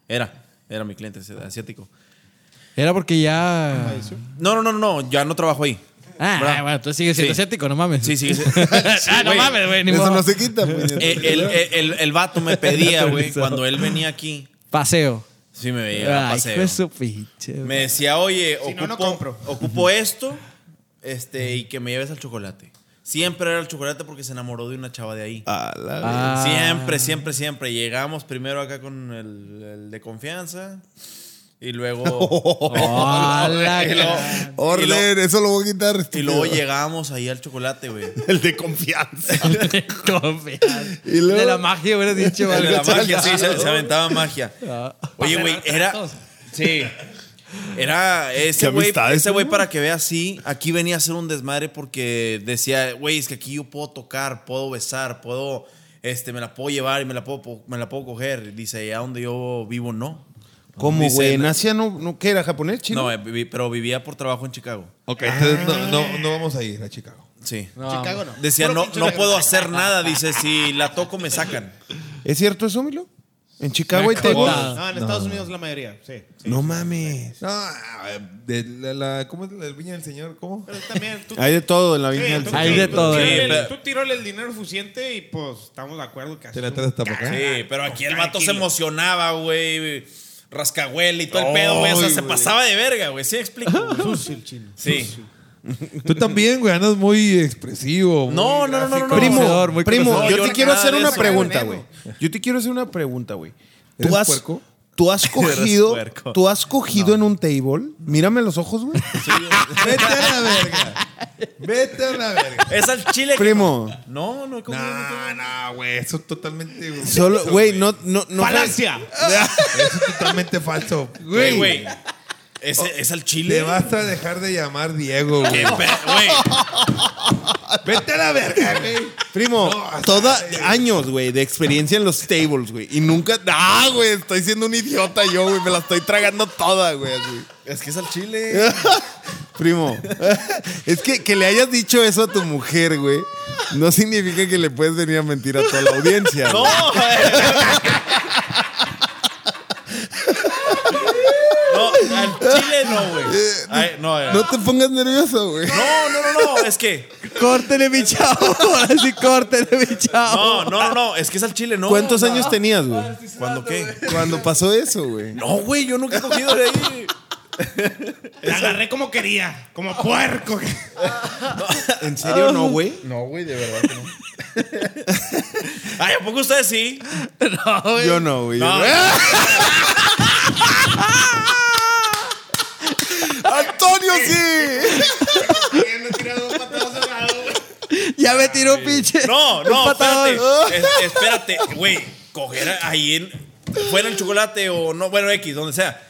Era, era mi cliente ese asiático. Era porque ya. No, no, no, no, ya no trabajo ahí. Ah, ¿Verdad? bueno, tú sigues siendo Sí. asiático, no mames. Sí, sí. sí. ah, no güey. mames, güey, ni Eso modo. no se quita, pues. El, el, el- el vato me pedía, güey, cuando él venía aquí, Paseo. sí me veía a Ay, paseo. hijo de su pinche. Me decía, oye, Si ocupo, no, no compro. ocupo esto este, y que me lleves al chocolate. Siempre era el chocolate porque se enamoró de una chava de ahí. A la verga. Ah. Siempre, siempre, siempre. Llegamos primero acá con el, el de confianza y luego. Oh, Hola, y luego- y luego- Orler, eso lo voy a quitar. y estúpido. luego llegamos ahí al chocolate, güey. El de confianza. y Y luego- De la magia hubiera dicho, El de la algo. magia, sí, se, se aventaba magia. Ah. Oye, güey, era. Sí. Era ese Qué güey, amistades, ese güey ¿no? para que vea así, aquí venía a hacer un desmadre porque decía, güey, es que aquí yo puedo tocar, puedo besar, puedo, este, me la puedo llevar y me la puedo, po- me la puedo coger. Dice, allá donde yo vivo, no. ¿Cómo, Dice, güey? ¿En "Na- Asia no, no qué era? ¿Japonés, chino? Ah. No, eh, viví- pero vivía por trabajo en Chicago. Ok, entonces no, no, no vamos a ir a Chicago. Sí. Chicago no. Decía, Puro no, pinche no negro. puedo hacer nada. Dice, si la toco, me sacan. ¿Es cierto eso, Milo? ¿En Chicago hay Me table? acabo- No, en Estados Unidos la mayoría, sí. No mames. No, de la, la- ¿cómo es la viña del señor? ¿Cómo? Pero también tú... Hay de todo en la Sí, viña. del tú- Señor. Hay de tú todo, tírale- eh, pero- Tú tírale el dinero suficiente y pues estamos de acuerdo que Te la haces traes un hasta para acá. Sí, pero aquí el vato se Tranquilo. emocionaba, güey. Rascahuela y todo el pedo, güey. O sea, Ay, se güey. pasaba de verga, güey. Sí, explico. sucio el chino. Sí. Tú también, güey, andas muy expresivo. muy No, no, no, no, no, gráfico. no. Primo, conocedor, muy primo, conocedor. yo, No, te yo quiero nada hacer de una eso. pregunta, Nada de güey. eso. Yo te quiero hacer una pregunta, güey. ¿Eres ¿Tú has, puerco? tú has cogido, puerco. tú has cogido en un table. Mírame los ojos, güey. Vete a la verga. Vete a la verga. Es al chile. que- Primo, No, no he comido, no he comido. No, no, güey, eso es totalmente. güey, solo, falso, güey, no, no, no. ¡Palacia! Eso es totalmente falso. Güey, güey. Oh, Es, es al Te chile. vas a dejar de llamar Diego, Qué güey. pe- Güey. Vete a la verga, güey. Primo, No, hasta- toda años, güey, de experiencia en los tables, güey. Y nunca. Ah, güey, estoy siendo un idiota yo, güey. Me la estoy tragando toda, güey. así. Es que es al chile. Primo, es que que le hayas dicho eso a tu mujer, güey, no significa que le puedes venir a mentir a toda la audiencia. No, güey. güey. No, al chile no, güey. Ay, No, eh. No te pongas nervioso, güey. no, no, no, no. Es que. Córtele, mi chavo. Ahora sí, córtele, mi chavo. No, no, no, no. Es que es al chile, no. ¿Cuántos años tenías, güey? ¿Cuándo qué? Cuando pasó eso, güey. No, güey, yo nunca he cogido de ahí. Te agarré como quería, como puerco. ¿En serio no, güey? No, güey, de verdad que no. Ay, ¿a poco ustedes sí? Yo no, güey. No. ¡Antonio sí! Habiendo tirado dos patadas al lado, güey. Ya me tiró pinche. No, un no, patadón. espérate. Es- espérate, güey. Coger ahí en. Fuera el chocolate o no, bueno, X, donde sea.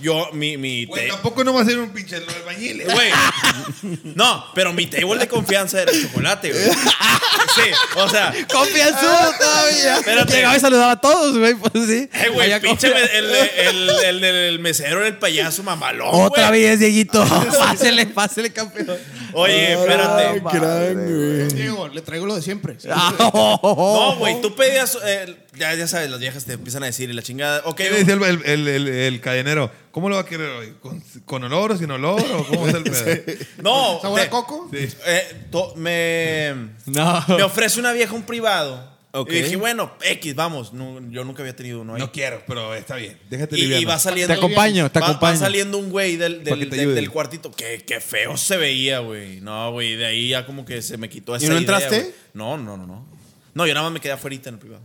Yo, mi. mi Güey, te- tampoco no va a ser un pinche lo albañil. eh. Güey. No, pero mi table de confianza era el chocolate, güey. Sí, o sea. eh, Confianzudo todavía. Ah. Espérate. Llegaba y saludaba a todos, güey. Pues sí. Eh, güey, Había pinche confianza. el, el, el- el del mesero era el payaso mamalón. Otra güey. vez, Dieguito. pásele, pásele, campeón. Oye, Ay, espérate. gran, güey. Diego, le traigo lo de siempre. Ah, oh, No, güey, tú pedías. eh, ya, ya sabes, las viejas te empiezan a decir y la chingada. Ok, ¿Qué le decía el, el, el, el- el cadenero? ¿Cómo lo va a querer hoy? ¿Con, con olor o sin olor? ¿O cómo es el pedo? no. ¿Sabor a te- coco? eh, to- me. No. Me ofrece una vieja un privado. Ok. Y dije, bueno, X, vamos. No, yo nunca había tenido uno ahí. No quiero, pero está bien. Déjate y, y liviano. va saliendo. Te acompaño, te va- acompaño. Va saliendo un güey del, Pa' del, que te del- ayude. del cuartito. Qué, qué feo se veía, güey. No, güey, de ahí ya como que se me quitó esa no idea, entraste? güey. no, no, no, no. No, yo nada más me quedé afuera en el privado.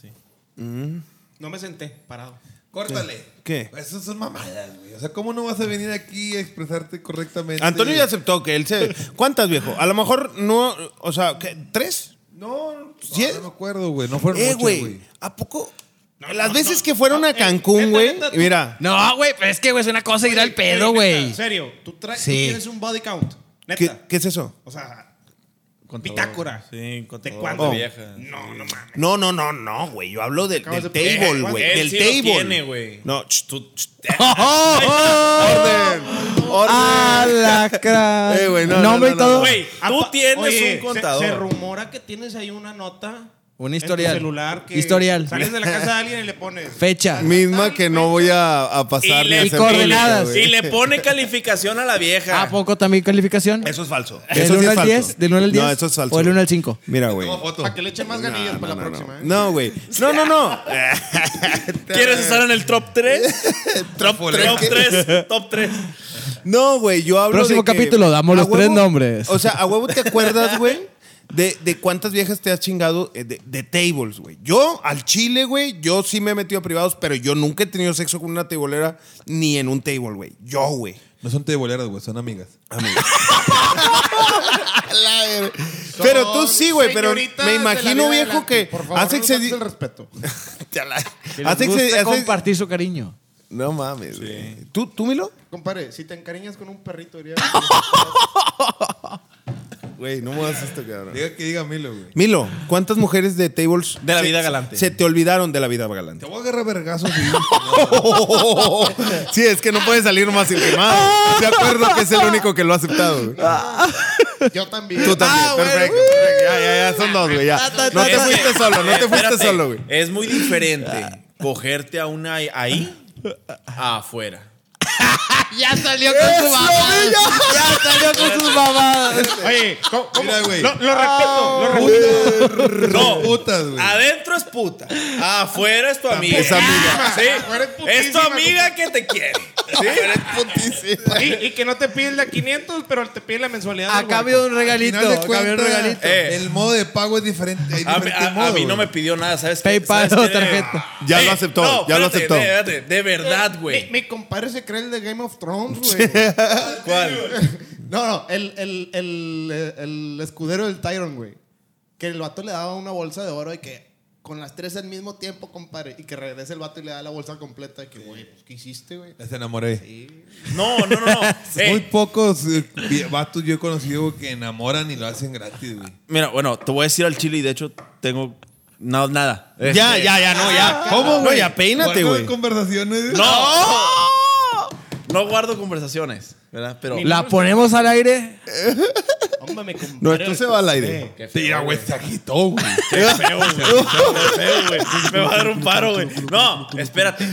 Sí. No me senté, parado. Córtale. ¿Qué? Esas son mamadas, güey. O sea, ¿cómo no vas a venir aquí a expresarte correctamente? Antonio ya aceptó que él se. ¿Cuántas, viejo? A lo mejor no. O sea, ¿qué? ¿tres? No, no, ¿Sí? no me acuerdo, güey. No fueron Eh, muchas, güey. güey. ¿A poco? Las veces que fueron eh, a Cancún, güey. neta, tú- Mira. No, güey, pero es que, güey, es una cosa ir al pedo, En güey. serio, tú, traes, Sí. tú tienes un body count. Neta. ¿Qué, qué es eso? O sea, bitácora. Sí, Oh. con ¿De todo, cuándo? Oh. de vieja. No, no mames. No, no, no, no, güey. Yo hablo del, Acabas del de poner- table, Eh, güey. él Del sí lo table. tiene, güey. No, ch, tú, ch, eh, Oh, Alacra. Eh, güey, no, no, Nombre no, y no, todo. Güey, tú Apa- tienes Oye, un se- contador. Se, rumora que tienes ahí una nota. Una historial. En tu celular que Historial. Sales de la casa de alguien y le pones. Fecha. misma que no voy a, a pasar Y ni a le- hacer y coordenadas. pública, y güey. le pone calificación a la vieja. ¿A poco también calificación? Eso es falso. ¿Del Eso sí 1 es al falso. 10? ¿Del 1 al 10? No, eso es falso. ¿O del 1 al 5? Mira, güey. Toma foto. Para que le echen más ganillas para la próxima. ¿eh? No, güey. No, no, no. ¿Quieres estar en el top 3? Top top 3, top 3. No, güey, yo hablo Próximo de que- capítulo, damos a los tres nombres. O sea, a huevo te acuerdas, güey, de, de cuántas viejas te has chingado eh, de, de tables, güey. Yo, al chile, güey, yo sí me he metido a privados, pero yo nunca he tenido sexo con una tebolera ni en un table, güey. Yo, güey. No son teboleras, güey. Son amigas. Pero tú sí, güey, pero Señoritas me de la imagino, vida viejo, adelante, que Por favor, has no faltes excedido... el respeto. Que Ah, les gusta compartir su cariño. No mames, güey. ¿Tú, ¿Tú, Milo? Compadre, si te encariñas con un perrito, diría. Ah, Güey, no me hagas esto, cabrón. Diga que diga Milo, güey. Milo, ¿cuántas mujeres de tables... De la se- vida galante. Se te olvidaron de la vida galante. Te voy a agarrar vergazos. Sí, es que no puede salir más infirmado. Ah, De acuerdo que es el único que lo ha aceptado. güey. Yo también. Tú también, perfecto. perfecto. Ya, ya, ya, son dos, güey. ya. No te Es que- fuiste solo, no eh, te fuiste espérate, solo, güey. Es muy diferente cogerte a una ahí- ahí a afuera. Ya salió con su mamá. Ya salió con sus mamadas. Oye, ¿cómo? cómo? Mira, güey. Lo, lo respeto, lo respeto. No, putas, güey. Adentro es puta. Afuera es tu amiga. Es amiga. Sí. Afuera es Es tu putísima, amiga que te quiere. Y, y que no te piden la 500, pero te piden la mensualidad. A Ah, del cambio de huerco. un regalito. A cambio de un regalito. Eh. El modo de pago es diferente. Hay A, mí- diferentes a- a modos, mí no me güey. pidió nada, ¿sabes? qué? PayPal ¿Sabes o qué? tarjeta. Ya lo aceptó, ya lo aceptó. De, de- de verdad, güey. Mi, mi compadre se cree el de Game of Thrones, güey. ¿Cuál? No, no, el, el, el, el escudero del Tyron, güey. Que el vato le daba una bolsa de oro y que con las tres al mismo tiempo, compadre. Y que regrese el vato y le da la bolsa completa. Y que, güey, pues, ¿qué hiciste, güey? Las enamoré. No, no, no, no. Eh, Muy pocos eh, vi- vatos yo he conocido güey, que enamoran y lo hacen gratis, güey. Mira, bueno, te voy a decir al chile y de hecho tengo no, nada. Ya, Este, ya, ya, no, Ah. ya. ¿Cómo, No, ya peínate, Guardo güey. conversaciones. No. No guardo conversaciones, ¿verdad? Pero La ponemos al aire. Hombre, me compadre. No, esto se va al aire. Qué feo, Tira, güey, se agitó, güey. qué feo, güey. Qué feo, güey. Me va a dar un paro, güey. No, espérate.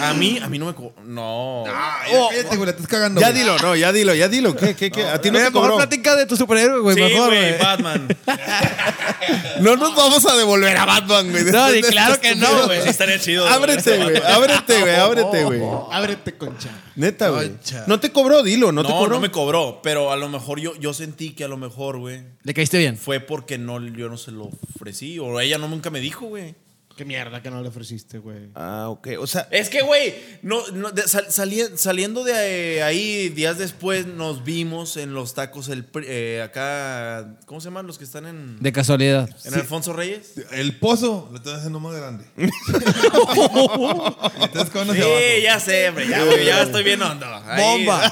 A mí, a mí no me. co- No. ya cállate, güey, la estás cagando. Ya güey. dilo, no, ya dilo, ya dilo. ¿Qué, qué, qué? A ti no te cobró. platica de tu superhéroe, güey. Sí, pues mejor, güey, güey. Batman. No nos vamos a devolver a Batman, güey. No, Después y de claro esta que estupidez. no, güey. Sí, estaría chido. Ábrete, güey. Ábrete, güey. Ábrete, güey. Ábrete, concha. Neta, güey. No te cobró, dilo, no, No, te cobró. no me cobró, pero a lo mejor yo, yo sentí que a lo mejor, güey, Le caíste bien. fue porque no, yo no se lo ofrecí o ella no nunca me dijo, güey. Qué mierda que no le ofreciste, güey. Ah, ok. O sea, Es que, güey, no, no, de- sal- sali- saliendo de eh, ahí, días después nos vimos en los tacos el, pri- eh, acá, ¿cómo se llaman los que están en, De casualidad. en Alfonso Reyes? El pozo lo estás haciendo más grande. Lo estás cagando Sí, hacia abajo. ya sé, hombre, ya, güey, ya estoy bien hondo. Ahí- Bomba.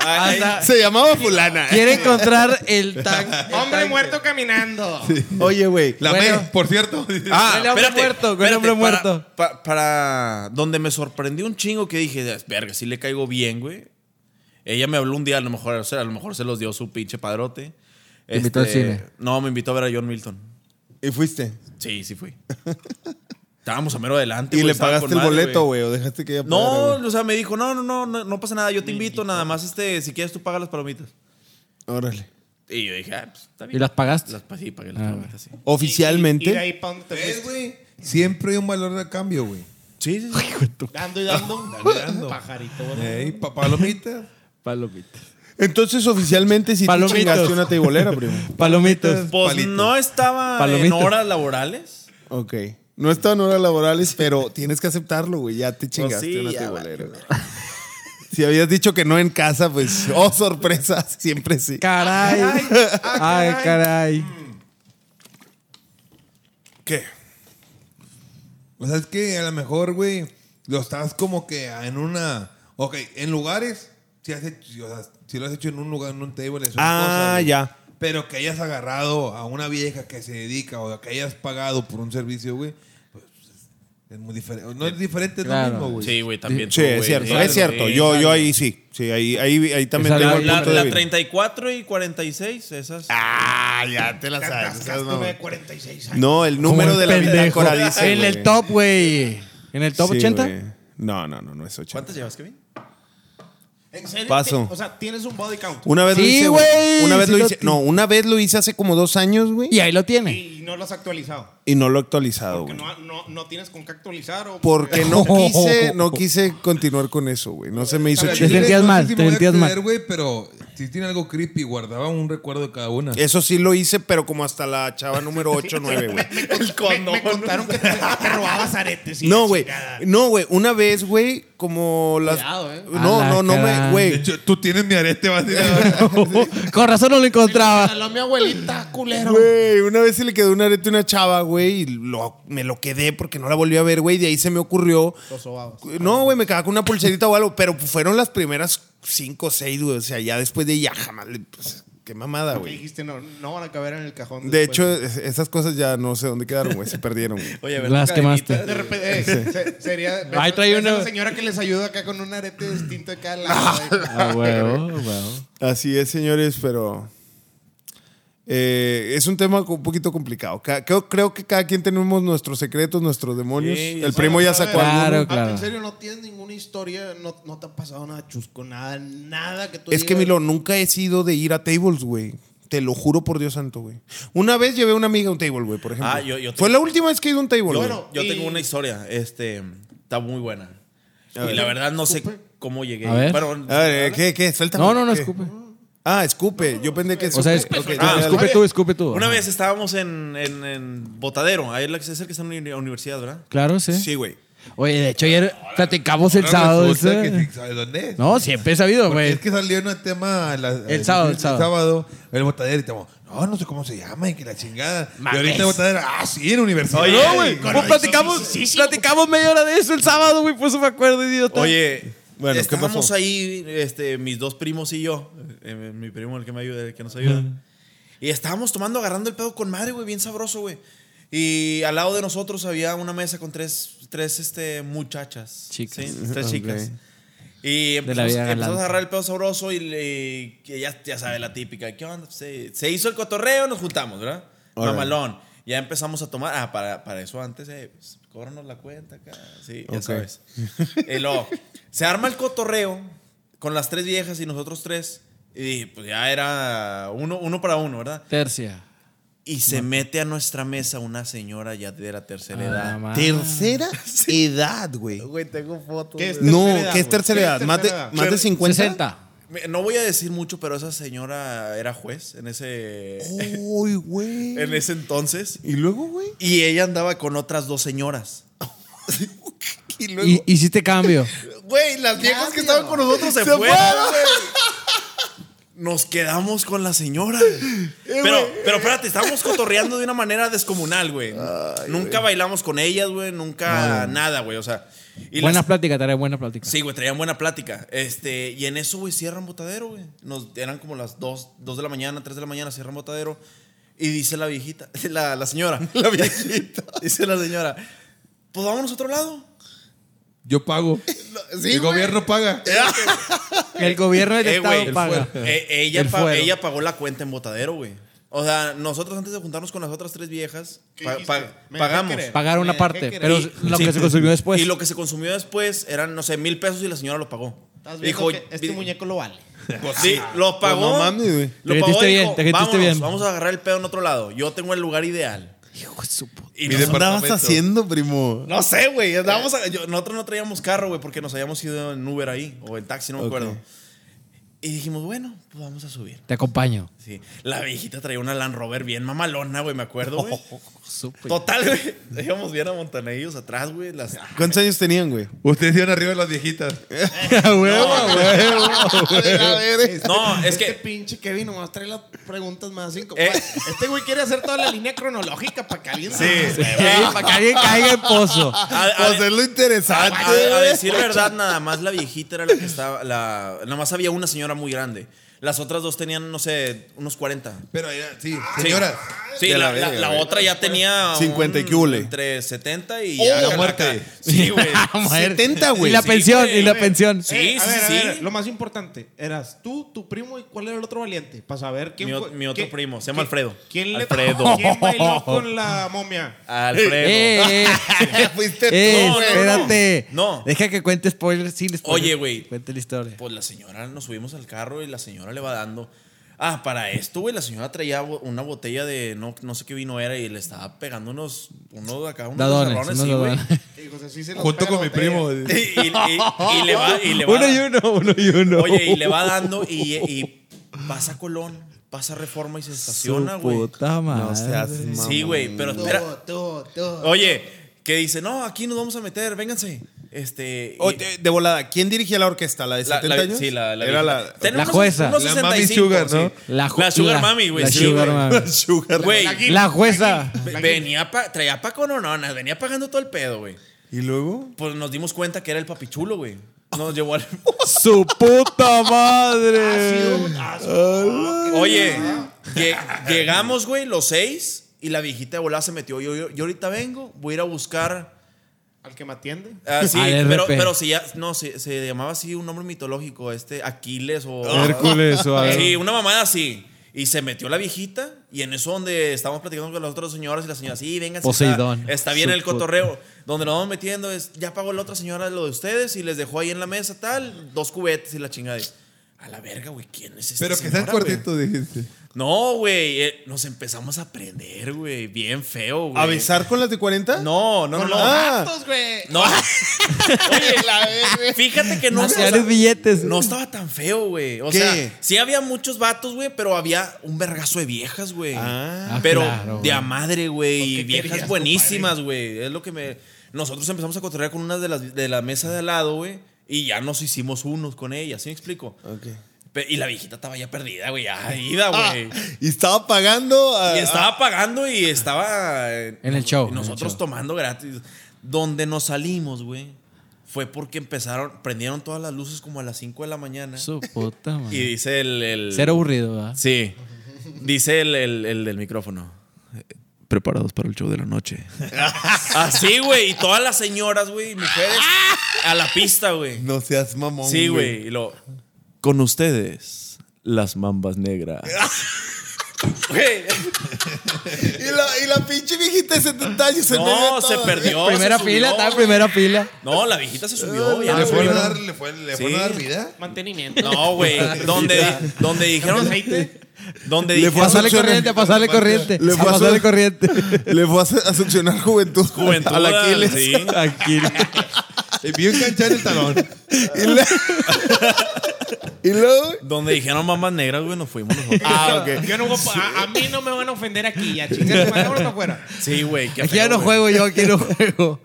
ahí- Hasta- se llamaba fulana. Quiere encontrar el tag. Hombre muerto caminando. Oye, güey. La Bueno. me, por cierto. Ah, Huele a hombre espérate, muerto, huele a espérate, hombre para- muerto. pa- para donde me sorprendió un chingo que dije, verga, si le caigo bien, güey. Ella me habló un día, a lo mejor, o sea, a lo mejor se los dio su pinche padrote. Este, Te invitó al cine. No, me invitó a ver a John Milton. Y fuiste. Sí, sí fui. Estábamos a mero adelante. Y güey, le estaba pagaste con el madre, boleto, güey. O dejaste que ella No, pagara, güey. o sea, me dijo, no, no, no, no, no pasa nada, yo te invito, nada más, este, si quieres tú paga las palomitas. Órale. Y yo dije, ah, pues, está bien. ¿Y las pagaste? Las pa- sí, pagué las Ah, palomitas, sí. Y de Oficialmente. ahí para donde te ¿Ves, fuiste. güey? Siempre hay un valor de cambio, güey. Sí, sí, sí. Dando y dando. dando y dando. Pajarito, güey. Ey, pa- palomitas. Palomitas. Entonces, oficialmente, si te Palomitos. chingaste una teibolera, primo. Palomitas. Pues Palito. no estaba en Palomitas. horas laborales. Ok. No está en horas laborales, pero tienes que aceptarlo, güey. Ya te Pues chingaste sí, una ya teibolera, güey. Si habías dicho que no en casa, pues, oh, sorpresa, siempre sí. Caray. Ay, caray. ¿Qué? O sea, es que a lo mejor, güey, lo estás como que en una. Ok, en lugares, si, has hecho- o sea, si lo has hecho en un lugar, en un table, es una cosa. Ah, güey. ya. Pero que hayas agarrado a una vieja que se dedica o que hayas pagado por un servicio, güey, pues es muy diferente. No es diferente, es Claro. lo mismo, güey. Sí, güey, también. Pues, Sí, tú, es güey. cierto, Sí, es cierto. sí, Yo, yo claro. ahí sí. Sí, ahí, ahí, ahí también Esa tengo la- el La, punto la débil. 34 y 46, esas. Ah, ya te la sabes. esas Cascaste una mamá. de 46 años. No, el número Como de el la pendejo. bitácora dice. En güey. el top, güey. ¿En el top Sí, 80? güey. No, no, no, no es 80. ¿Cuántas llevas, Kevin? ¿En serio? Paso. O sea, tienes un body count. Una vez lo Sí, hice, güey. güey, Una vez sí lo lo hice. ti- No, una vez lo hice hace como dos años, güey. Y ahí lo tiene. Y no lo has actualizado. Y no lo he actualizado, Que güey. no, no, no tienes con qué actualizar. O Porque no quise, no quise continuar con eso, güey. No se me hizo O sea, Te yo chido. creo- sentías no sé mal, si te me voy a sentías mal. exceder, güey, pero si tiene algo creepy, guardaba un recuerdo de cada una. Eso sí lo hice, pero como hasta la chava número 8 o 9, güey. El condón. Me, contaron que te, te robabas aretes. y No, la güey. chingada. No, güey. Una vez, güey, como las. Cuidado, eh. No, A la no, no me, cara. De güey. hecho, tú tienes mi arete, vas a ir a- Con razón no lo Me encontraba. regaló mi abuelita, culero. Güey, una vez se le quedó un arete a una chava, güey, y lo, me lo quedé porque no la volví a ver, güey. De ahí se me ocurrió. Los sobabos. No, güey, me cagaba con una pulserita o algo, pero fueron las primeras cinco o seis, güey. O sea, ya después de ahí, ya jamás. le- pues, qué mamada, Me güey. dijiste, no, no van a caber en el cajón. De después. hecho, es- esas cosas ya no sé dónde quedaron, güey. Se perdieron, güey. Oye, Las quemaste. De repente, eh, se- sería. Ahí trae ves a uno. La señora que les ayuda acá con un arete distinto de cada lado. güey. Ah, huevo, huevo. Así es, señores, pero eh, es un tema un poquito complicado. Ca- creo, creo que cada quien tenemos nuestros secretos, nuestros demonios. Sí, El sí. primo ya Bueno, sacó a ver, alguno. Claro, Ah, claro. En serio, no tienes ninguna historia, no, no te ha pasado nada chusco, nada, nada que tú Es que, digas, Milo, nunca he sido de ir a tables, güey. Te lo juro por Dios santo, güey. Una vez llevé a una amiga a un table, güey, por ejemplo. Ah, yo- yo Fue la tengo- última vez que he ido a un table, Yo, güey. Bueno, yo y- tengo una historia, este, está muy buena. A Y ver. Ah. la verdad no sé cómo llegué. A ver. Bueno, A ver, eh, ¿qué, qué? Suéltame. No, no, no, ¿Qué? escupe. Ah, escupe. Yo pensé que O sea, escupe. escupe, Ok, ah, dale, dale. escupe tú, escupe tú. Una vez estábamos en, en, en Botadero, ahí es la que es el que está en la uni- universidad, ¿verdad? Claro, sí. Sí, güey. Oye, de hecho, ayer platicamos el Ahora sábado. resulta ese. que sí, ¿sabes dónde es? No, siempre he sabido, Porque güey. es que salió en el tema la- Eh, El sábado, el sábado. el botadero y estamos, no, no sé cómo se llama y que la chingada. Mames. Y ahorita el botadero, ah, sí, en universidad. Oye, no, Güey, güey. pues platicamos, platicamos media hora de eso el sábado, güey. Por eso me acuerdo, idiota. Oye, Bueno, ¿qué estábamos pasó? ahí, este, mis dos primos y yo, eh, mi primo el que me ayuda, el que nos ayuda, y estábamos tomando, agarrando el pedo con madre, güey, bien sabroso, güey. Y al lado de nosotros había una mesa con tres, tres este, muchachas. Chicas. ¿sí? tres chicas. Ok. De Y la empezamos, vida galante. empezamos a agarrar el pedo sabroso y, le- que ya, ya sabe la típica. ¿Qué onda? Se, se hizo el cotorreo, nos juntamos, ¿verdad? Mamalón. Ya empezamos a tomar. Ah, para, para eso antes, eh, pues, cóbranos la cuenta acá. Sí, ya Ok. sabes. pues. Y luego, se arma el cotorreo con las tres viejas y nosotros tres. Y pues ya era uno, uno para uno, ¿verdad? Tercia. Y se mete a nuestra mesa una señora ya de la tercera Ah, edad. ma- Tercera edad, güey. Güey, tengo fotos. ¿Qué es güey. No, tercera edad, ¿qué es güey? tercera ¿Qué es edad? Más de, tercera edad? más de 50. 60. Me- No voy a decir mucho, pero esa señora era juez en ese, Uy, güey. en ese entonces. Y luego, güey. Y ella andaba con otras dos señoras. y luego, Y hiciste cambio. güey, las viejas que estaban con nosotros se, fueron. güey. Nos quedamos con la señora. Pero, pero espérate, estábamos cotorreando de una manera descomunal, güey. Nunca bailamos con ellas, güey. Nunca nada, güey. O sea. Y buena las- plática, tarea, buena plática. Sí, güey, traían buena plática. Este, y en eso, güey, cierran botadero, güey. Nos, eran como las 2, 2 de la mañana, 3 de la mañana, cierran botadero. Y dice la viejita, la, la señora. La viejita. dice la señora, pues vámonos a otro lado. Yo pago. el gobierno paga. El gobierno del Eh, Estado güey, paga. Eh, ella, El pa- fuero. ella pagó la cuenta en botadero, güey. O sea, nosotros antes de juntarnos con las otras tres viejas, ¿Qué pa- dijiste? pa- Me dejé pagamos. querer. Pagar una Me dejé parte, querer. pero Eh, Y- lo sí. que se consumió después. Y lo que se consumió después eran, no sé, mil pesos y la señora lo pagó. Estás viendo Dijo, que este vi- muñeco lo vale. Pues sí, lo pagó. no mames, güey. Lo Te pagó metiste y bien, dijo, te metiste "Vámonos, bien". Vamos a agarrar el pedo en otro lado. Yo tengo el lugar ideal. Hijo de su puta. Y ¿Qué nos andaba- andabas haciendo, primo? No sé, güey. andábamos a- yo- nosotros no traíamos carro, güey, porque nos habíamos ido en Uber ahí o en taxi, no me Ok. acuerdo. Y dijimos, bueno, pues vamos a subir. Te acompaño. Sí. La viejita traía una Land Rover bien mamalona, güey, me acuerdo, güey. Súper. Total, güey. Íbamos bien a Montanellos atrás, güey. Las, ¿Cuántos años tenían, güey? Eh, Ustedes iban arriba de las viejitas. Eh, No, es Este que pinche Kevin nomás trae las preguntas más cinco. Eh. Este güey quiere hacer toda la línea cronológica para que alguien. Sí. eh. Para que alguien caiga en pozo. a- a- Pues es lo interesante. A, a decir verdad, nada más la viejita era la que estaba. La, nada más había una señora muy grande. Las otras dos tenían, no sé, unos 40. Ah, Pero era, sí, Ah, Sí. señoras. Sí, De la, la la- verga, la güey. otra ya tenía. 50 y un- qué hule. Entre 70 y. Oh, ya la muerte. Sí, güey. Mujer. 70, güey. Y la Sí, pensión, güey, y la güey. pensión. Sí, Eh, a sí, ver, a sí. ver, lo más importante, eras tú, tu primo y cuál era el otro valiente. Para saber quién Mi o- fue- mi otro quién- primo, se llama quién- Alfredo. ¿Quién le Alfredo. ¿Quién bailó con la momia? Alfredo. Eh, eh, eh. Fuiste Eh, No, no, no. espérate. No. Deja que cuente spoilers sin spoilers. Oye, güey. Cuente la historia. Pues la señora, nos subimos al carro y la señora le va dando. Ah, para esto, güey, la señora traía bo- una botella de no, no sé qué vino era y le estaba pegando unos, unos acá, unos Dadones, cerrones, unos sí, güey. dadones. Y José sí se nos Junto pega la con mi botella. primo. Y, y- y- y le va, y le va Uno y uno, uno y uno. Oye, y le va dando y, y pasa Colón, pasa Reforma y se estaciona, Su güey. puta madre. No seas mamón. Sí, güey, pero espera. Tú, tú, tú. Oye, que dice, no, aquí nos vamos a meter, vénganse. Este. y- O- de, de volada, ¿quién dirigía la orquesta? ¿La de la- 70 la- años? Sí, la, la Era viejita. la. Tenía La unos- jueza. unos La mami 65, Sugar, ¿no? sí. La, La, ju- Sugar la- Mami, güey. La sí, Sugar güey. Mami. Sugar. Güey, Gil. La jueza. ve- venía pa, traía pa con ononas, venía pagando todo el pedo, güey. ¿Y luego? Pues nos dimos cuenta que era el papichulo, güey. Nos llevó al. Su puta Ah, Ácido, madre. ácido. Oye, lle- llegamos, güey, los seis, y la viejita de volada se metió. Yo, yo, yo ahorita vengo, voy a ir a buscar. Al que me atiende. Ah, sí, Al RP. pero, pero si ya. No, se, se llamaba así un nombre mitológico, este Aquiles o. Ah. Ah, Hércules o algo. Sí, una mamada así. Y se metió la viejita, y en eso donde estábamos platicando con las otras señoras, y la señora, sí, vengan, Poseidón. Está, está bien Su el cotorreo. Donde nos vamos metiendo es, ya pagó la otra señora lo de ustedes, y les dejó ahí en la mesa tal, dos cubetes y la chingada. A la verga, güey, ¿quién es esta Pero que señora, sean güey? cuartitos, dijiste. No, güey. eh, nos empezamos a prender, güey. Bien feo, güey. ¿A besar con las de 40? No, no, no. Con No. los Ah. gatos, güey. No. Oye, Fíjate que no, o sea, Hacer billetes. no estaba tan feo, güey. O ¿Qué? sea, sí había muchos vatos, güey, pero había un vergazo de viejas, güey. Ah. pero Ah, claro, de güey. a madre, güey. qué Y viejas querías, buenísimas, güey. Es lo que me. Nosotros empezamos a cotorrear con unas de, las, de la mesa de al lado, güey. Y ya nos hicimos unos con ellas, ¿sí me explico? Ok. Ah, Pe- Y la viejita estaba ya perdida, güey. Ya ida, güey. Y estaba pagando. a- Y estaba pagando y estaba. eh, En el show, y en el nosotros show. tomando gratis. Donde nos salimos, güey, fue porque empezaron, prendieron todas las luces como a las 5 de la mañana. Su puta Y madre. dice el. el- Cero aburrido, ¿verdad? Sí. Dice el, el- el del micrófono. eh, Preparados para el show de la noche. Así, güey. Y todas las señoras, güey, mujeres, a la pista, güey. No seas mamón. Sí, güey. Y lo. Con ustedes, las mambas negras. Güey. Y la, y la pinche viejita de 70 años en medio No, de se todo. perdió. primera se subió, fila, estaba en güey. primera fila. No, la viejita se subió. ya, ¿Le güey. fueron a dar, le fue- le Sí. fueron a dar vida? Mantenimiento. No, güey. Donde, donde dijeron. Donde Le fue a dijeron hacer Pasarle corriente, pasarle corriente. Le a pasó- pasarle corriente. Le fue a, su- a succionar juventud. juventud. Al Aquiles. Sí. Aquí. Le vio enganchar el talón. Y luego, Donde dijeron mamás negras, güey, nos fuimos nosotros. Ah, ok. Yo no voy a- a, a mí no me van a ofender aquí, ya chingas, vámonos para afuera. Sí, güey. qué Aquí feo, ya no güey. juego yo, aquí no juego.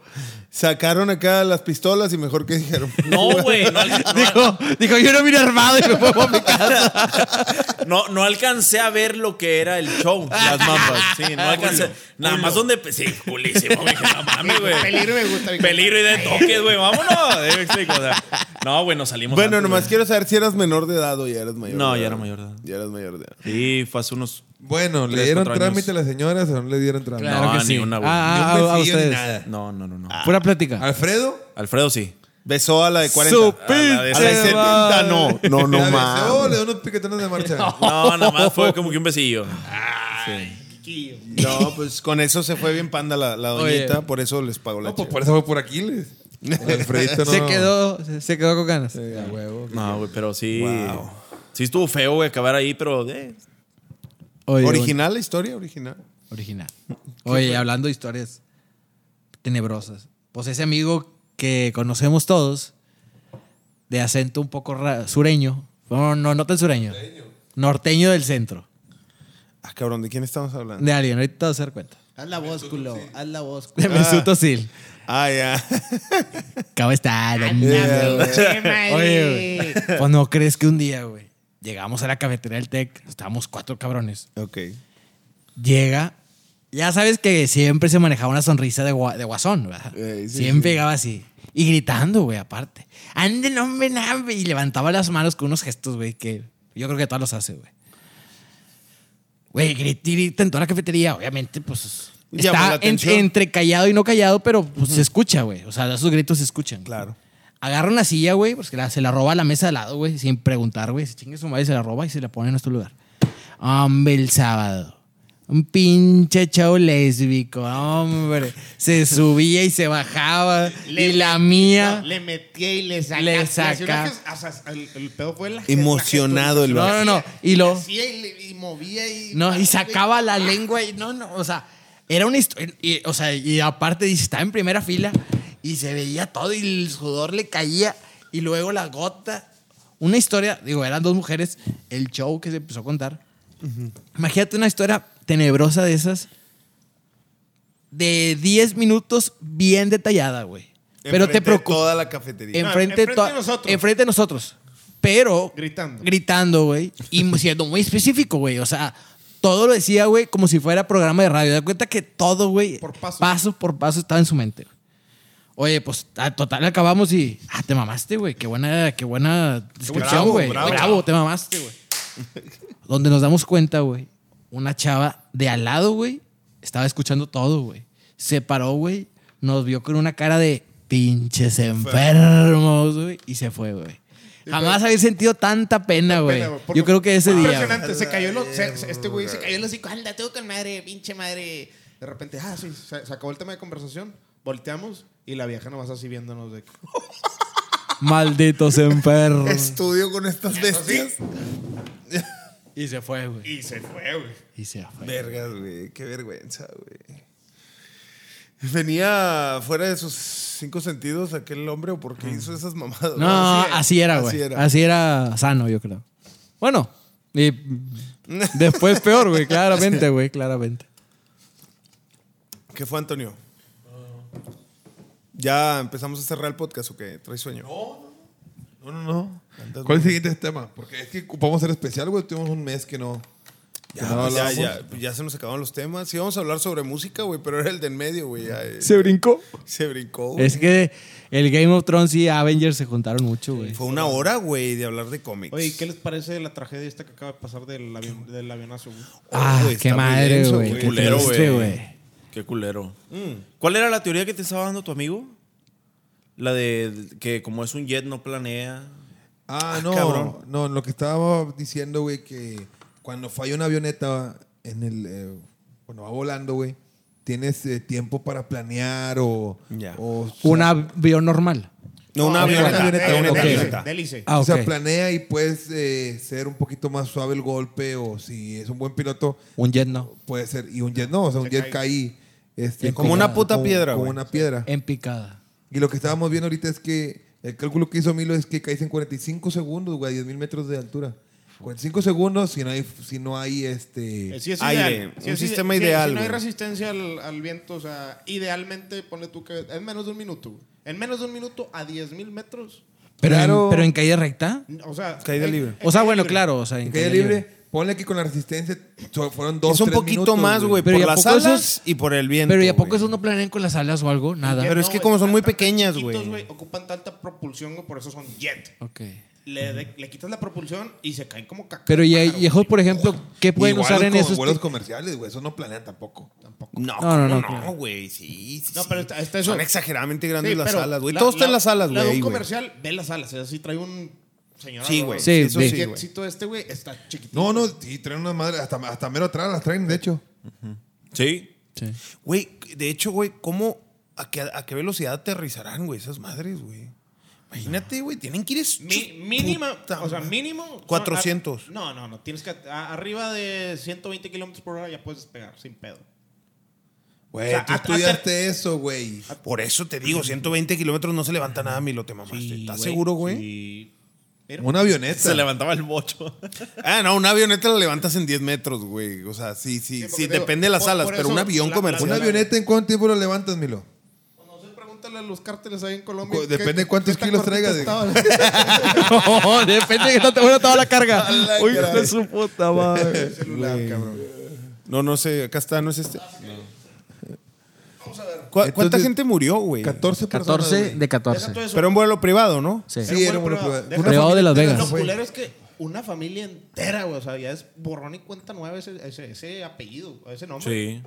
Sacaron acá las pistolas y mejor que dijeron. No, güey. No, al- Dijo, dijo, yo no vine armado y me puedo mi casa. no, no alcancé a ver lo que era el show. Las mamás. Sí, no alcancé. Nada más donde. Sí, culísimo, güey. No mames, güey. Peligro me gusta. mi Peligro y de toques, güey. Vámonos. Eh, me explico, o sea, no, güey, nos salimos. Bueno, antes, nomás güey. quiero saber si eras menor de edad o ya eras mayor. No, de ya edad. era mayor de edad. Ya eras mayor de edad. Sí, fue hace unos. Bueno, ¿le Tres, dieron cuatro años. trámite a las señoras o no le dieron trámite? Claro. No, que ni sí. una, güey. Ah, ah, Ni un a besillo ni ustedes. nada. No, no, no, no. Pura plática. ¿Alfredo? Alfredo sí. Besó a la de 40. Su a la de pinche 70 no. No, ¿La no besó? mames. le dio unos piquetones de marcha. No, nada más fue como que un besillo. chiquillo. No, pues con eso se fue bien panda la, la Oye. doñita, por eso les pagó la No, pues chiva. por eso fue por Aquiles. Alfredito no. Se quedó, se- se quedó con ganas. No, güey, pero sí. Sí estuvo feo, güey, acabar ahí, pero. eh, Oye, ¿Original la historia? ¿Original? bueno, original. Oye, hablando de historias tenebrosas. Pues ese amigo que conocemos todos, de acento un poco ra- sureño. No, no, no tan sureño. Norteño del centro. Ah, cabrón, ¿de quién estamos hablando? De alguien, ahorita te vas a dar cuenta. Haz la voz, culo. Haz la voz, culo. De Mesut Özil. Ah, ya. ¿Cómo está? Ah, Oye, güey, pues no crees que un día, güey, llegamos a la cafetería del Tec, estábamos cuatro cabrones. ok. Llega, ya sabes que siempre se manejaba una sonrisa de, gua- de guasón, ¿verdad? Eh, sí, siempre llegaba así. Y gritando, güey, aparte. Anden, hombre, hombre", Y levantaba las manos con unos gestos, güey, que yo creo que todos los hace, güey. Güey, grita y grita en toda la cafetería, obviamente, pues. Llama la Está en- atención. entre callado y no callado, pero pues, se escucha, güey. O sea, esos gritos se escuchan. Claro. Agarra una silla, güey, porque la- se la roba a la mesa de al lado, güey, sin preguntar, güey. Se chingue su madre, se la roba y se la pone en nuestro lugar. Hombre, el sábado. Un pinche show lésbico, hombre. Se subía y se bajaba. y la mía. Le metí y le saca. Le Le saca. hacía una ges- o sea, el, el pedo fue la Emocionado el No, vato. no, no. Y lo. Hacía y, le- y movía y. No, y sacaba la lengua y no, no, o sea, era una historia, o sea, y aparte dice, estaba en primera fila y se veía todo y el sudor le caía y luego la gota. Una historia, digo, eran dos mujeres, el show que se empezó a contar. Imagínate una historia tenebrosa de esas, de 10 minutos bien detallada, güey. Pero te Enfrente de preocupa. Toda la cafetería. Enfrente, No, enfrente to- de nosotros. enfrente de nosotros. Pero. Gritando. Gritando, güey. Y siendo muy específico, güey. O sea, todo lo decía, güey, como si fuera programa de radio. Da cuenta que todo, güey. Por pasos. Paso por paso estaba en su mente. güey. Oye, pues a- total acabamos y. Ah, te mamaste, güey. Qué buena, qué buena descripción, Bravo, güey. bravo. Bravo, te mamaste, güey. Donde nos damos cuenta, güey. Una chava de al lado, güey. Estaba escuchando todo, güey. Se paró, güey. Nos vio con una cara de pinches enfermos, güey. Y se fue, güey. Jamás había sentido tanta pena, güey. Pena, güey, por- Yo creo que ese día. güey. Impresionante. Se cayó el. o- se- se- este güey se cayó el hocico. Anda, tengo con madre, pinche madre. De repente, ah, sí, se, se acabó el tema de conversación. Volteamos y la vieja nomás así viéndonos de. que- Malditos enfermos. Estudio con estas bestias. Y se fue, güey. Y se fue, güey. Y se fue. Vergas, güey. Qué vergüenza, güey. ¿Venía fuera de sus cinco sentidos aquel hombre o por qué hizo esas mamadas? No, así era, güey. Así, era sano, yo creo. Bueno, y después peor, güey. Claramente, güey. Claramente. ¿Qué fue, Antonio? ¿Ya empezamos a cerrar el podcast o qué? ¿Traes sueño? No, no, no. ¿Cuál es el siguiente tema? Porque es que ocupamos ser especial, güey. Tuvimos un mes que no. Ya, que pues, no ya, hablábamos. ya, ya se nos acabaron los temas. Sí, vamos a hablar sobre música, güey, pero era el de en medio, güey. ya, eh, Se brincó. Eh, Se brincó. güey. Es que el Game of Thrones y Avengers se juntaron mucho, güey. Fue una hora, güey, de hablar de cómics. Oye, ¿qué les parece la tragedia esta que acaba de pasar del, avión, del avionazo? güey? Ah, güey, qué está muy madre, denso, güey. güey. Qué Culero, triste, güey. güey. Qué culero. ¿Cuál era la teoría que te estaba dando tu amigo? La de que como es un jet no planea. Ah, Ah, no. cabrón. No, lo que estaba diciendo, güey, que cuando falla una avioneta va, en el, eh, cuando va volando, güey, tienes eh, tiempo para planear o... Ya. o- Un avión normal. No, una Ah, No, avioneta. Ah, avioneta, avioneta, ok. avioneta. Delice. Ah, o sea, ok. planea y puedes eh, ser un poquito más suave el golpe o si es un buen piloto, Un jet no. puede ser... Y un jet no, o sea, un Se jet cae. caí. este, Como una puta como- piedra, Como güey. una piedra. En picada. Y lo que estábamos viendo ahorita es que el cálculo que hizo Milo es que caes en 45 segundos, güey, a 10 mil metros de altura. 45 segundos si no hay, si no hay este... Eh, sí es Aire, ideal. Sí un es sistema ide- sí, ideal, Si no hay güey. resistencia al, al viento, o sea, idealmente ponle tú que en menos de un minuto. güey. En menos de un minuto a 10 mil metros. Pero, Claro. en, pero en caída recta. O sea, Caída en- libre. en O sea, bueno, libre. claro. O sea, en En caída libre, ponle que con la resistencia so- fueron dos, Es un tres poquito minutos, más, güey, Pero por ¿y a las poco alas esos- y por el viento. Pero ¿y a poco güey. eso no planean con las alas o algo? Nada. Jet Pero es no, que güey, como son muy están tan pequeñas, chiquitos, güey. Ocupan tanta propulsión, güey, por eso son jet. Ok. Le, de- le quitas la propulsión y se caen como caca. Pero y, de pájaro, y esos, por ejemplo, ¿qué pueden Igual usar los en co- esos? vuelos comerciales, güey, eso no planean Este. tampoco. No, No, no, no, no, no, claro. güey. Sí, sí. No, sí. pero está- está eso. Son exageradamente Sí, grandes las pero alas, güey. la- Todo está en las alas, La de güey. un güey. comercial, ve las alas. Es así, trae un señor. Sí, güey. Sí, eso sí. sí, güey. todo este, güey, está chiquitito. No, no, y traen unas madres, hasta, hasta mero atrás las traen, de hecho. Sí. Sí. Güey, de hecho, güey, ¿cómo? ¿A qué, a qué velocidad aterrizarán, güey, esas madres, güey? Imagínate, güey, tienen que ir... es- Mi- mínima, puta o sea, madre. mínimo. son 400. a- no, no, no. Tienes que. a- arriba de 120 kilómetros por hora ya puedes despegar, sin pedo. Güey, O sea, Eh, tú a- estudiaste eso, güey. Ah, Por eso te digo, 120 kilómetros no se levanta nada, mi lote, mamaste. ¿Estás seguro, güey? Sí. Pero- Una avioneta. Se levantaba el bocho. Ah, no, una avioneta la levantas en 10 metros, güey. O sea, sí, sí, Sí, sí, porque te digo, depende de las por- alas, por pero eso un avión la- la- comercial. ¿Una avioneta en cuánto tiempo lo levantas, Milo? No sé, pregúntale a los cárteles ahí en Colombia. Cu- ¿qué- depende qué cuántos tan kilos cortito traiga, estaba? No, depende de que no te bueno, toda la carga. Uy, de su puta madre. celular, cabrón. No, no sé, acá está, no es este. ¿Cu- ¿Cuánta Entonces, gente murió, güey? 14 Eh, personas. 14 güey. de Deja 14. todo eso. Pero en vuelo privado, ¿no? Sí. Sí, era un vuelo privado. privado. Deja- Una Privado de familia Las entera Vegas. Lo se fue. culero es que una familia entera, güey. O sea, ya es borrón y cuenta nueva ese, ese, ese apellido, ese nombre. Sí.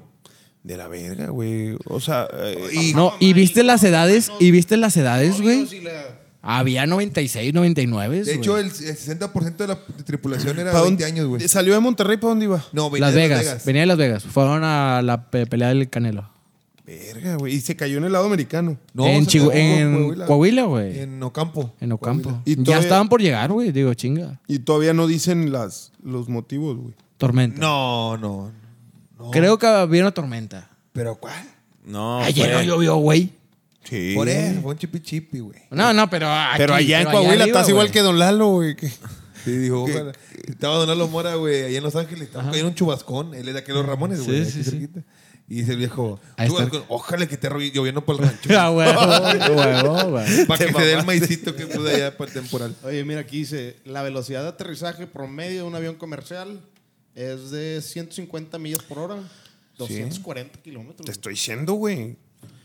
De la verga, güey. O sea, eh, Y No, y viste las edades, y viste las edades, güey. Novios y la- Había 96, 99. de hecho, el, el 60% de la tripulación era ¿pa' 20 dónde- años, güey. ¿Salió de Monterrey para dónde iba? No, venía Las de Vegas. Venía de Las Vegas. Fueron a la pe- pelea del Canelo. Verga, güey. Y se cayó en el lado americano. No, en, se Chihu- quedó en Coahuila, güey. En, En Ocampo. Ocampo. Y ya todavía- estaban por llegar, güey. Digo, chinga. Y todavía no dicen las, los motivos, güey. Tormenta. No, no. no. Creo que había una tormenta. ¿Pero cuál? No. Ayer fue- no llovió, güey. Sí. Por eso, fue un chipi chipi, güey. No, no, pero aquí, pero allá en pero Coahuila arriba, estás igual güey. que Don Lalo, güey. que- Sí, dijo, ojalá. Estaba Don Lalo Mora, güey, ahí en Los Ángeles. Estaba cayendo un chubascón. Él es de aquellos Ramones, güey. sí, aquí sí. cerquita. Y dice el viejo, Ahí está. "Chubascón, ojalá que esté ro- lloviendo por el rancho. Ah, huevo, huevo, güey. para que se dé el maicito que pude allá para el temporal. Oye, mira, aquí dice, la velocidad de aterrizaje promedio de un avión comercial es de 150 millas por hora, 240 kilómetros. Te estoy diciendo, güey.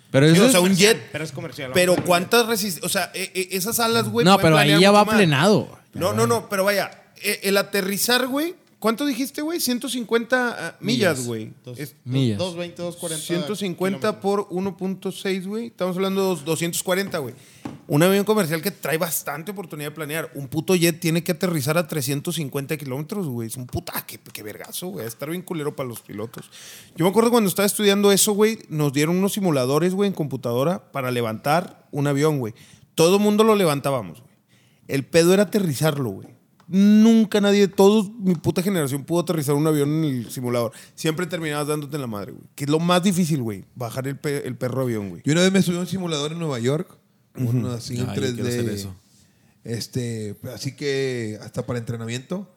Pero Sí, eso o es- sea, un jet. Pero es comercial. Pero vamos a ver. cuántas resist... O sea, eh, eh, esas alas, güey. No, pueden pero ahí planear ya va mucho más. plenado. No, no, no, pero vaya, eh, el aterrizar, güey. ¿Cuánto dijiste, güey? 150 ah, millas, güey. Dos- Es- Millas. 220, 240. 150 kilómetros. por 1.6, güey. Estamos hablando de dos- 240, güey. Un avión comercial que trae bastante oportunidad de planear. Un puto jet tiene que aterrizar a 350 kilómetros, güey. Es un puta, ah, qué, qué vergazo, güey. Estar bien culero para los pilotos. Yo me acuerdo cuando estaba estudiando eso, güey, nos dieron unos simuladores, güey, en computadora para levantar un avión, güey. Todo el mundo lo levantábamos, güey. El pedo era aterrizarlo, güey. Nunca nadie, todos mi puta generación pudo aterrizar un avión en el simulador. Siempre terminabas dándote en la madre, güey. Que es lo más difícil, güey. Bajar el, pe- el perro avión, güey. Yo una vez me subí a un simulador en Nueva York, uno así en Ay, yo 3D. quiero hacer eso. Este, así que hasta para entrenamiento,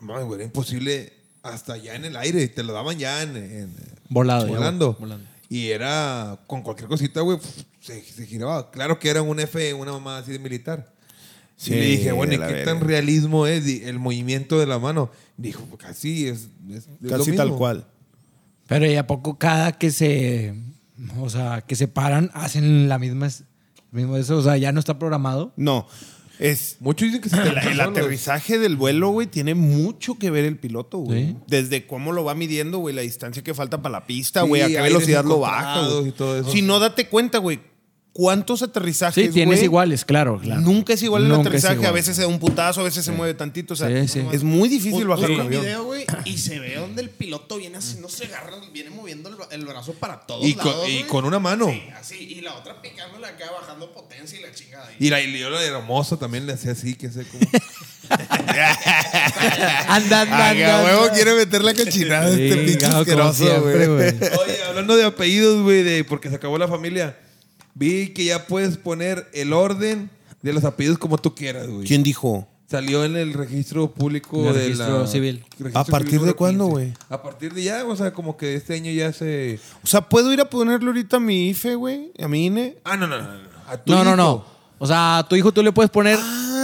mames, güey, era imposible hasta allá en el aire, te lo daban ya en, en- Volado, ya, volando. volando. Y era con cualquier cosita, güey, pf, se, se giraba. Claro que era un F, una mamá así de militar. Sí, y le dije, bueno, ¿y de qué la verga. tan realismo es di- el movimiento de la mano? Dijo, "Pues casi es, es- es lo Casi tal mismo". cual. Pero ¿y a poco cada que se. O sea, que se paran, hacen la misma. Mismo eso, o sea, ya no está programado. No. Es. Muchos dicen que se El, te el aterrizaje del vuelo, güey, tiene mucho que ver el piloto, güey. Sí. Desde cómo lo va midiendo, güey, la distancia que falta para la pista, Sí, güey, a qué aires velocidad lo encontrados baja, güey. y todo eso. Si no, date cuenta, güey, cuántos aterrizajes. Sí, tienes güey? iguales, claro, claro. Nunca es igual el Nunca es aterrizaje. A igual. veces se da un putazo, a veces se mueve tantito. O sea, Sí, sí. es muy difícil Pon- bajar pon un un avión. video, güey, y se ve donde el piloto viene así, no se agarra, viene moviendo el, bra- el brazo para todos Y lados. con, y güey. con una mano. Sí, así, y la otra picándole acá, bajando potencia y la chingada. Y Y la y yo la hermosa también le hacía así, que sé cómo. Anda, Haga anda, anda. huevo quiere meter la cochinada a este Sí, pinche claro, como asqueroso, siempre, güey. güey. Oye, hablando de apellidos, güey, de porque se acabó la familia. Vi que ya puedes poner el orden de los apellidos como tú quieras, güey. ¿Quién dijo? Salió en el registro público En el de registro la- civil. registro ¿A partir civil de número cuándo, 15. güey? A partir de ya, o sea, como que este año ya se. O sea, ¿puedo ir a ponerle ahorita a mi IFE, güey? A mi INE. Ah, no, no, no. no. A tu No, no, hijo. no. O sea, a tu hijo tú le puedes poner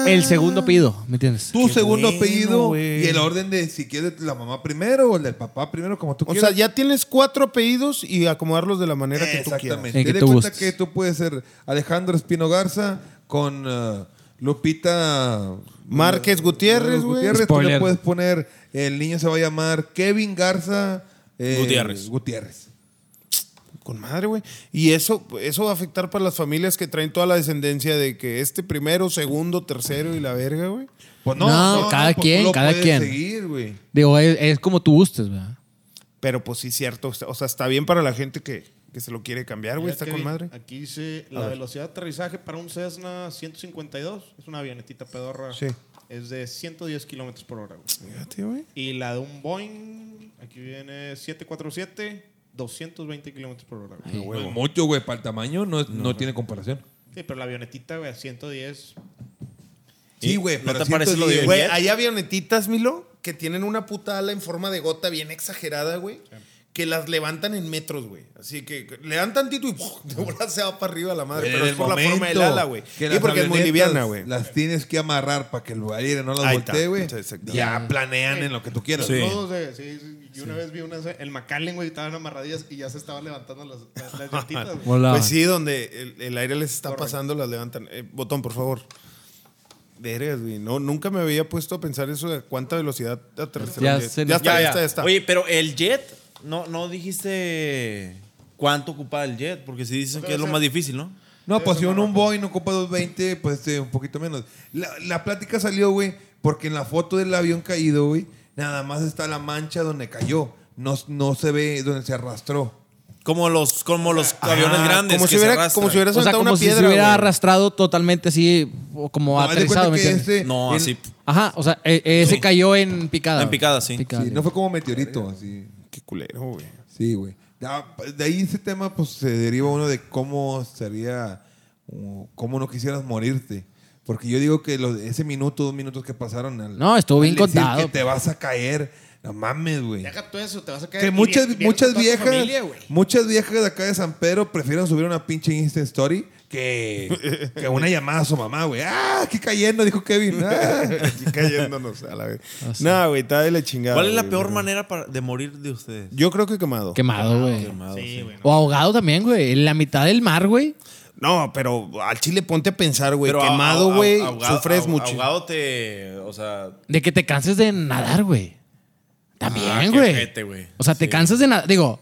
el segundo pido, ¿me entiendes? Tu segundo bueno, apellido güey. y el orden de si quieres la mamá primero o el del papá primero, como tú O quieras. sea, ya tienes cuatro apellidos y acomodarlos de la manera que tú quieras. Exactamente. El que Ten tú en cuenta gustes. que tú puedes ser Alejandro Espino Garza con eh, Lupita Márquez eh, Gutiérrez, güey. Gutiérrez, tú le Spoiler. puedes poner el niño se va a llamar Kevin Garza eh, Gutiérrez. Gutiérrez. Con madre, güey. Y eso, eso va a afectar para las familias que traen toda la descendencia de que este primero, segundo, tercero y la verga, güey. Pues No, cada pues tú quien, lo cada puedes quien. seguir, güey. Digo, es, es como tú gustes, ¿verdad? Pero pues sí, cierto. O sea, está bien para la gente que, que se lo quiere cambiar, güey. mira, Está con Kevin, madre. Aquí dice la velocidad de aterrizaje para un Cessna 152. Es una avionetita pedorra. Sí. Es de 110 kilómetros por hora, güey. Fíjate, güey. Y la de un Boeing, aquí viene 747, 220 kilómetros por hora, güey. No es mucho, güey, para el tamaño no, es- no tiene comparación. Sí, pero la avionetita, güey, a 110. Sí, güey, ¿No pero te parece lo 110, de- Güey, Jet? hay avionetitas, Milo, que tienen una puta ala en forma de gota bien exagerada, güey. Que las levantan en metros, güey. Así que que le dan tantito y ¡puf! de volada se va para arriba la madre. En Pero es el por la forma del momento ala, güey. que Y las porque es muy avionetas liviana, güey. Las tienes que amarrar para que el aire no las Ahí está. voltee, güey. Exacto. Ya planean en lo que tú quieras. Sí. güey. Todos, eh, sí, sí. Yo una vez vi una, el McAllen, güey, estaban amarradillas y ya se estaban levantando las, las, las llantitas, güey. Hola. Pues sí, donde el, el aire les está pasando, las levantan. Eh, botón, por favor. Vergas, güey. No, nunca me había puesto a pensar eso de cuánta velocidad aterrizaron. Ya Ya, se ya nos- está, ya, está, ya está. Oye, pero el jet, no, no dijiste cuánto ocupaba el jet, porque si dicen que es lo más difícil, ¿no? No, pues si uno un Boeing ocupa 220, pues este, un poquito menos. La, la plática salió, güey, porque en la foto del avión caído, güey, nada más está la mancha donde cayó. No, no se ve donde se arrastró. Como los, como los aviones Ah, grandes. Como que si se hubiera, arrastran. como si hubiera O sea, soltado como una si piedra. se hubiera güey. arrastrado totalmente así, o como No, haz de aterrizado, ¿me cuenta que entiendes? este- No, en- así. Ajá, o sea, e- ese cayó en picada. En picada, sí. sí, no fue como meteorito, así. Qué culero, güey. Sí, güey. Ya, De ahí ese tema, pues se deriva uno de cómo sería, uh, cómo no quisieras morirte. Porque yo digo que los, ese minuto, dos minutos que pasaron al. No, estuvo bien al decir contado. que te pues. vas a caer. No mames, güey. Deja todo eso, te vas a caer. Que Y muchas, viene- viene muchas con toda tu viejas, familia, güey. muchas viejas de acá de San Pedro prefieren subir una pinche Insta Story que, que una llamada a su mamá, güey. Ah, aquí cayendo, dijo Kevin. Ah. Aquí cayéndonos a la vez. Nah, güey, está de la chingada. Ah, ¿Cuál es la güey, peor pero- manera para- de morir de ustedes? Yo creo que quemado. Quemado, güey. Ah, Quemado, Sí, sí. güey. O ahogado también, güey. En la mitad del mar, güey. No, pero al chile ponte a pensar, güey. Pero a- Quemado, a- güey, ahogado- sufres ah- mucho. Ahogado te. O sea. De que te canses de nadar, güey. Ah, También, qué güey. ojete, güey. o sea, te cansas de nadar. Digo,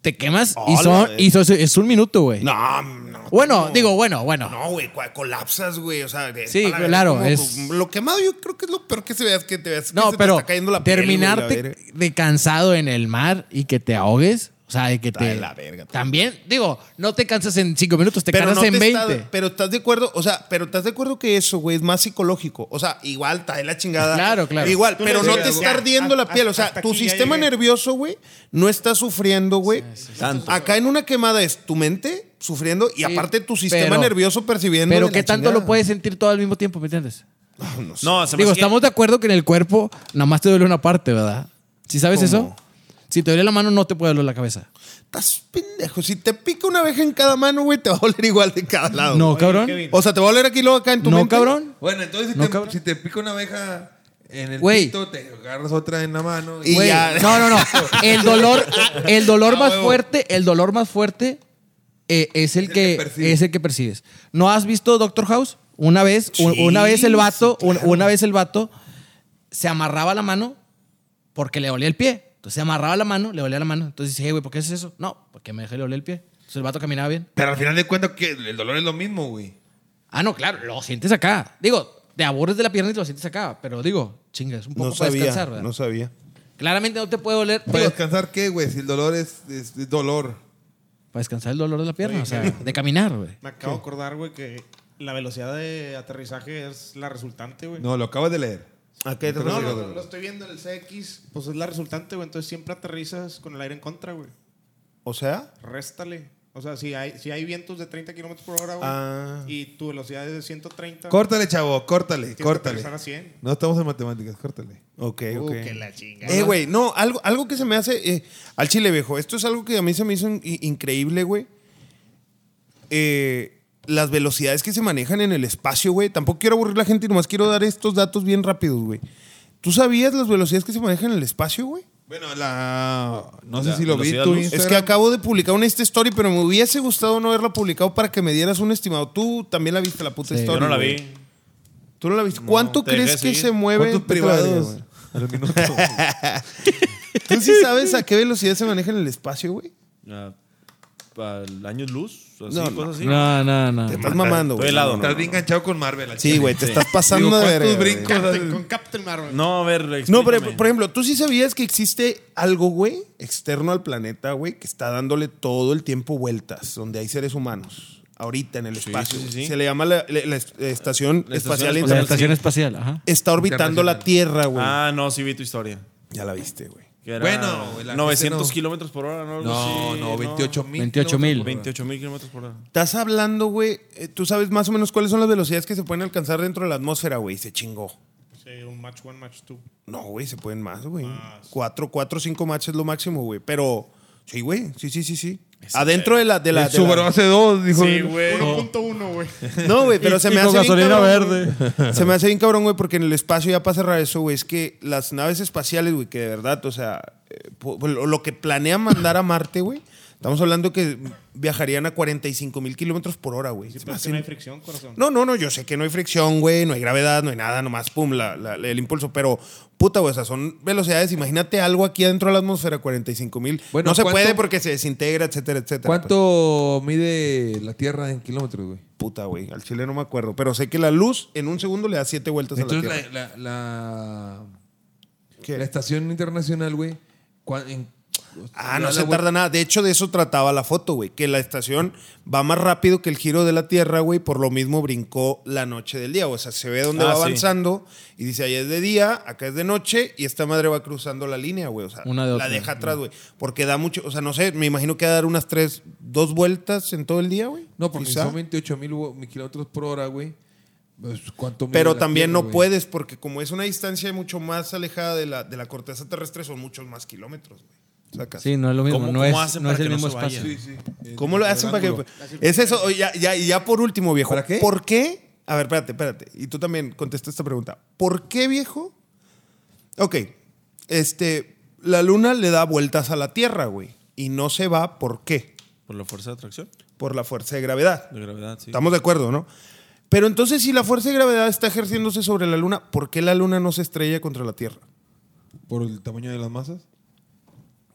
te quemas y Hola, son, güey. y so- es un minuto, güey. No, no. Bueno, no. digo, bueno, bueno. No, güey, cua- colapsas, güey. O sea, de- Sí, a la verga, claro, como es- tu- Lo quemado yo creo que es lo peor que se veas que te veas. que No, se te pero está cayendo la piel, güey, la terminarte verga. de cansado en el mar y que te ahogues. O sea, de que Está de te. la verga. También, digo, no te cansas en cinco minutos, te cansas en te 20. está- pero estás de acuerdo, o sea, pero estás de acuerdo que eso, güey, es más psicológico. O sea, igual está de la chingada. Claro, claro. Igual, Tú pero le no digas, te ya, está ardiendo la hasta- piel. O sea, hasta tu aquí ya sistema llegué. nervioso, güey, no está sufriendo, güey. Tanto. Acá en una quemada es tu mente sufriendo y Sí, aparte tu sistema pero- nervioso percibiendo. Pero de qué la tanto chingada. lo puedes sentir todo al mismo tiempo, ¿me entiendes? No, se me Digo, hace que- estamos de acuerdo que en el cuerpo nada más te duele una parte, ¿verdad? ¿Sí sabes ¿Cómo? eso? Si te duele la mano, no te puede doler la cabeza. Estás pendejo. Si te pica una abeja en cada mano, güey, te va a oler igual de cada lado. No, güey. cabrón. Kevin. O sea, te va a oler aquí luego acá en tu No, mente. cabrón. bueno, entonces si, No, te, cabrón. si te pica una abeja en el Güey. pito, te agarras otra en la mano. Y Güey, ya. No, no, no. El dolor, el dolor más fuerte, el dolor más fuerte eh, es el, el que que, percibes. es el que percibes. ¿No has visto Doctor House? Una vez, un- una vez el vato, un- una vez el vato se amarraba la mano porque le dolía el pie. Entonces se amarraba la mano, le dolía la mano. Entonces dije, "Hey, güey, ¿por qué es eso? No, porque me dejé le dolía el pie. Pues el vato caminaba bien. Pero al final de cuentas, que el dolor es lo mismo, güey. Ah, no, claro, lo sientes acá. Digo, te aburres de la pierna y lo sientes acá. Pero digo, chinga, es un poco No para sabía, descansar, ¿verdad? no sabía. Claramente no te puede doler. ¿Para digo, descansar qué, güey? Si el dolor es, es- es dolor. para descansar el dolor de la pierna, o sea, de caminar, güey. Me acabo de acordar, güey, que la velocidad de aterrizaje es la resultante, güey. No, lo acabas de leer. ¿A qué te No, refieres? no, no, lo estoy viendo en el CX, pues es la resultante, güey. Entonces siempre aterrizas con el aire en contra, güey. O sea, Réstale. O sea, si hay, si hay vientos de 30 kilómetros por hora, güey, Ah. y tu velocidad es de 130, Córtale, chavo, córtale, tienes que córtale. aterrizar a 100. No estamos en matemáticas, córtale. ok, ok. Uh, que la chinga. Eh, güey, no, algo, algo que se me hace eh, al chile viejo. Esto es algo que a mí se me hizo in- increíble, güey. Eh, las velocidades que se manejan en el espacio, güey. Tampoco quiero aburrir a la gente, nomás quiero dar estos datos bien rápidos, güey. ¿Tú sabías las velocidades que se manejan en el espacio, güey? Bueno, la. No sé La si lo vi velocidad tu luz. Es que Instagram. acabo de publicar una esta story, pero me hubiese gustado no haberla publicado para que me dieras un estimado. Tú también la viste, la puta Sí. story. Yo no la güey. vi. ¿Tú no la viste? ¿Cuánto te dejé crees que seguir. se mueve? ¿Cuántos Tú te la darías, privados? güey. Al minuto. ¿Tú sí sabes a qué velocidad se maneja en el espacio, güey? Ah, ¿Al año luz? Así, No, no. cosas así. No, no, no. Te estás mamando, Ah, Estoy güey. helado. Estás bien enganchado con Marvel. al Sí, chile. güey, te estás pasando Digo, de verga. ¿cuántos güey. brincos? Captain- con Captain Marvel. No, a ver, No, pero explícame. por ejemplo, tú sí sabías que existe algo, güey, externo al planeta, güey, que está dándole todo el tiempo vueltas, donde hay seres humanos, ahorita en el espacio. sí, güey. sí. Se le llama la, la- la est- eh, estación espacial La estación espacial. la internacional. estación espacial, ajá. Está orbitando la Tierra, güey. Ah, no, sí vi tu historia. Ya la viste, güey. Que era Bueno, güey, la 900 gente no- kilómetros por hora, ¿no? Algo No, así, no, 28 mil. 28 mil. 28 mil kilómetros por hora. Estás hablando, güey, eh, tú sabes más o menos cuáles son las velocidades que se pueden alcanzar dentro de la atmósfera, güey, y se chingó. Sí, un match one, match two. No, güey, se pueden más, güey. Cuatro, cuatro, cinco matches es lo máximo, güey. Pero, sí, güey, sí, sí, sí, sí. Adentro de la... De la, El de la- Subaru hace dos, dijo. Sí, güey. 1.1 güey. No, güey, pero Y- se y me con hace bien gasolina cabrón, verde. güey. Se me hace bien cabrón, güey, porque en el espacio ya para cerrar eso, güey, es que las naves espaciales, güey, que de verdad, o sea, eh, po- lo lo que planean mandar a Marte, güey, estamos hablando que viajarían a 45 mil kilómetros por hora, güey. Se Sí, me pero es hace- que no hay fricción, corazón. No, no, no, yo sé que no hay fricción, güey, no hay gravedad, no hay nada, nomás, pum, la, la- el impulso, pero puta, güey, o sea, son velocidades, imagínate algo aquí adentro de la atmósfera, 45 mil. Bueno, no se ¿cuánto- puede porque se desintegra, etcétera, etcétera. pues. ¿Cuánto mide la Tierra en kilómetros, güey? Puta, güey, al chile no me acuerdo, pero sé que la luz en un segundo le da siete vueltas a la Tierra. Entonces, la, la, la, ¿Qué? la estación internacional, güey. cuan- en- Ah, da no la se vuelta- tarda nada. De hecho, de eso trataba la foto, güey. Que la estación va más rápido que el giro de la Tierra, güey. Por lo mismo brincó la noche del día. O sea, se ve dónde Ah, va sí. avanzando y dice, ahí es de día, acá es de noche y esta madre va cruzando la línea, güey. O sea, Una de la otra. deja atrás, güey. Porque da mucho, o sea, no sé, me imagino que va a dar unas tres, dos vueltas en todo el día, güey. No, porque si Quizá. son 28 mil kilómetros por hora, güey. pues, ¿cuánto mide Pero la también Tierra, no güey? puedes porque como es una distancia mucho más alejada de la, de la corteza terrestre, son muchos más kilómetros, güey. Sacas. Sí, no es lo mismo. ¿Cómo- no cómo es, hacen no es para el que no mismo se espacio. vaya? ¿Cómo lo hacen para que.? Es eso. oye, Ya, ya, y ya por último, viejo. ¿Para qué? ¿Por qué? A ver, espérate, espérate. Y tú también contesta esta pregunta. ¿Por qué, viejo? Ok. Este. La luna le da vueltas a la Tierra, güey. Y no se va. ¿Por qué? Por la fuerza de atracción, Por la fuerza de gravedad. de gravedad, sí. Estamos de acuerdo, ¿no? Pero entonces, si la fuerza de gravedad está ejerciéndose sobre la luna, ¿por qué la luna no se estrella contra la Tierra? ¿Por el tamaño de las masas?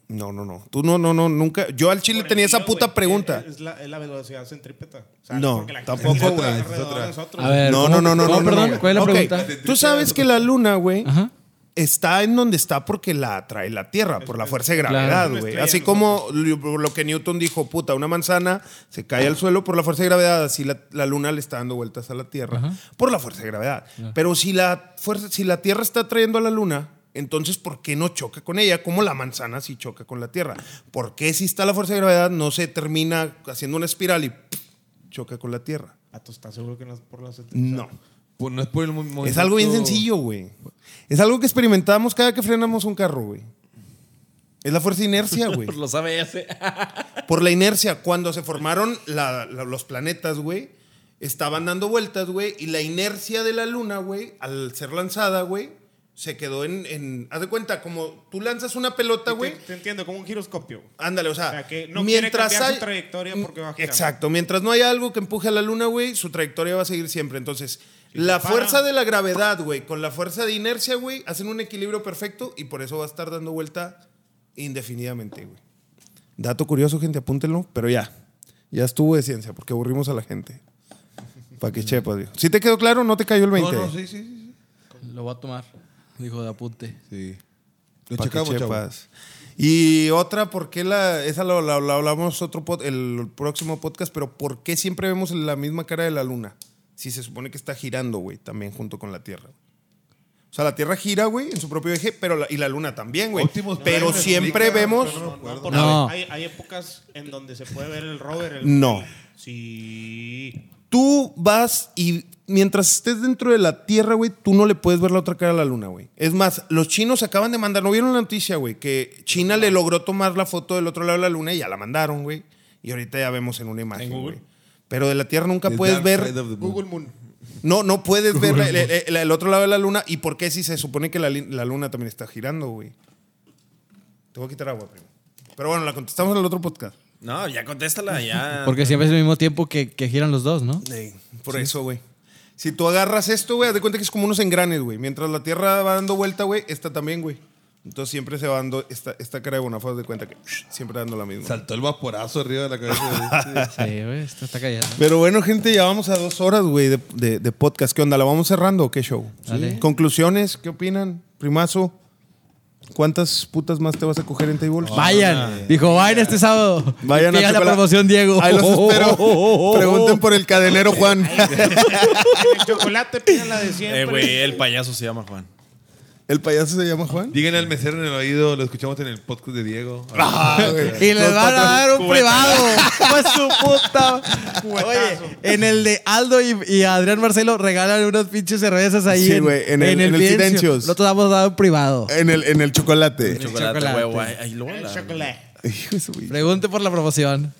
No, no, no. Tú no, no, no, nunca. Yo al chile tenía esa puta pregunta. Es, es la, es la velocidad centrípeta. No, tampoco, güey, es otra. otra. A ver, No, ¿cómo- no, no, no, cómo, no, no, perdón, no. ¿cuál es la Ok, pregunta? Tú sabes que la luna, güey, Ajá. está en donde está porque la atrae la Tierra, por la fuerza de Claro. gravedad, Una güey. estrella, Así ¿no? como lo lo que Newton dijo, puta, una manzana se cae al suelo por la fuerza de gravedad, así la, la luna le está dando vueltas a la Tierra Ajá. por la fuerza de gravedad. Pero si la, fuerza, si la Tierra está atrayendo a la luna, entonces ¿por qué no choca con ella? Como la manzana sí choca con la Tierra. ¿Por qué si está la fuerza de gravedad no se termina haciendo una espiral y ¡pum! choca con la Tierra? Vato, ¿estás seguro que no es por la centrípeta? No. Pues no es por el mo- movimiento. Es algo bien sencillo, güey. Es algo que experimentamos cada que frenamos un carro, güey. Es la fuerza de inercia, güey. Pues Lo sabe ese. Por la inercia, cuando se formaron la- la- los planetas, güey, estaban dando vueltas, güey, y la inercia de la luna, güey, al ser lanzada, güey, se quedó en, en... Haz de cuenta, como tú lanzas una pelota, Te- güey, Te, entiendo, como un giroscopio. Ándale, o sea, O sea, que no quiere cambiar su trayectoria porque va girando. Exacto, mientras no haya algo que empuje a la luna, güey, su trayectoria va a seguir siempre. Entonces, Si la se para- fuerza de la gravedad, güey, con la fuerza de inercia, güey, hacen un equilibrio perfecto y por eso va a estar dando vuelta indefinidamente, güey. Dato curioso, gente, apúntenlo, pero ya. Ya estuvo de ciencia, porque aburrimos a la gente. Para que chepas, viejo. ¿Sí te quedó claro? ¿No te cayó el 20? No, no, sí, sí, sí. Lo voy a tomar. Dijo de apunte. Sí. Lo Pa' que checamos, chavos. chepas. Y otra, ¿por qué la, esa la, la- la hablamos otro pod- el próximo podcast, pero ¿por qué siempre vemos la misma cara de la luna? Si se supone que está girando, güey, también junto con la Tierra. O sea, la Tierra gira, güey, en su propio eje, pero la- y la luna también, güey. Optimus Pero Prime siempre explica, vemos... pero no me acuerdo. porque No. Hay, hay épocas en donde se puede ver el rover. el- No. Sí. Tú vas y mientras estés dentro de la Tierra, güey, tú no le puedes ver la otra cara a la Luna, güey. Es más, los chinos acaban de mandar, ¿no vieron la noticia, güey? Que China le logró tomar la foto del otro lado de la Luna y ya la mandaron, güey. Y ahorita ya vemos en una imagen, güey. Pero de la Tierra nunca The puedes dark ver... side of the moon. Google Moon. No, no puedes ver la- la- la- la- el otro lado de la Luna. ¿Y por qué si se supone que la, li- la Luna también está girando, güey? Te voy a quitar agua, primo. Pero bueno, la contestamos en el otro podcast. No, ya contéstala, ya. Porque siempre es el mismo tiempo que, que giran los dos, ¿no? Por eso, güey. Si tú agarras esto, güey, haz de cuenta que es como unos engranes, güey. Mientras la Tierra va dando vuelta, güey, esta también, güey. Entonces siempre se va dando esta, esta cara de Bonafaz de cuenta que siempre dando la misma. Saltó el vaporazo arriba de la Ah, cabeza. de- Sí, güey, esto está callado. Pero bueno, gente, ya vamos a dos horas, güey, de, de- de podcast. ¿Qué onda? ¿La vamos cerrando o qué show? Dale. ¿Conclusiones? ¿Qué opinan? Primazo, ¿cuántas putas más te vas a coger en table? Ah. Vayan, dijo, vayan este sábado. Vayan Que a ya la chocolate. promoción, Diego. Ahí los espero. Pregunten por el cadenero, Juan. El chocolate, pídanla de siempre. Eh, güey, el payaso se llama Juan. ¿El payaso se llama Juan? Díganle al mesero en el oído, lo escuchamos en el podcast de Diego. Ah, Y les van a dar un privado. Pues su puta. Cubetazo. Oye, en el de Aldo y, y Adrián Marcelo regalan unos pinches cervezas ahí. Sí, güey, en el- en Eh. el Fidencio. Fidencios. Nosotros vamos a dar un privado. En el, en el chocolate. Chocolate, chocolate. güey, güey. Ay, luego El la- chocolate. Hijo de su vida. Pregunte por la promoción.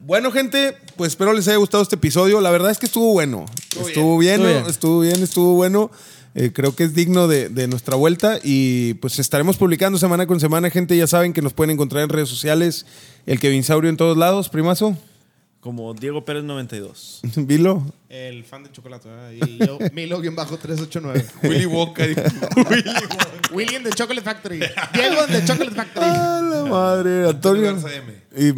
Bueno, gente, pues espero les haya gustado este episodio. La verdad es que estuvo bueno. Estuvo bien, Estuvo ¿no? bien. estuvo bien, estuvo bueno. Eh, creo que es digno de, de nuestra vuelta y pues estaremos publicando semana con semana. Gente, ya saben que nos pueden encontrar en redes sociales. El Kevinsaurio en todos lados, primazo. Como Diego Pérez 92. Vilo. El fan del chocolate. ¿verdad? Y yo, Milo-389. Willy Wonka. dijo. William de Chocolate Factory. Diego de Chocolate Factory. A la madre, Antonio. Garza M. Y,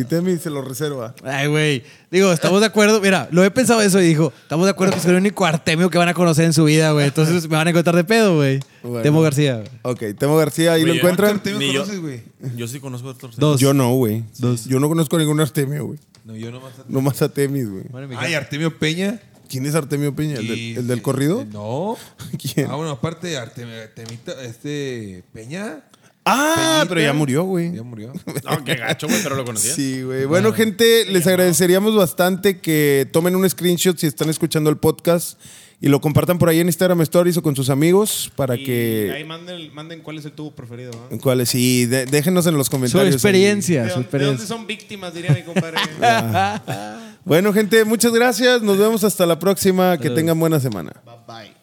y Temi se lo reserva. Ay, güey. Digo, estamos de acuerdo. Mira, lo he pensado eso y dijo, estamos de acuerdo que es el único Artemio que van a conocer en su vida, güey. Entonces me van a encontrar de pedo, güey. Bueno. Temo García. güey. Ok, Temo García, ahí Güey, lo encuentran. ¿Tú me Ni yo. conoces, güey? Yo sí conozco a Héctor. Dos. Yo no, güey. Yo no conozco a ningún Artemio, güey. No, yo nomás. a- Nomás a Temis, güey. Bueno, mi Ay, Artemio Peña. ¿Quién es Artemio Peña? ¿El, Y- eh, del, el del corrido? No. ¿Quién? Ah, bueno, aparte, Artemio, Artemita- este, Peña. Ah, Peñita. pero ya murió, Ya güey. murió. No, qué gacho, güey, pero lo conocía. Sí, güey. Bueno, gente, les agradeceríamos bastante que tomen un screenshot si están escuchando el podcast y lo compartan por ahí en Instagram Stories o con sus amigos para Y Ahí que... manden, manden cuál es el tubo preferido. ¿no? ¿Cuáles? Sí, de- déjenos en los Su comentarios. experiencia, ¿De, su dónde, de dónde experiencia. son víctimas, diría mi compadre? ahí. Bueno, gente, muchas gracias. Nos vemos hasta la próxima. Que tengan buena semana. bye bye.